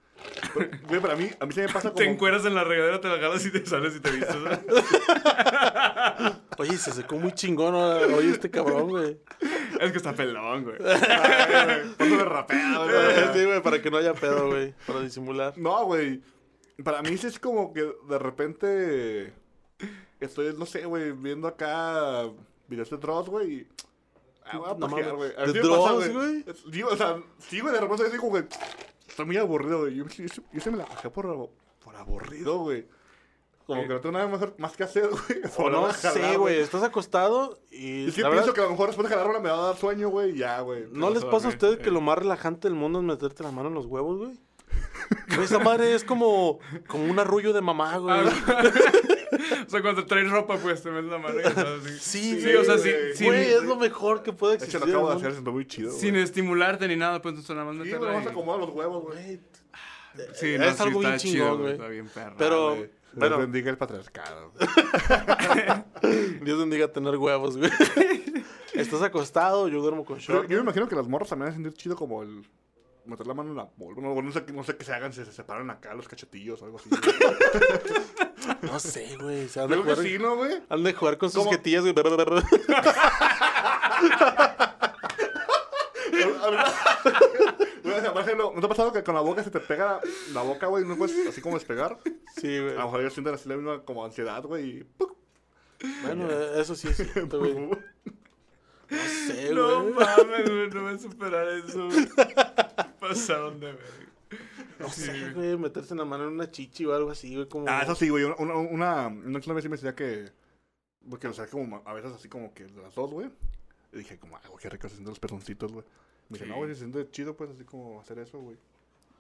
Speaker 1: pero, Güey, para mí, a mí se me pasa como...
Speaker 2: Te encueras en la regadera, te la jalas y te sales y te vistes. ¿no?
Speaker 5: Oye, se secó muy chingón ahora, oye este cabrón, güey.
Speaker 2: es que está pelón,
Speaker 5: <laughs>
Speaker 2: güey.
Speaker 1: Cuando me rapea, <laughs> güey.
Speaker 5: Sí, güey, para que no haya pedo, güey. Para disimular.
Speaker 1: No, güey. Para mí sí es como que de repente estoy, no sé, güey, viendo acá videos de Dross, güey. y- Ah, voy a
Speaker 5: No
Speaker 1: pajear,
Speaker 5: mames.
Speaker 1: güey. A
Speaker 5: ¿De
Speaker 1: ver si me pasa,
Speaker 5: Dross, güey?
Speaker 1: Sí, o sea, sí, güey, de repente así como que estoy muy aburrido, güey. Yo, yo, yo se me la bajé por, abo- por aburrido, güey. Como que no tengo nada mejor, más que hacer, <laughs> güey.
Speaker 5: O no
Speaker 1: Ponerme a jalar,
Speaker 5: sé, güey. Estás acostado y.
Speaker 1: Y sí
Speaker 5: la
Speaker 1: pienso
Speaker 5: verdad,
Speaker 1: que a lo mejor después de jalarme me va a dar sueño, güey, y ya, güey.
Speaker 5: ¿No les pasa a ustedes
Speaker 1: eh.
Speaker 5: que lo más relajante del mundo es meterte la mano en los
Speaker 1: <laughs>
Speaker 5: huevos, güey? Güey, Esa madre es como, como un arrullo de mamá, Ah, güey.
Speaker 2: O sea, cuando traes ropa, pues te ves la mano y estás así.
Speaker 5: Sí,
Speaker 2: Sí, o sea, sí.
Speaker 1: güey.
Speaker 2: sí,
Speaker 5: Güey, es lo mejor que puede
Speaker 1: De hecho,
Speaker 5: existir.
Speaker 1: lo acabo de
Speaker 5: ¿no?
Speaker 1: hacer, siento muy chido, güey.
Speaker 2: Sin estimularte ni nada, pues no son nada más
Speaker 1: Sí, güey,
Speaker 2: meterla
Speaker 1: vamos a
Speaker 2: y-
Speaker 1: acomodar los huevos, güey.
Speaker 5: Güey,
Speaker 2: Sí,
Speaker 5: Eh,
Speaker 2: no,
Speaker 5: es
Speaker 2: sí está
Speaker 5: algo
Speaker 2: chido,
Speaker 5: bien chingón, güey.
Speaker 2: Está bien perra.
Speaker 5: Pero,
Speaker 2: güey.
Speaker 1: Dios
Speaker 5: bueno,
Speaker 1: bendiga el <laughs> patriarcado.
Speaker 5: Dios bendiga tener
Speaker 1: <laughs>
Speaker 5: huevos, güey. Estás acostado, yo duermo con
Speaker 1: Pero
Speaker 5: short.
Speaker 1: yo me imagino que las morras también hacen sentir chido como el meter la mano en la bolsa. No, no sé, no sé qué se hagan, se, se separan acá los cachetillos o algo <laughs> así. Yo
Speaker 5: No sé, güey. Se han de
Speaker 1: creo
Speaker 5: jugar.
Speaker 1: que sí, ¿no, güey?
Speaker 5: Han de jugar con sus
Speaker 1: ¿Cómo?
Speaker 5: jetillas, güey.
Speaker 1: A- a ver- Güey, o sea, por ejemplo, ¿No te ha pasado que con la boca se te pega la boca, güey? ¿No puedes así como despegar?
Speaker 5: <laughs> Sí, güey.
Speaker 1: A lo mejor ellos sienten así la misma como ansiedad, güey. y ¡puc!
Speaker 5: Bueno, eh, eso sí es
Speaker 1: <laughs>
Speaker 5: cierto, güey. No sé,
Speaker 2: No
Speaker 5: Eh, güey.
Speaker 2: mames, güey, no voy a superar eso.
Speaker 5: <laughs>
Speaker 2: güey. Pasaron de verga.
Speaker 5: No sé, güey. Meterse en la mano en una chichi o algo así, güey. Como...
Speaker 1: Ah, eso sí, güey. Una, una, una, una chava sí me decía que. Porque lo sea, como a veces así como que de las dos, güey. Y dije, como, ah, güey, qué rico se sienten los pezoncitos, güey. Me dije, no, güey, se siente chido, pues, así como hacer eso, güey.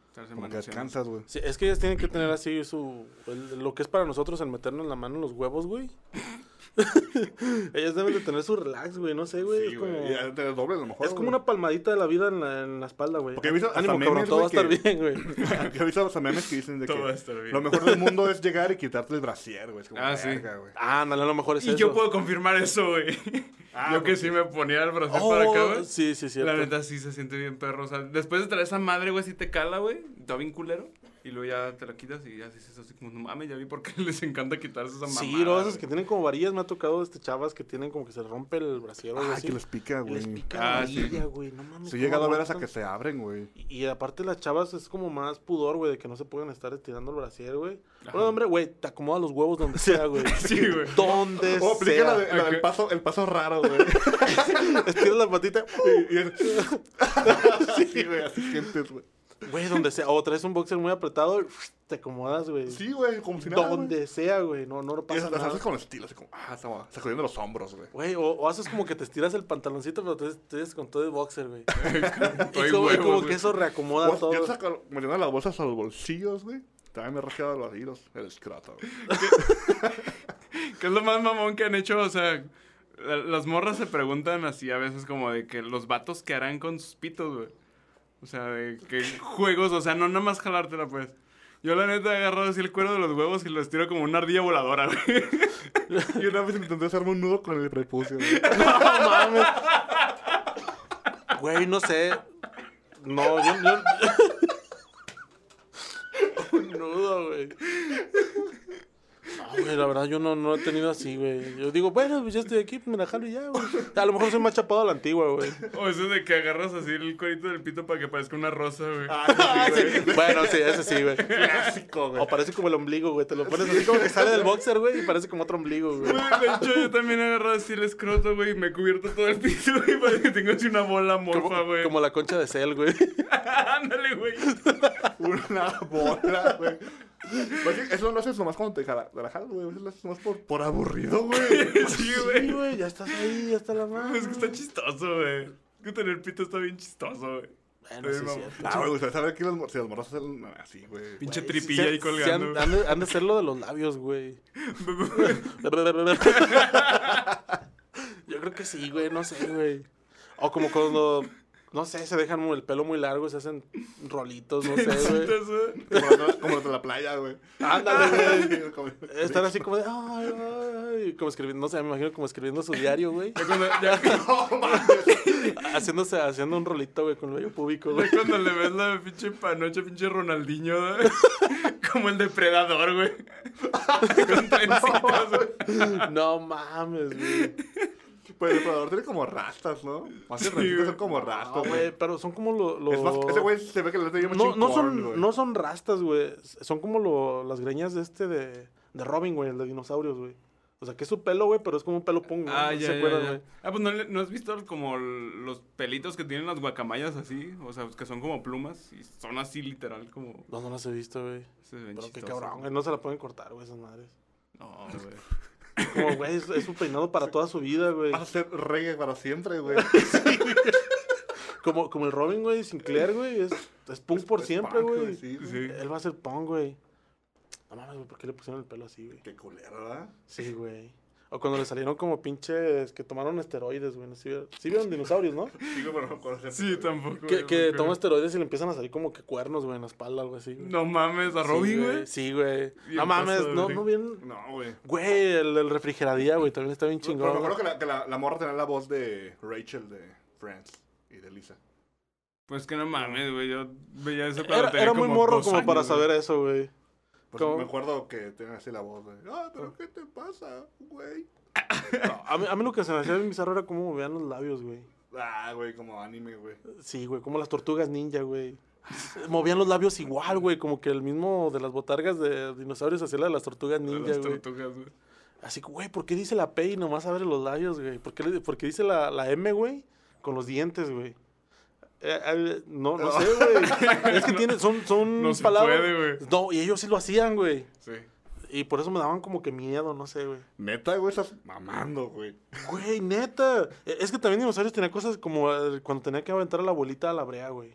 Speaker 2: Estarse
Speaker 1: Como que
Speaker 2: manoseando.
Speaker 1: descansas, güey.
Speaker 5: Sí, es que ellas tienen que tener así su. el- lo que es para nosotros el meternos la mano en los huevos, güey. <laughs> ellas deben de tener su relax, güey. No sé, güey.
Speaker 1: Sí,
Speaker 5: es como.
Speaker 1: güey. Y ya te doble a lo mejor.
Speaker 5: Es como una palmadita de la vida en la, en la espalda, güey.
Speaker 1: Porque he visto hasta
Speaker 5: Ánimo,
Speaker 1: memes,
Speaker 5: cabrón, todo va a
Speaker 1: güey,
Speaker 5: estar bien, güey.
Speaker 1: una. <laughs> Yo he visto hasta memes que dicen de que
Speaker 2: Todo va a estar bien.
Speaker 1: lo mejor del mundo es llegar y quitarte el brasier, güey. Es como,
Speaker 2: Ah, sí.
Speaker 1: verga, güey.
Speaker 5: Ah, no, a lo mejor es
Speaker 2: Y
Speaker 5: eso.
Speaker 2: yo puedo confirmar eso, güey. yo que sí me ponía el brazo
Speaker 5: Oh,
Speaker 2: para acá, güey.
Speaker 5: Sí, sí, sí.
Speaker 2: La neta sí se siente bien perro. O sea, después de traer esa madre, güey, sí te cala, güey. Está bien culero. Y luego ya te la quitas y ya dices así como, no mames, ya vi por qué <laughs> les encanta quitarse esa mamada.
Speaker 5: Sí, no, esas que
Speaker 2: güey.
Speaker 5: tienen como varillas. Me ha tocado este chavas que tienen como que se rompe el brasier o algo
Speaker 1: Ah,
Speaker 5: así.
Speaker 1: que les pica,
Speaker 5: Y les
Speaker 1: güey.
Speaker 5: pica la
Speaker 2: Ah, sí.
Speaker 5: varilla, güey. No mames.
Speaker 1: Sí, he
Speaker 5: ¿cómo
Speaker 1: llegado a ver hasta
Speaker 5: aguantan?
Speaker 1: que se abren, güey.
Speaker 5: Y y aparte las chavas es como más pudor, güey, de que no se pueden estar estirando el brasier, güey. Bueno, hombre, güey, te acomoda los huevos donde sea, güey.
Speaker 2: Sí, güey.
Speaker 5: Donde
Speaker 1: O Oh, aplica
Speaker 5: sea.
Speaker 1: la, de- la del
Speaker 2: Ok.
Speaker 1: paso, el paso raro, güey.
Speaker 2: <laughs>
Speaker 5: Estira la patita.
Speaker 1: Y-
Speaker 5: <laughs>
Speaker 1: y- sí, güey, así sientes, güey.
Speaker 5: Güey, donde sea. O traes un boxer muy apretado y te acomodas, güey.
Speaker 1: Sí, güey, como si nada.
Speaker 5: Donde sea, güey. No, no,
Speaker 1: Y
Speaker 5: no pasa
Speaker 1: esas las
Speaker 5: nada.
Speaker 1: haces con estilo, así como, ah, estaba sacudiendo los hombros, güey.
Speaker 5: Güey, o, o haces como que te estiras el pantaloncito, pero te estiras con todo el boxer, güey.
Speaker 2: <laughs> Estoy
Speaker 5: y como, y
Speaker 2: huevos,
Speaker 5: como
Speaker 2: güey.
Speaker 5: que eso reacomoda
Speaker 1: O- Yo
Speaker 5: todo.
Speaker 1: saco, me lleno las bolsas a los bolsillos, güey. También me he rajeado los hilos, el escroto, güey.
Speaker 2: ¿Qué es lo más mamón que han hecho? O sea, la- las morras se preguntan así a veces como de que los vatos que harán con sus pitos, güey. O sea, de que juegos, o sea, no nada más jalártela, pues. Yo la neta he agarrado así el cuero de los huevos y lo estiro como una ardilla voladora, güey.
Speaker 1: Y una vez intenté hacerme un nudo con el prepucio, güey.
Speaker 5: No mames. Güey, no sé. No, yo. <laughs> yo... Un nudo, güey. No, güey, la verdad yo no, no he tenido así, güey. Yo digo, bueno, pues ya estoy aquí, me la jalo y ya, güey. A lo mejor soy más chapado a la antigua, güey.
Speaker 2: <laughs> O eso de que agarras así el cuerito del pito para que parezca una rosa, güey.
Speaker 5: Ah, sí. Bueno, sí, ese sí, güey. Clásico, güey. O parece como el ombligo, güey. Te lo pones así como que sale del boxer, güey, y parece como otro ombligo, güey.
Speaker 2: Güey, De hecho, yo también he agarrado así el escroto, güey, y me he cubierto todo el pito, güey, <laughs> para que tengo así una bola morfa,
Speaker 5: Como,
Speaker 2: güey.
Speaker 5: como la concha de cel, güey.
Speaker 2: <laughs> Ándale, güey.
Speaker 1: Una bola, güey. Pues sí, Eso lo haces nomás cuando te jala- te la jalas, güey. A veces lo haces nomás por, por aburrido,
Speaker 5: <laughs>
Speaker 1: güey.
Speaker 2: Sí,
Speaker 5: Sí,
Speaker 2: güey.
Speaker 5: güey, ya estás ahí, ya está la mano.
Speaker 2: Es que está chistoso, güey. Es que tener pito está bien chistoso, güey.
Speaker 5: Bueno, sí, es
Speaker 2: mamá.
Speaker 5: cierto.
Speaker 1: Ah, me gustaría saber que los, mor- si los morros hacen así, güey.
Speaker 5: <laughs>
Speaker 2: Pinche tripilla ahí
Speaker 5: Sí, sí,
Speaker 2: colgando. <laughs>
Speaker 5: han, han de, han de ser lo de los labios, güey. Yo creo que sí, güey, no sé, güey. O como cuando, no sé, se dejan mu- el pelo muy largo, se hacen rolitos, no sé, güey.
Speaker 2: Entonces,
Speaker 1: Como los, como los de la playa,
Speaker 5: <laughs>
Speaker 1: güey.
Speaker 5: Ándale, güey.
Speaker 1: Como-
Speaker 5: Están así como de, ay, ay, como escribiendo, no sé, me imagino como escribiendo su diario, güey.
Speaker 2: ya cuando, ya-
Speaker 5: Haciéndose, haciendo un rolito, güey, con el vello
Speaker 2: <laughs>
Speaker 5: público, güey.
Speaker 2: ya cuando le ves la pinche panocha, pinche Ronaldinho, ¿no? <laughs> como el depredador, güey. <laughs> Con trencitas, güey.
Speaker 5: No mames, güey.
Speaker 1: Pues el depredador tiene como rastas, ¿no? Más que rastitas son como
Speaker 5: No,
Speaker 1: rastas, güey.
Speaker 5: güey, pero son como los...
Speaker 1: Es más, ese güey se ve que le tenía
Speaker 5: No,
Speaker 1: mucho
Speaker 5: no, son, no son rastas, güey. Son como lo- las greñas de este de, de Robin, güey, el de dinosaurios, güey. O sea, que es su pelo, güey, pero es como un pelo punk, güey.
Speaker 2: Ah,
Speaker 5: <laughs> ¿No
Speaker 2: ya,
Speaker 5: se
Speaker 2: ya,
Speaker 5: acuerdan,
Speaker 2: ya.
Speaker 5: güey?
Speaker 2: Ah, pues ¿no, le- ¿no has visto como l- los pelitos que tienen las guacamayas así, o sea, que son como plumas y son así literal como
Speaker 5: No, no las he visto, güey.
Speaker 2: se ven
Speaker 5: Pero qué
Speaker 2: chistosos.
Speaker 5: cabrón, güey. No se la pueden cortar, güey, esas madres.
Speaker 2: No,
Speaker 5: <laughs>
Speaker 2: güey.
Speaker 5: Como, güey, es, es un peinado para toda su vida, güey.
Speaker 1: Vas a ser reggae para siempre, güey.
Speaker 5: Como, como el Robin, güey, Sinclair, güey. Es, <laughs> es punk por
Speaker 1: Es
Speaker 5: siempre,
Speaker 1: punk,
Speaker 5: güey.
Speaker 1: Sí, güey.
Speaker 2: Sí.
Speaker 5: Él va a ser punk, güey. No mames, güey, ¿por qué le pusieron el pelo así, güey?
Speaker 1: Qué culero, ¿verdad?
Speaker 5: Sí, güey. O cuando le salieron como pinches que tomaron esteroides, güey. ¿no? ¿Sí, vieron- sí vieron dinosaurios, ¿no?
Speaker 1: Digo, pero no me acuerdo ese-
Speaker 2: Sí, tampoco.
Speaker 5: Que,
Speaker 2: güey,
Speaker 5: que
Speaker 2: porque-
Speaker 5: toma esteroides y le empiezan a salir como que cuernos, güey, en la espalda, algo así. güey.
Speaker 2: No mames, a
Speaker 5: Sí,
Speaker 2: Robin, güey.
Speaker 5: Sí, güey.
Speaker 2: Bien
Speaker 5: No mames,
Speaker 2: pasado de
Speaker 5: no,
Speaker 2: verga.
Speaker 5: no bien.
Speaker 1: No, güey.
Speaker 5: Güey, el, el refrigeradía, güey, también está bien
Speaker 1: Pero me
Speaker 5: chingón.
Speaker 1: acuerdo que la, que la, la morra tenía la voz de Rachel de Friends y de Lisa.
Speaker 2: Pues que no mames, güey. Yo veía eso cuando
Speaker 5: Era,
Speaker 2: tenía
Speaker 5: era muy
Speaker 2: como
Speaker 5: morro
Speaker 2: dos
Speaker 5: como
Speaker 2: años,
Speaker 5: para
Speaker 2: güey.
Speaker 5: saber eso, güey.
Speaker 1: Pues
Speaker 5: ¿Cómo?
Speaker 1: me acuerdo que tenía así la voz de. Ah, pero ¿qué te pasa, güey?
Speaker 5: No, a, mí, a mí lo que se me hacía bien bizarro era cómo movían los labios, güey.
Speaker 1: Ah, güey, como anime, güey.
Speaker 5: Sí, güey, como las tortugas ninja, güey. <laughs> Movían los labios igual, güey, como que el mismo de las botargas de dinosaurios hacía la de las tortugas
Speaker 2: de
Speaker 5: ninja,
Speaker 2: las
Speaker 5: güey.
Speaker 2: tortugas, güey.
Speaker 5: Así que, güey, ¿por qué dice la P y nomás abre los labios, güey? ¿Por qué, le- por qué dice la, la M, güey? Con los dientes, güey. Eh, eh, no, no sé,
Speaker 2: <laughs>
Speaker 5: güey. Es que tienen, son, son
Speaker 2: no se
Speaker 5: palabras.
Speaker 2: puede, güey.
Speaker 5: No, y ellos sí lo hacían, güey.
Speaker 2: Sí.
Speaker 5: Y por eso me daban como que miedo, no sé, güey.
Speaker 1: Neta, güey, estás mamando, güey.
Speaker 5: Güey, neta. Eh, Es que también dinosaurios tenía cosas como eh, cuando tenía que aventar a la abuelita a la brea, güey.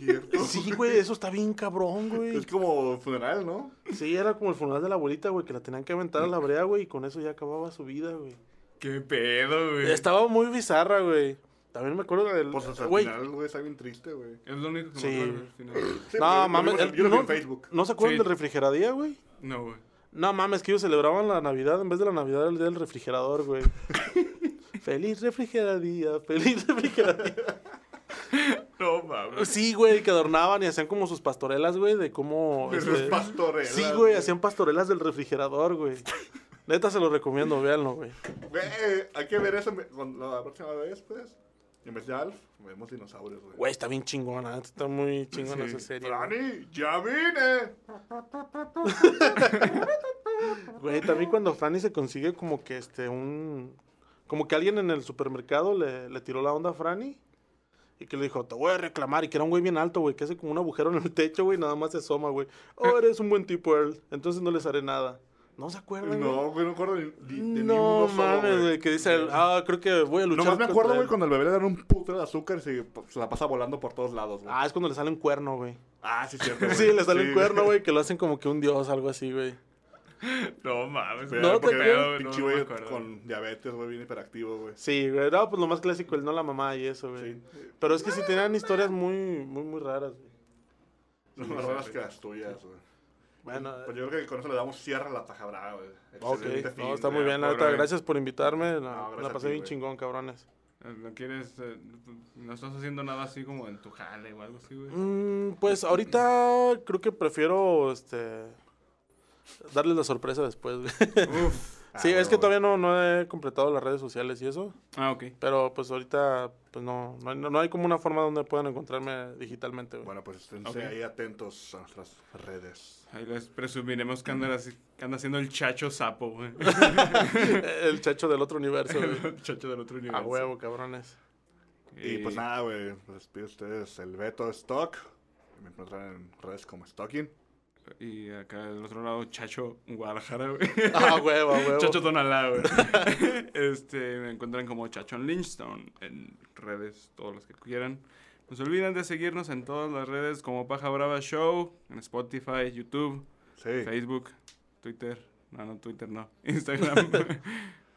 Speaker 1: Cierto.
Speaker 5: Sí, güey, eso está bien cabrón, güey.
Speaker 1: Es como funeral, ¿no?
Speaker 5: Sí, era como el funeral de la abuelita, güey, que la tenían que aventar a la brea, güey, y con eso ya acababa su vida, güey.
Speaker 2: Qué pedo, güey.
Speaker 5: Estaba muy bizarra, güey. También me acuerdo del.
Speaker 1: Pues hasta el
Speaker 5: Güey.
Speaker 1: final, güey, está bien triste, güey.
Speaker 2: Es lo único que
Speaker 5: Sí.
Speaker 2: me acuerdo al
Speaker 1: <clears throat>
Speaker 2: final.
Speaker 1: Sí, pero
Speaker 5: No,
Speaker 1: yo-
Speaker 5: mames.
Speaker 1: Yo, lo vi- yo lo vi
Speaker 5: no,
Speaker 1: en Facebook.
Speaker 5: ¿No se acuerdan
Speaker 2: Sí.
Speaker 5: del refrigeradía, güey?
Speaker 2: No, güey.
Speaker 5: No mames, que ellos celebraban la Navidad en vez de la Navidad era el día del refrigerador, güey. feliz refrigeradía, feliz <laughs> refrigeradía.
Speaker 2: No mames.
Speaker 5: Sí, güey, que adornaban y hacían como sus pastorelas, güey, de cómo.
Speaker 1: Pero
Speaker 5: este,
Speaker 1: es pastorelas.
Speaker 5: Sí, güey, hacían pastorelas del refrigerador, güey. Neta se lo recomiendo, véanlo, güey.
Speaker 1: Güey, hay que ver eso me- con la próxima vez, pues. En vez de Alf, vemos dinosaurios, güey.
Speaker 5: Güey, está bien chingona, neta, está muy chingona esa serie. güey.
Speaker 1: Dani, ya vine.
Speaker 5: Güey, también cuando Franny se consigue como que este, un. Como que alguien en el supermercado le, le tiró la onda a Franny. Y que le dijo, te voy a reclamar. Y que era un güey bien alto, güey, que hace como un agujero en el techo, güey, nada más se asoma, güey. Oh, eres un buen tipo, Earl. Entonces no les haré nada. No se acuerdan, Ah, güey?
Speaker 1: No, güey, no me acuerdo ni, ni- de
Speaker 5: no
Speaker 1: ninguno solo,
Speaker 5: mames, güey, que dice, él, ah, creo que voy a luchar.
Speaker 1: Nomás me
Speaker 5: contra
Speaker 1: acuerdo,
Speaker 5: él".
Speaker 1: güey, cuando el bebé le dan un puto de azúcar y se, pues, se la pasa volando por todos lados, güey.
Speaker 5: Ah, es cuando le sale un cuerno, güey.
Speaker 1: Ah, <laughs> sí, cierto. güey.
Speaker 5: <laughs> Sí, le sale un
Speaker 1: Sí,
Speaker 5: cuerno, güey, que lo hacen como que un dios, algo así, güey.
Speaker 2: No mames.
Speaker 1: Pero
Speaker 5: No
Speaker 1: porque
Speaker 5: te
Speaker 1: el
Speaker 5: creo.
Speaker 2: güey, no
Speaker 1: Pinche
Speaker 2: me
Speaker 1: güey
Speaker 2: acuerdo.
Speaker 1: con diabetes, güey, bien hiperactivo, güey.
Speaker 5: Sí, güey, no, pues lo más clásico, el no la mamá y eso, güey.
Speaker 1: Sí.
Speaker 5: Pero es que sí tenían historias muy, muy, muy raras, güey.
Speaker 1: No me acuerdo las que las tuyas, güey.
Speaker 5: Bueno,
Speaker 1: Pues yo creo que con eso le damos cierre a la paja brava, güey.
Speaker 5: ok.
Speaker 1: Excelente
Speaker 5: No,
Speaker 1: fin,
Speaker 5: está muy
Speaker 1: güey.
Speaker 5: bien, la neta.
Speaker 2: programa.
Speaker 5: Gracias por invitarme. La,
Speaker 1: gracias
Speaker 5: la
Speaker 1: a
Speaker 5: pasé
Speaker 1: ti,
Speaker 5: bien
Speaker 1: güey.
Speaker 5: chingón, cabrones.
Speaker 2: No quieres. eh, no estás haciendo nada así como en tu jale o algo así, güey.
Speaker 5: Mm, pues ahorita creo que prefiero este darles la sorpresa después, güey. <laughs>
Speaker 1: Ah,
Speaker 5: sí, es que todavía no, no he completado las redes sociales y eso.
Speaker 2: Ah, ok.
Speaker 5: Pero pues ahorita, pues no, no, hay- no hay como una forma donde puedan encontrarme digitalmente, güey.
Speaker 1: Bueno, pues estén
Speaker 2: Ok.
Speaker 1: ahí atentos a nuestras redes.
Speaker 2: Ahí les presumiremos que anda, así- que anda haciendo el chacho sapo, güey.
Speaker 5: <laughs> El chacho del otro
Speaker 2: <laughs>
Speaker 5: universo, <laughs> güey.
Speaker 2: el chacho del otro
Speaker 5: A
Speaker 2: universo.
Speaker 5: huevo, cabrones.
Speaker 1: Y pues
Speaker 2: Eh,
Speaker 1: nada, güey, les pido a ustedes el Beto Stock. Me encuentran en redes como Stocking.
Speaker 2: Y acá del otro lado, Chacho Guadalajara, güey.
Speaker 5: A huevo, a
Speaker 2: <laughs>
Speaker 5: huevo.
Speaker 2: Chacho Tonalá, güey. este, me encuentran como Chacho en Lynchstone en redes, todas las que quieran. No se olviden de seguirnos en todas las redes como Paja Brava Show, en Spotify, YouTube,
Speaker 1: Sí.
Speaker 2: Facebook, Twitter. No, no, Twitter no. Instagram.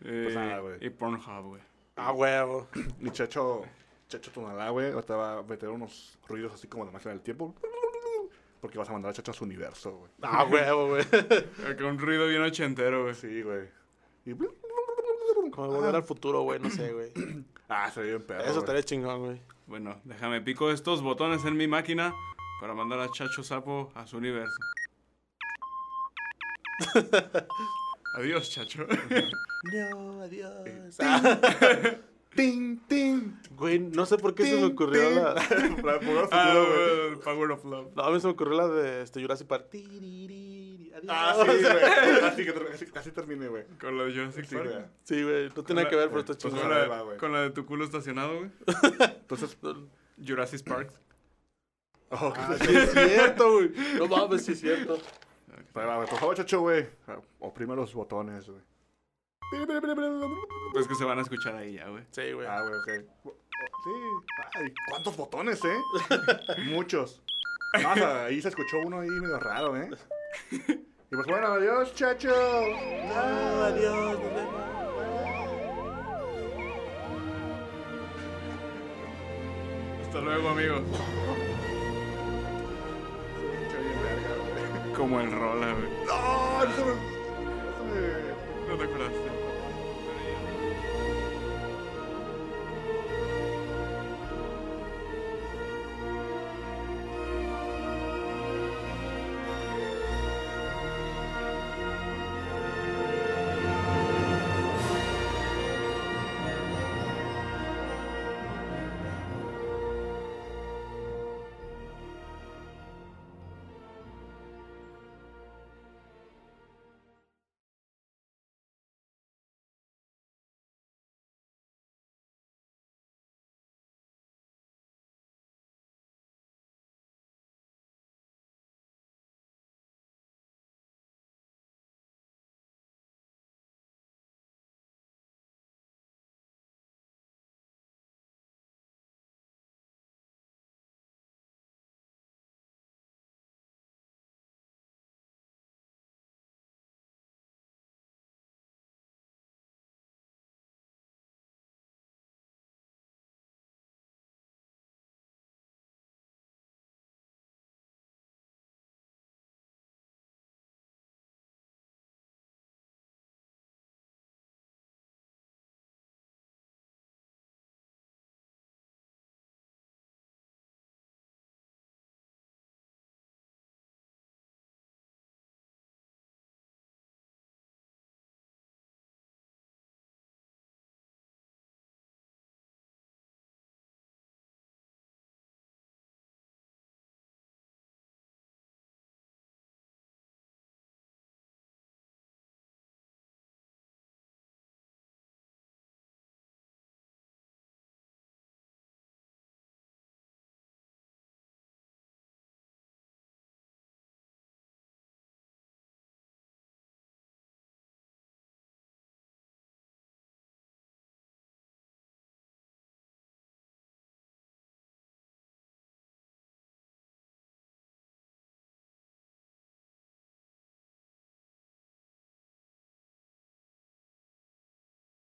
Speaker 2: Eh,
Speaker 1: nada, güey.
Speaker 2: y Pornhub, güey.
Speaker 5: A huevo.
Speaker 1: Mi chacho, chacho Tonalá, güey, ahorita va a meter unos ruidos así como de máquina del tiempo. Porque vas a mandar a chacho a su universo, güey.
Speaker 5: A huevo, güey.
Speaker 2: Acá un ruido bien ochentero, güey.
Speaker 1: Sí, güey. Y...
Speaker 5: Como volver al futuro, güey, no sé, güey.
Speaker 1: Ah, se ve bien perro,
Speaker 5: Eso
Speaker 1: güey.
Speaker 5: estaría chingón, güey.
Speaker 2: Bueno, déjame pico estos botones en mi máquina para mandar a Chacho Sapo a su universo. <laughs> Adiós, Chacho.
Speaker 5: No, adiós.
Speaker 1: <laughs>
Speaker 5: Güey, no sé por qué se me ocurrió la. <laughs>
Speaker 1: La puro futuro,
Speaker 2: <laughs> Ah,
Speaker 1: güey.
Speaker 2: el Power of Love.
Speaker 5: No, a mí se me ocurrió la de este, Jurassic Park. Tiririri, adiós.
Speaker 1: Ah, sí, <laughs> güey. Así que ter- así, así termine, güey.
Speaker 2: Con la de Jurassic
Speaker 1: Sí,
Speaker 2: Park.
Speaker 1: güey.
Speaker 5: Sí, güey, no tiene nada que ver, pero está
Speaker 2: Con
Speaker 1: Pues,
Speaker 5: chingón.
Speaker 1: ahora-
Speaker 2: la,
Speaker 1: ahí va, güey.
Speaker 2: con la de tu culo estacionado, güey.
Speaker 5: pues
Speaker 1: Entonces,
Speaker 2: Jurassic Park.
Speaker 1: oh,
Speaker 5: Ah, sí, es cierto, güey. No mames, sí es cierto.
Speaker 1: Ahí va, güey. Por favor, chacho, güey. Oprime los botones, güey.
Speaker 2: Pues que se van a escuchar ahí ya, güey.
Speaker 5: Sí, güey.
Speaker 1: Ah, güey, ok. Sí. Ay, ¿cuántos botones, eh? <laughs> Muchos. Ah, o sea, ahí se escuchó uno ahí medio raro, ¿eh? Y pues bueno, adiós, chacho.
Speaker 5: No, adiós, nos vemos.
Speaker 2: Hasta luego, amigos.
Speaker 1: Chacho, bien verga, güey.
Speaker 2: Como el rola, güey.
Speaker 1: <laughs> No, no se me-